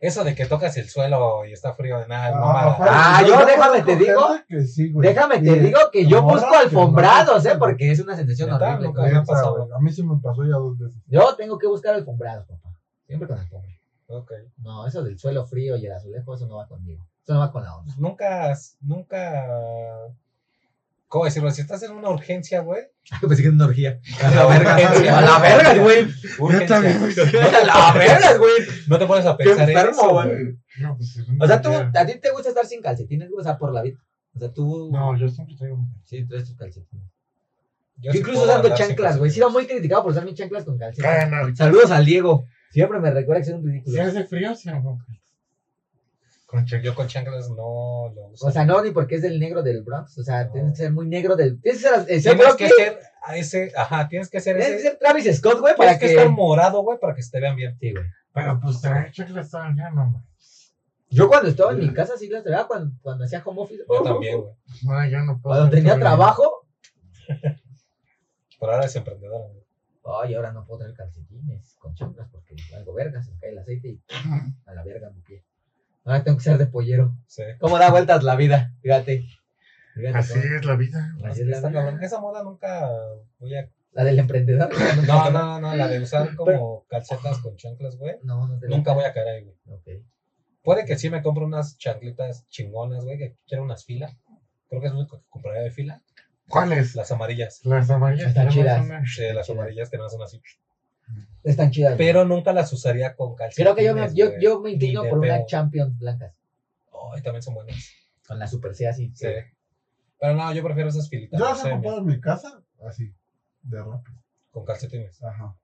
C: Eso de que tocas el suelo y está frío de nada, es
A: Ah,
C: mamada.
B: Ah, yo
A: me acuerdo
B: déjame, te
A: con
B: digo.
A: gente que sí, güey.
B: Déjame, te
A: Sí.
B: digo que yo
A: Como
B: busco
A: raro,
B: alfombrados,
A: ¿no?
B: ¿eh? Porque es una sensación
C: Neta,
B: horrible.
C: nunca
B: güey.
C: me ha
A: Neta,
C: pasado,
A: güey.
C: güey.
A: A mí se me pasó ya dos veces.
B: Yo tengo que buscar alfombrados, papá. Siempre con alfombra.
C: Ok.
B: No, eso del suelo frío y el azulejo, eso no va conmigo. Eso no va con la
C: [LAUGHS]
B: onda.
C: Pues Nunca, nunca. ¿Cómo decirlo? Si estás en una urgencia, güey.
B: Pensé que era una orgía. A
C: la [LAUGHS] verga.
B: [LAUGHS] a la
C: [LAUGHS]
B: verga, güey.
C: urgencia,
B: [LAUGHS] A la verga, güey.
C: No te pones a pensar en
B: enfermo,
C: eso,
B: güey.
C: güey.
D: No, pues, es
B: O
D: una
B: sea, tú,
D: idea.
B: a ti te gusta estar sin calcetines, güey, o sea, por la vida. O sea, tú.
D: No, yo siempre traigo.
B: Sí, tú eres tus calcetines.
C: Yo
B: Yo
C: sí
B: incluso
C: puedo
B: usando
C: andar sin
B: chanclas, güey.
C: calcetines.
B: Sí, era muy criticado por usar mis chanclas con
D: Ah,
B: calcetines.
D: no.
B: Saludos al Diego. Siempre me recuerda que soy un
D: Si
B: ridículo.
D: hace frío, sí, no. Con chaqueta.
C: Yo con chanclas no lo uso.
B: O sea, no, ni porque es del negro del Bronx. O sea,
C: No.
B: tienes que ser muy negro del. Tienes que ser. eh, ser
C: tienes
B: Brooklyn,
C: que ser a ese, ajá, tienes que hacer
B: Debe
C: ese.
B: ser Travis Scott, güey,
C: Para
B: para
C: que,
B: que.
C: estar morado, güey, para que se te vean bien.
B: Sí, güey.
D: Pero pues traer chanclas todo el día, no mames.
B: Yo cuando estaba en mi casa sí las traía cuando, cuando hacía home office.
C: Yo también, güey.
D: No, yo no puedo.
B: Cuando
D: hacer
B: tenía
D: todo el día.
B: trabajo.
C: Pero ahora es emprendedor, güey.
B: Ay, ahora no puedo traer calcetines con chanclas porque algo verga, se me cae el aceite y a la verga mi pie. Ahora tengo que ser de pollero.
C: Sí.
B: ¿Cómo da vueltas la vida? Fíjate. Fíjate
D: Así
B: cómo-
D: es la vida.
B: así es la
C: Está
B: vida.
C: cabrón. Esa moda nunca voy a.
B: La del emprendedor.
C: [LAUGHS] No, no, no, la de usar como calcetas con chanclas, güey.
B: No, no te
C: Nunca voy a caer ahí, güey.
B: Ok.
C: Puede que sí me compre unas chanclitas chingonas, güey, que quiero unas filas. Creo que es lo único que compraría de fila.
D: ¿Cuáles?
C: Las amarillas.
D: Las amarillas.
B: Están
D: tenemos
C: Sí,
D: una-
C: las amarillas que no son así.
B: Están chidas. güey.
C: Pero nunca las usaría con calcetines.
B: Creo que yo me, yo,
C: güey,
B: yo me
C: ni
B: inclino
C: de
B: por una
C: pedo.
B: Champions blancas.
C: Ay, también son buenas. Sí.
B: Con la Super C así.
C: Pero no, yo prefiero esas filitas.
A: Yo
C: no
A: las he
C: sé,
A: comprado en mi casa, así, de rápido.
C: Con calcetines.
A: Ajá.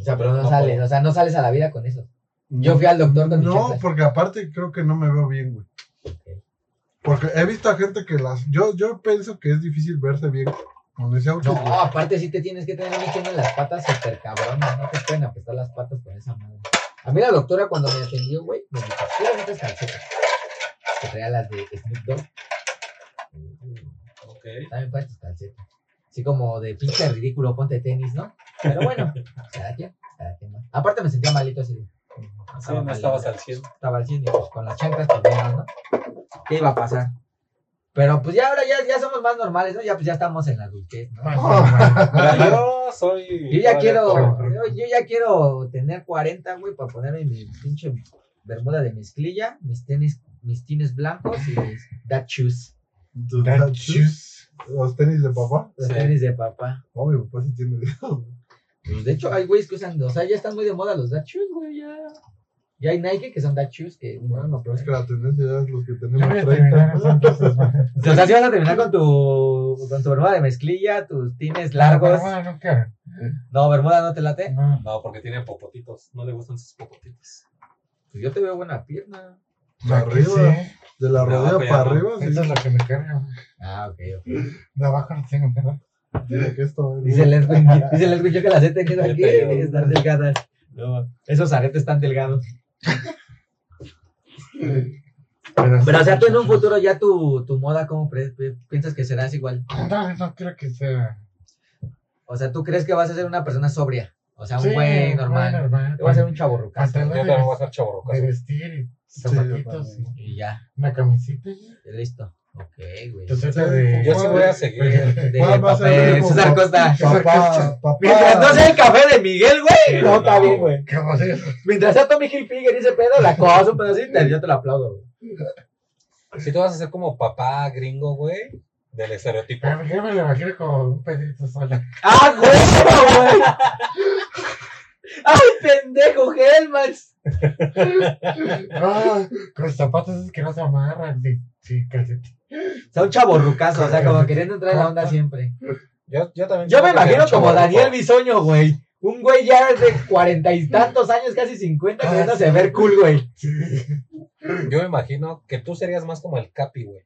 B: O sea, pero no,
C: No
B: sales.
C: puedo.
B: O sea, no sales a la vida con eso. Yo fui al doctor con mis
A: No,
B: chanclas.
A: porque aparte creo que no me veo bien, güey. Porque he visto a gente que las. Yo, yo pienso que es difícil verse bien con ese auto.
B: No, aparte sí te tienes que tener un higiene en las patas súper cabronas, no te pueden apestar las patas con esa madre. A mí la doctora cuando me atendió, güey, me dijo, ¿qué bonitas calcetas? Que traía las de Snoop Dogg. Mm,
C: Ok.
B: También para tus calcetas. Así como de pinche ridículo, ponte tenis, ¿no? Pero bueno, cada quien, cada quien va. Aparte me sentía malito así,
C: Sí, no estabas al [LAUGHS] 100.
B: estaba al cien y pues con las chanclas pues menos, ¿no? ¿Qué iba a pasar? Pero pues ya ahora ya, ya somos más normales, ¿no? Ya pues ya estamos en la adultez, ¿no?
D: Pasan,
C: Mira, yo soy.
B: Yo ya
C: todavía
B: quiero,
C: joven.
B: yo, yo ya quiero tener 40, güey, para ponerme mi pinche bermuda de mezclilla, mis tenis, mis tenis blancos y mis dad shoes,
A: Tus
D: That
A: dad
D: shoes.
A: Los tenis de papá.
B: los
C: Sí.
B: tenis de papá.
A: Oh, mi papá sí tiene de esos, güey.
B: Pues, de hecho, hay güeyes que usan, o sea, ya están muy de moda los dad shoes, güey, ya. Ya hay Nike que son dad shoes que...
A: Bueno, pero es que la tendencia ya es los que
D: Yo
A: tenemos
D: voy a terminar esas
A: 30.
D: cosas, man.
B: O sea, si vas a terminar con tu, con tu bermuda de mezclilla, tus tenis
D: Pero
B: largos.
A: Ah.
D: bueno, no quiero.
B: No, bermuda no te late.
D: No.
C: No, porque tiene popotitos. No le gustan sus popotitos.
B: Pues yo te veo buena pierna.
A: De
D: Aquí sí.
A: arriba, de la
C: No,
A: rodilla
C: pues ya
A: para
C: no.
A: arriba, sí.
D: Esto es lo que me carga. man.
B: Ah, ok, ok.
D: De abajo no tengo nada.
A: Dice que esto es-
B: Dice el Edwin, dice el Edwin, yo que las he tenido aquí,
C: Yo te-
B: están delgadas. No, esos aretes están delgados. Pero o sea, tú en un futuro ya tu, tu moda, ¿cómo pre- pre- piensas que serás igual?
D: No, no quiero que sea.
B: O sea, ¿tú crees que vas a ser una persona sobria? O sea, un
D: Sí,
B: Ah, güey normal. Te vas a ser un
D: Hasta
B: chaborrucazo.
D: el-
C: Yo también voy a ser chaborrocazo.
D: De vestir y zapatitos
A: Sí, yo
D: y
B: Y ya,
D: una camisita.
B: y listo. Ok, güey.
D: Entonces,
A: Sí,
D: de.
C: Yo sí voy
D: [LAUGHS]
C: a seguir.
B: [LAUGHS] De
A: Juan va a ser el
B: papel,
A: mismo
B: César
A: papá.
B: [LAUGHS] Costa.
A: Papá, papá.
B: Mientras no sea el café de Miguel, güey.
C: No,
B: No, está
C: no,
B: bien, güey.
D: ¿Qué va a ser?
B: Mientras sea Tommy Hilfiger y ese pedo, la cosa, un pedacito, yo te lo aplaudo, güey.
C: Si tú vas a ser como papá gringo, güey, del estereotipo.
D: Pero yo me lo imagino como un pedrito sola.
B: ¡Ah, güey! güey! ¡Ay, pendejo, Helmans!
D: No, con los zapatos es que no se amarran. Sí, sí, calcetín.
B: Son chaborrucazos, o sea, como queriendo entrar en la onda siempre.
C: Yo, yo también.
B: Yo me
C: creo que
B: imagino
C: era
B: como
C: chaborruco.
B: Daniel Bisoño, güey. Un güey ya de cuarenta y tantos años, casi cincuenta,
C: Ah,
B: queriéndose ver cool, güey.
C: Yo me imagino que tú serías más como el Capi, güey.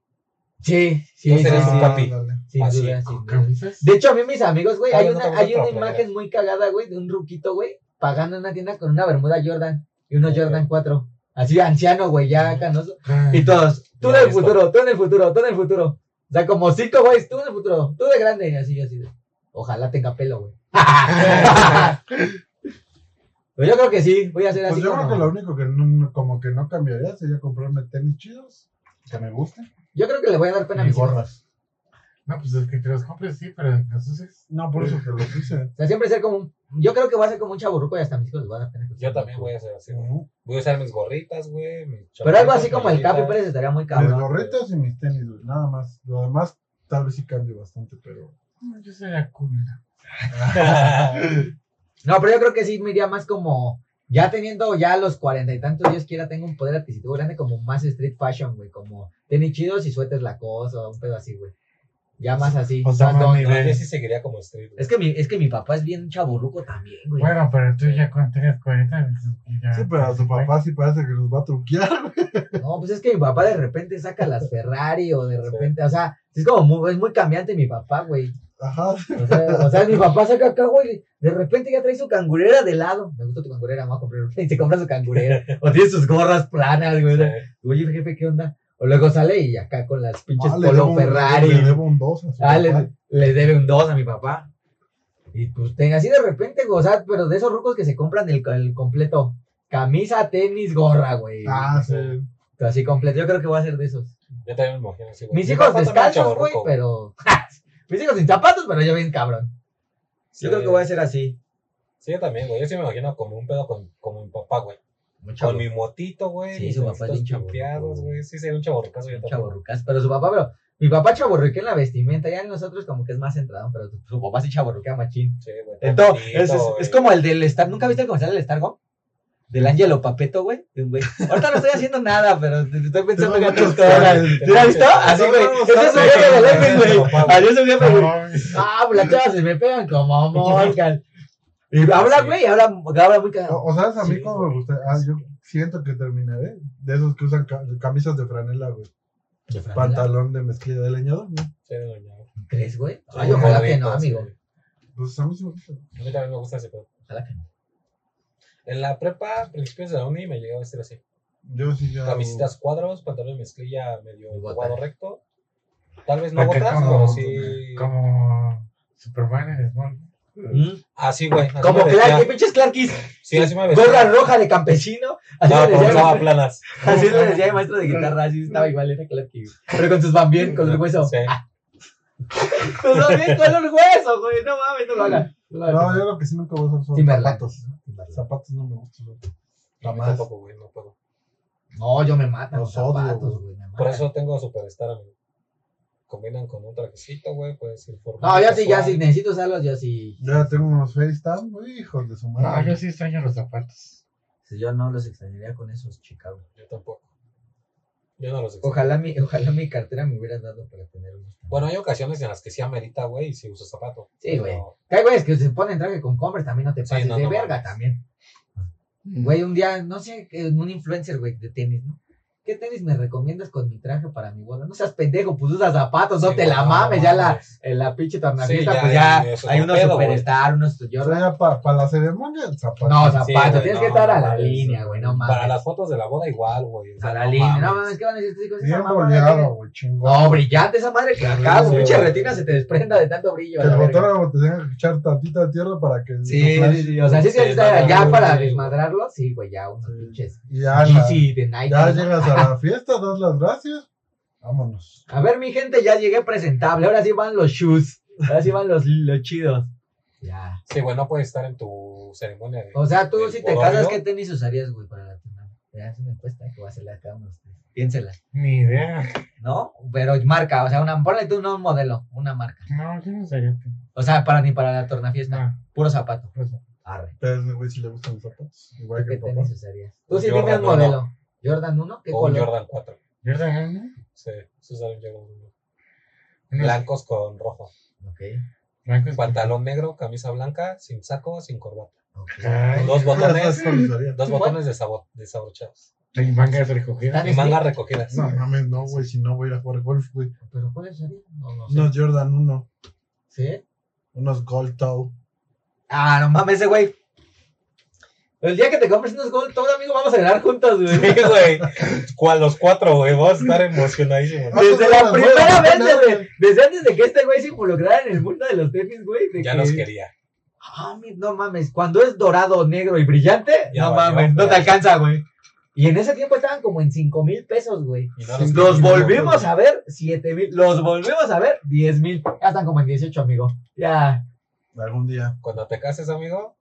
B: Sí,
C: Tú
B: sí, sí,
C: serías
B: sí.
C: un papi.
A: ándale.
B: Sin
C: Pues así,
B: duda, sin
D: Con
B: duda.
D: camisas.
B: De hecho, a mí mis amigos, güey, hay
C: Todavía no
B: una,
C: te
B: hay
C: gusta
B: una
C: la playera.
B: imagen muy cagada, güey, de un ruquito, güey, pagando en una tienda con una bermuda Jordan y unos Jordan 4. Así, anciano, güey, ya canoso.
A: [LAUGHS]
B: Y todos, tú
C: Ya
B: en el
C: listo.
B: futuro, tú en el futuro, tú en el futuro. O sea, como cinco güeyes, tú en el futuro, tú de grande, y así, así. de, Ojalá tenga pelo, güey. [LAUGHS] Pero yo creo que sí, voy a hacer
A: Pues
B: así.
A: yo creo
B: como-
A: que lo único que no, como que no cambiaría sería comprarme tenis chidos que me gusten
B: Yo creo que le voy a dar pena a
A: y
B: mis hijos.
A: gorras.
D: No, pues es que te los compres, sí, pero en calzones.
A: No, por eso que lo hice. [LAUGHS]
B: O sea, siempre ser como un. Yo creo que voy a ser como un chaburruco y hasta a mis hijos les voy a dar pena.
C: Yo también voy a ser así, güey.
A: Ujú.
C: Voy a usar mis gorritas, güey. mis
B: Pero algo
C: chamarritas,
B: así como el
C: mallitas.
B: Capi Pérez estaría muy
A: Mis
B: cabrón.
A: gorritas y mis tenis, güey, nada más. Lo demás tal vez sí cambie bastante, pero
D: No, Yo sería cool.
B: No, pero yo creo que sí me iría más como. Ya teniendo ya los cuarenta y tantos, Dios quiera, tengo un poder adquisitivo grande como más street fashion, güey. Como tenis chidos y suéteres Lacoste o un pedo así, güey. Ya más así.
D: O sea,
B: más
D: mami,
B: don.
C: No, yo [LAUGHS] sí seguiría como street, güey.
B: es, que mi, es que mi papá es bien chaburruco también, güey.
D: Bueno, pero tú ya cuando tenías 40. entonces, ya-
A: sí, pero a tu papá sí parece que nos va a truquear. [LAUGHS]
B: No, pues es que mi papá de repente saca las Ferrari o de repente, o sea, es como muy, es muy cambiante mi papá, güey.
A: Ajá.
B: O sea, o sea, mi papá saca acá, güey, de repente ya trae su cangurera de lado. Me gusta tu cangurera, vamos a comprar. una. Y se compra su cangurera. O tiene sus gorras planas, güey. o sea, Oye, jefe, ¿qué onda? O luego sale y acá con las pinches
A: Ah, le debo
B: Polo
A: un-
B: Ferrari.
A: Le debo un 2 a su
B: Ah, le,
A: papá.
B: le debe un 2 a mi papá. Y pues te- así de repente, güey, o sea, pero de esos rucos que se compran el, el completo. Camisa, tenis, gorra, güey.
A: Ah, sí.
B: Así completo. Yo creo que voy a ser de esos.
C: Yo también me imagino así, güey.
B: Mis
C: Mi
B: hijos
C: papá también era
B: descalzos, güey,
C: chavorruco,
B: pero. [LAUGHS] Mis hijos sin zapatos, pero yo bien cabrón.
C: Sí.
B: Yo creo que voy a ser así.
C: Sí, yo también, güey. Yo sí me imagino como un pedo con, como mi papá, güey.
B: Mucho
C: Con mi motito, güey.
B: Sí,
C: mis
B: su papá es
C: zapatos
B: bien chavorruco,
C: champeados,
B: güey.
C: güey. Sí, sería un chaborrucazo yo también.
B: chaborrucas. Pero su papá, pero. Mi papá chaborruquea en la vestimenta, ya en nosotros como que es más centrado, pero su- su papá sí chaborruquea machín.
C: Sí, güey. todo
B: Entonces,
C: bonito,
B: es, es-
C: güey.
B: es como el del Star. ¿Nunca viste el comercial del Stargo? Del Angelo Papeto, güey. de un güey. Ahorita no estoy haciendo nada, pero estoy pensando en otras cosas.
A: El-
B: ¿Te has visto? Así, güey. Ese es un jefe de Lenin,
C: [LAUGHS]
B: güey.
C: Ah,
B: Así es un jefe, güey.
D: mames.
B: Ah, pues las chavas se me pegan como moscas. Y habla,
C: Sí. Oh,
B: güey, habla, habla muy cagado.
A: O, o sabes, a mí
C: Sí,
A: como me gusta, ah, yo siento que terminaré de esos que usan ca- camisas de franela, güey. Pantalón de mezclilla de leñador, güey.
C: Sí, güey, ya.
B: ¿Crees, güey?
C: Sí,
B: Ay, ojalá
C: güey,
B: que no,
C: todo, sí,
B: amigo.
C: güey.
A: Pues a mí sí me gusta.
C: A mí también me gusta ese pedo.
B: Ojalá que no.
C: En la prepa, principios de la uni, me llegaba a vestir así.
A: Yo sí ya.
C: Camisitas cuadros, pantalón de mezclilla medio
B: Y botas.
C: jugado recto. Tal vez no
D: Acá
C: botas,
D: como-
C: pero sí.
D: Como Superman en Small.
C: Así, güey. así
B: Como
C: me vestía.
B: Clark, qué pinches Clarkis.
C: Sí, así me vestía.
B: Gorra roja de campesino. Así
C: No,
B: le
C: como
B: decía,
C: usaba
B: [LAUGHS]
C: planas.
B: así le decía el maestro de guitarra, así estaba igual, era Clarky. güey. Pero con sus bambien, con el hueso.
C: Sí.
B: Con sus bambien, con el hueso, güey. No mames, no lo hagan. No lo
A: No,
B: hagan.
A: yo lo que sí nunca voy a usar son
B: Timberland.
A: zapatos. Zapatos no me gustan. güey.
C: No,
A: Jamás.
C: tampoco, güey, no puedo.
B: No, yo me matan los
A: Los odio,
B: zapatos,
A: güey.
B: güey. me
C: Por
B: matan.
C: eso tengo Superstar, amigo. Combinan con un trajecito, güey, puedes ir formal.
B: No, ya sí, ya sí,
C: casual.
B: necesito usarlos, yo sí.
A: Yo ya tengo unos FaceTime, güey, hijos de su
D: No, yo
A: madre.
D: sí extraño los zapatos.
B: Si Yo no los extrañaría con esos Chicago.
C: Yo tampoco. Yo no los extraño.
B: Ojalá mi, ojalá mi cartera me hubieras dado para tener unos.
C: Bueno, hay ocasiones en las que sí amerita, güey, y sí uso zapato.
B: Sí, güey.
C: Pero-
B: Que hay güeyes que se ponen traje con Converse, también no te
C: Sí,
B: pases
C: no,
B: de
C: no
B: verga
C: mames.
B: también. Güey, un día, no sé, eh, un influencer, güey, de tenis, ¿no? ¿Qué tenis me recomiendas con mi traje para mi boda? No seas pendejo, pues usa zapatos, no
C: Sí,
B: te
C: güey,
B: la
C: no
B: mames, ya la,
C: mames.
B: eh, la pinche tornafiesta,
C: Sí, ya,
B: pues
C: ya, eso
B: ya
C: es
B: hay
C: un
B: unos
C: pedo, güey.
B: superstar, unos
A: Yo
B: Jordan.
A: ya para la ceremonia, el zapato.
B: No, zapatos,
C: güey,
B: tienes
C: no,
B: que estar a la
C: mames.
B: línea, güey, no mames.
C: Para las fotos de la boda igual, güey. O sea,
B: a la línea, no
C: mames.
B: mames, ¿qué van a decir estos hijos? Esa
A: Bien
B: mamada tiene-
A: boleado, güey, chingón.
B: No, brillante esa madre que acá,
A: Sí,
B: güey,
C: güey.
B: pinche retina se te desprenda de tanto brillo.
A: que
B: a la
A: el
B: verga.
A: fotógrafo te tenga que echar tantita tierra para que.
B: Sí,
A: no
B: sí, sí, o sea, sí, sí,
C: Sí,
B: está-
C: no,
B: ya
C: no,
B: para
C: no,
B: desmadrarlo, sí, güey, ya unos
A: Sí.
B: pinches
A: Y ya, la-
B: Yeezy de Nike.
A: ya
B: ¿no?
A: llegas a
B: [LAUGHS]
A: la fiesta, das las gracias. Vámonos.
B: A ver, mi gente, ya llegué presentable, ahora sí van los shoes, ahora sí van los, los chidos. Ya.
C: Sí, güey, no puedes estar en tu ceremonia. de-
B: O sea, tú
C: ¿El
B: si te
C: bodorrio?
B: casas, ¿qué tenis usarías, güey, para la final? Ya es una encuesta que voy a hacerle a cada uno de ustedes. Piénsela,
D: Ni idea.
B: ¿no? Pero marca, o sea, una, ponle tú no un modelo, una marca.
D: No, yo no sabía. que-
B: O sea, para ni para la tornafiesta,
D: No,
B: puro zapato.
D: pues,
B: Arre.
A: Pero ese güey si le gustan los zapatos. Igual que
B: ¿Qué
A: el papá.
B: tenis usarías? Tú sí
C: Jordan
B: dime un
C: uno.
B: modelo. ¿Jordan 1? ¿Qué
C: O un
B: color?
C: Jordan 4.
D: yo también, ¿no?
C: Sí, eso sale un Jordan 1.
B: Mm.
D: Unos
C: Blancos
B: [LAUGHS]
C: con rojo.
B: Ok,
D: blancos.
C: Pantalón negro, camisa blanca, sin saco, sin corbata.
B: ok.
D: Ay,
C: Dos botones,
A: Eso lo
B: [LAUGHS]
A: usaría.
C: dos botones desabo- desabrochados.
D: y mangas recogidas.
B: Tan
C: Y mangas
B: este-
C: recogidas.
A: No mames, no, güey, si no voy a ir a jugar golf, güey.
B: ¿Pero cuáles serían? No, no sé.
A: Unos Jordan 1,
B: ¿Sí?
A: unos Gold Toe.
B: Ah, no mames, ese güey. El día que te compres unos Gold todo amigo, vamos a ganar juntos, güey.
C: [LAUGHS] Sí, güey. Cual los cuatro, güey. Vamos a estar emocionadísimos.
A: Ah,
B: Desde
A: pues,
B: la
A: bueno,
B: primera
A: bueno,
B: vez,
A: bueno.
B: desde, desde antes de que este güey se involucrara en el mundo de los tenis, güey. [LAUGHS] de
C: Ya
B: que-
C: los quería.
B: Ah, mi- no mames, cuando es dorado, negro y brillante,
C: Ya
B: no
C: valió,
B: mames, no te
C: ya.
B: alcanza, güey. Y en ese tiempo estaban como en 5 mil pesos, güey.
C: Y no
A: Sí,
B: Los
A: no,
B: volvimos
A: no.
B: a ver 7 mil, los volvimos a ver 10 mil. Ya están como en 18, amigo. Ya.
A: Algún día.
C: Cuando te cases, amigo,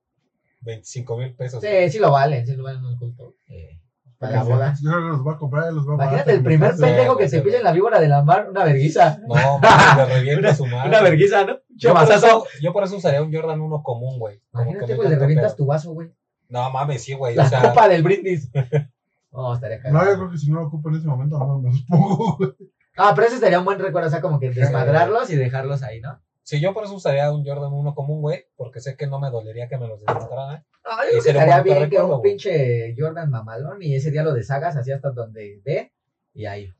C: 25 mil pesos.
B: Sí, sí lo valen, sí lo valen los Gold Toe. Eh, para la boda.
A: Yo creo que los voy a comprar y los voy a
B: Imagínate el primer
C: Sí,
B: pendejo que
C: pues,
B: se
C: sí,
B: pille
C: güey.
B: en la víbora de la mar, una verguiza.
C: No,
B: [LAUGHS]
C: mames, le revienta su madre.
B: Una verguiza, ¿no?
C: Yo por,
B: Chamazazo.
C: eso, yo por eso usaría un Jordan 1 común, güey. Como que
B: Imagínate,
C: me
B: pues le
C: encanta,
B: revientas
C: pero-
B: tu vaso, güey.
C: No mames, sí, güey.
B: La
C: O sea,
B: copa del brindis. [LAUGHS] No, estaría
A: No, yo
B: cagado.
A: creo que si no lo ocupo en ese momento, no me los pongo, güey.
B: Ah, pero ese sería un buen recuerdo, o sea, como que desmadrarlos y dejarlos ahí, ¿no?
C: sí, yo por eso usaría un Jordan 1 común, güey. Porque sé que no me dolería que me los ¿eh? desmontaran.
B: No, yo creo que
C: Ese era un
B: estaría
C: bonito
B: bien que
C: recuerdo,
B: un
C: güey.
B: pinche Jordan mamalón y ese día lo deshagas así hasta donde ve y ahí.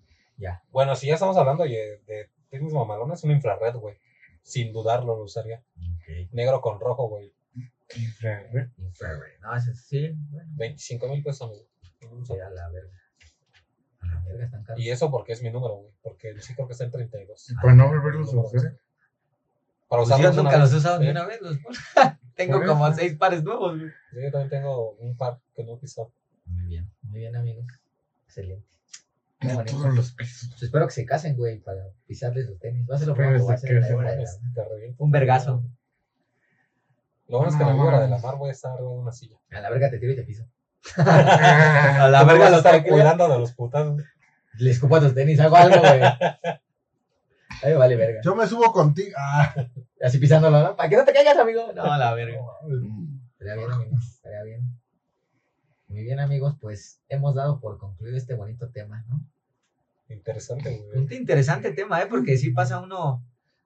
C: Bueno, si ya estamos hablando de, de tenis mamalones, un infrared, güey. Sin dudarlo lo usaría.
B: Ok.
C: Negro con rojo, güey.
D: Infrarrojo.
B: Infrared. No, ese sí. Bueno,
C: 25 mil pesos, amigo.
B: sí, a la verga. A la verga están caros.
C: Y eso porque es mi número, güey. Porque sí creo que está en 32.
D: Para no volverlos a usar.
C: Para
B: Pues yo
C: usarlos
B: nunca
C: una
B: los he
C: vez.
B: usado ni
C: Sí.
B: una vez. Los... Tengo
D: Por
B: como
D: eso.
B: seis pares nuevos. güey.
C: Sí, Yo también tengo un par que no he pisado.
B: Muy bien, muy bien, amigos. Excelente. Qué
D: No
B: bonito.
D: todos los pesos. [LAUGHS]
B: Pues espero que se casen, güey, para pisarles los tenis. Va a ser lo
D: Pero
B: primero que voy a
D: desde
B: hacer en la
D: que se
B: hora de la-
C: Mames, te reviento.
B: Un vergazo.
C: Lo bueno es que en la
D: No,
C: víbora de la
D: mames.
C: mar voy a estar arriba de una silla.
B: A la verga te tiro y te piso.
D: Ah,
B: A la
C: Tú me
B: verga
C: vas a
B: los
C: estar
B: taquillas.
C: cuidando de los putados.
B: Le escupo a tus tenis, hago algo, güey. A mí me vale verga.
A: Yo me subo contigo. Ah,
B: Así pisándolo, ¿no? Para que no te caigas, amigo. No, a la verga.
D: mm,
B: Estaría bien, amigos. Estaría bien. Muy bien, amigos, pues hemos dado por concluido este bonito tema, ¿no?
C: Interesante, güey.
B: Un interesante tema, ¿eh? Porque sí pasa uno,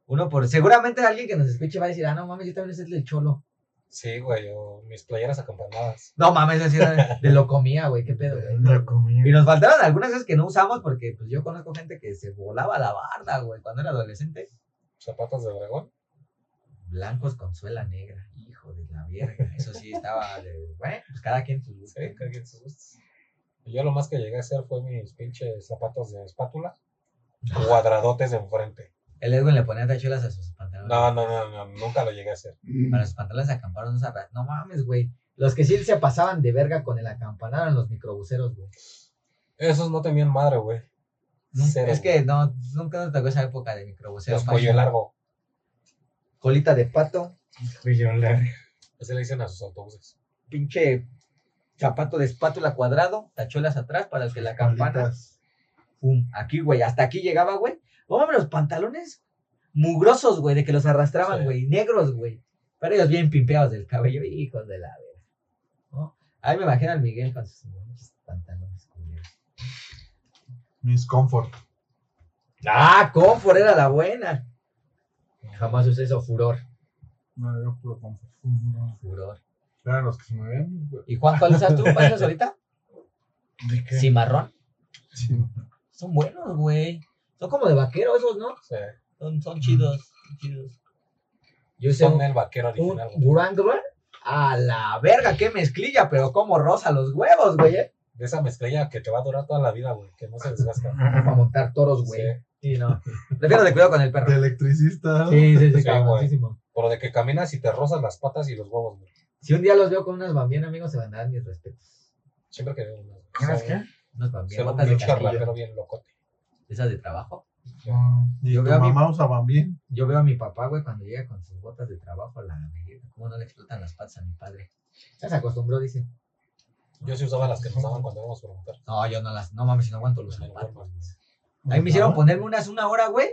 B: uno por... Seguramente alguien que nos escuche va a decir, ah, no mames, yo también soy el cholo.
C: Sí, güey. o mis playeras acampanadas.
B: No mames, así era de lo comía, güey, qué pedo,
A: eh,
B: güey.
D: La
B: Y
D: comida.
B: nos faltaron algunas cosas que no usamos porque pues yo conozco gente que se volaba la barda, güey, cuando era adolescente.
C: Zapatos de dragón.
B: Blancos con suela negra, hijo de la verga. Eso sí estaba de, bueno, pues cada quien su gusto.
C: Sí, cada quien sus gustos. Y Yo lo más que llegué a hacer fue mis pinches zapatos de espátula. Cuadradotes de enfrente.
B: El Edwin le ponía tachuelas a sus pantalones.
C: No, no, no, no, nunca lo llegué a hacer.
B: Para sus pantalones acamparon esa ra- No mames, güey. Los que sí se pasaban de verga con el acampanado eran los microbuseros, güey.
C: Esos no tenían madre, güey.
B: Nun-
C: Cero,
B: es que no, nunca nos tocó esa época de microbuseros.
C: Los cuello
B: fashion.
C: largo.
B: Colita de pato,
D: Fui yo la-
C: Así le dicen a sus autobuses.
B: pinche zapato de espátula cuadrado, tachuelas atrás para que la campana
A: palitas.
B: pum, aquí, güey, hasta aquí llegaba, güey. Póngame los pantalones mugrosos, güey, de que los arrastraban,
C: Sí.
B: güey, negros, güey. Pero ellos bien pimpeados del cabello, hijos de la verga. ¿no? Ahí me imagino al Miguel con sus pinches pantalones. culeros.
A: Mis comfort.
B: Ah, Comfort era la buena. Jamás usé eso, furor.
A: No, yo puro comfort. No.
B: Furor.
A: Eran los que se me ven. güey.
B: ¿Y Juan, cuál usas tú, Panchos, ahorita?
D: ¿De qué?
B: Cimarrón.
A: Sí.
B: Son buenos, güey. Son como de vaquero esos, ¿no?
C: Sí.
B: Son, son chidos, son chidos. Yo usé
C: Son
B: un,
C: el vaquero
B: un
C: original, güey.
B: Wrangler. A la verga, qué mezclilla, pero como rosa los huevos, güey. eh.
C: De esa mezclilla que te va a durar toda la vida, güey. Que no se desgasta.
B: Para
D: Ah,
B: montar toros,
C: Sí.
B: güey. Sí, no. Prefiero de cuidado con el
A: De
B: perro.
A: electricista.
B: Sí, sí, sí,
C: güey.
B: cabroncísimo.
C: Pero de que caminas y te rozas las patas y los huevos, güey.
B: Si un día los veo con unas bambinas, amigos, se van a dar mis respetos.
C: Siempre que veo unas.
D: ¿Con las qué?
B: Unas
C: Ser
B: bambinas,
C: un
B: botas de
C: pinche
B: castillo.
C: arrapero bien locote.
B: Esas de trabajo.
A: Y
B: Yo
A: tu
B: veo a mi-
A: mamá usaban bien.
B: Yo veo a mi papá, güey, cuando llega con sus botas de trabajo, la verga, cómo no le explotan las patas a mi padre. Ya se acostumbró, dice.
C: Yo sí usaba las que nos daban cuando íbamos a preguntar.
B: No, yo no las, no mames, si no aguanto los
C: En el
B: zapatos.
C: Walmart.
B: Ahí me hicieron ponerme unas una hora, güey.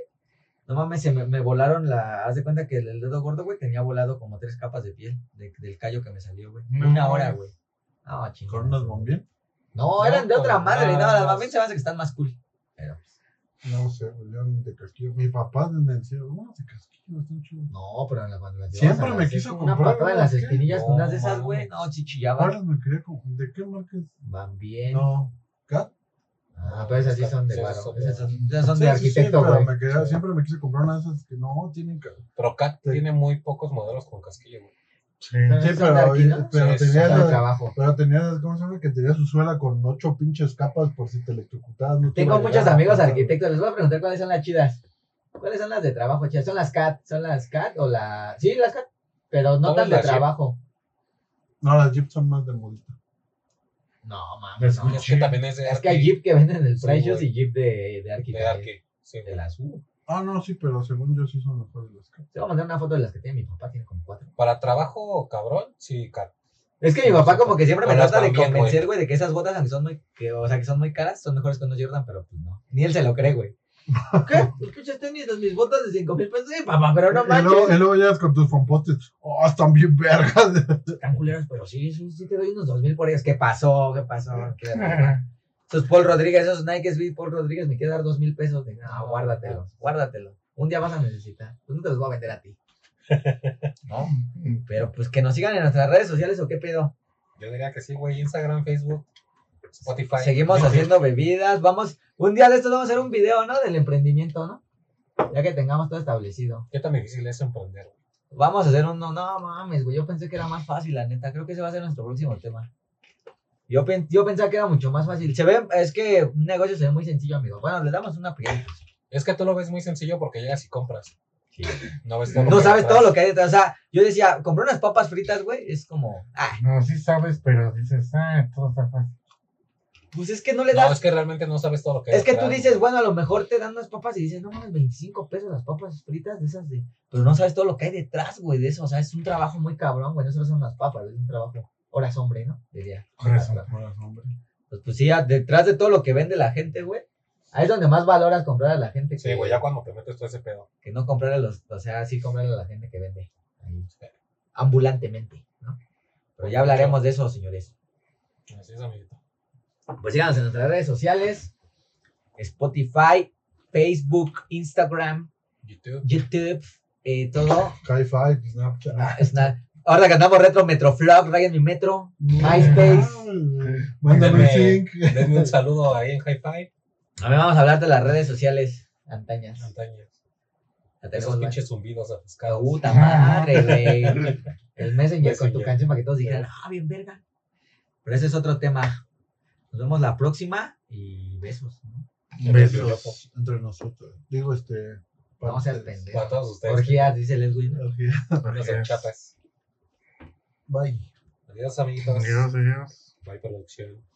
B: No mames, se me, me volaron la. Haz de cuenta que el dedo gordo, güey, tenía volado como tres capas de piel de- del callo que me salió, güey.
D: No
B: una hora,
D: mames.
B: güey. No, chingón.
A: Con unas bombías.
B: No, eran de
C: No,
B: otra
C: con
B: madre. No,
C: nada
B: las
C: más.
B: mamitas se me hace que están más cool. Pero, pues,
A: No sé, olían de casquillo. Mi papá en el cielo. Uno de casquillo, están chidos.
B: no, pero la- cuando las
A: Siempre
B: llevabas a
A: me
B: las-
A: quiso
B: Una
A: comprar
B: patada en
A: unas,
B: las
A: ¿qué?
B: espinillas con
C: No,
B: unas de esas, güey.
C: mames.
B: No, chichillaban.
A: ¿Cuáles me quería como- ¿De qué marcas?
B: Van bien.
A: No. ¿Cat?
B: Ah, pero esas sí son de
C: Sí, esas
B: guaro.
C: son de-
B: Esas son, esas son de
A: Sí, sí, sí,
B: arquitecto,
A: pero
B: güey.
A: me quería-
C: Sí.
A: Siempre me quise comprar una de esas que no tienen ca-
C: Pero Cat
A: Sí.
C: tiene muy pocos modelos con casquillo, güey.
A: Sí,
D: Sí.
B: Esas son de
A: pero,
B: arqui, ¿no?
A: pero
C: Sí,
A: tenía
B: Son de
A: esas-
B: trabajo.
A: Pero tenía, ¿cómo se llama? Que tenía su suela con ocho pinches capas por si te electrocutabas. no te iba
B: Tengo
A: a
B: muchos
A: llegar a
B: amigos
A: pasar,
B: arquitectos, les voy a preguntar cuáles son las chidas. ¿Cuáles son las de trabajo, chidas? ¿Son las CAT? ¿Son las CAT o la...? Sí, las CAT, pero no
C: ¿Cuál
B: tan
C: es
B: de
C: la Jeep?
B: trabajo.
A: No, las Jeep son más de modita.
B: No, mames, no.
D: Pues,
C: Es que también es de
B: Ah, Es
C: Arki,
B: que hay Jeep que venden en el
C: Sí,
B: Precious
C: güey.
B: y Jeep de, de Arqui
C: De
B: también.
C: Arki. Sí,
B: De
C: güey.
B: las U.
A: Ah, no, sí, pero según yo sí son mejores las capas.
B: Te voy a mandar una foto de las que tiene mi papá, tiene como cuatro.
C: Para trabajo, cabrón, sí, Cat.
B: Es que mi papá como que siempre me
C: Con las
B: trata de
C: también,
B: convencer,
C: güey.
B: güey, de que esas botas, aunque son muy, que, o sea, que son muy caras, son mejores que unos Jordan, pero pues no. Ni él se lo cree,
C: [LAUGHS]
B: güey. ¿Qué? Escuchas tenis, mis botas de cinco mil pesos. Sí, papá, pero no
A: y, luego,
B: manches.
A: y luego llegas con tus fanpostes. Oh, están bien vergas.
B: Están culeros, pero sí, sí, sí te doy unos dos mil por ellos. ¿Qué pasó? ¿Qué pasó?
C: [LAUGHS]
B: ¿Qué Esos Paul Rodríguez, esos Nikes vi Paul Rodríguez, me quiere dar dos mil pesos. De, no, guárdatelo, guárdatelo. Un día vas a necesitar. Pues no te los voy a vender a ti. ¿No? Pero pues que nos sigan en nuestras redes sociales o qué pedo.
C: Yo diría que sí, güey. Instagram, Facebook, Spotify.
B: Seguimos haciendo bebidas. Vamos, un día de estos vamos a hacer un video, ¿no? Del emprendimiento, ¿no? Ya que tengamos todo establecido.
C: ¿Qué tan difícil es emprender? güey?
B: Vamos a hacer uno. No mames, güey. Yo pensé que era más fácil, la neta. Creo que ese va a ser nuestro próximo tema. Yo, pen- yo pensaba que era mucho más fácil. Se ve, es que un negocio se ve muy sencillo, amigo. Bueno, le damos una prioridad.
C: Es que tú lo ves muy sencillo porque llegas y compras.
B: Sí.
C: No, ves todo lo
B: No
C: que hay
B: sabes
C: atrás.
B: todo lo que hay detrás. O sea, yo decía, compré unas papas fritas, güey. Es como, ah,
D: [LAUGHS] No, sí sabes, pero dices, ah, todo está fácil.
B: pues es que no le das.
C: No, es que realmente no sabes todo lo que hay
B: Es que tú
C: detrás,
B: dices,
C: güey.
B: bueno, a lo mejor te dan unas papas y dices, no mames, 25 pesos las papas fritas de esas de. Pero no sabes todo lo que hay detrás, güey, de eso. O sea, es un trabajo muy cabrón, güey. No solo son las papas, es un trabajo. Horas hombre, ¿no? Diría.
D: Corazón.
A: Buenas, hombre.
B: Pues, pues sí, ya detrás de todo lo que vende la gente, güey. Ahí es donde más valoras comprar a la gente que,
C: Sí, güey, ya cuando te metes todo ese pedo.
B: que no comprar a los. O sea, sí comprar a la gente que vende. Ahí, ambulantemente, ¿no? Pero ya hablaremos de eso, señores.
C: Así es, amiguito.
B: Pues síganos en nuestras redes sociales: Spotify, Facebook, Instagram,
C: YouTube.
B: YouTube, eh, todo.
A: Hi-Fi, Snapchat.
B: Ah, es una- Ahora que andamos retro, Metroflog, Ryan mi Metro.
A: Ah,
B: MySpace.
A: Mándame
C: Denme-
A: un link.
C: [LAUGHS] Denme un saludo ahí en High Five.
B: A ver, vamos a hablar de las redes sociales antañas.
C: Montañas.
B: La tenemos,
C: Esos
B: güey.
C: pinches zumbidos
B: La
C: atascados.
B: Puta madre, güey. El Messenger con tu
C: Messenger.
B: canción para que todos dijeran, ah, bien verga. Pero ese es otro tema. Nos vemos la próxima y besos. ¿no?
A: Besos entre nosotros. Digo, este. para
B: Vamos a ser
A: ustedes.
B: pendejos.
C: Para todos ustedes.
B: Orgías, dice el Edwin.
A: Orgías.
C: Unos horchatas.
A: Bye.
C: Adiós, amiguitos.
D: Dios, Dios.
C: Bye, producción.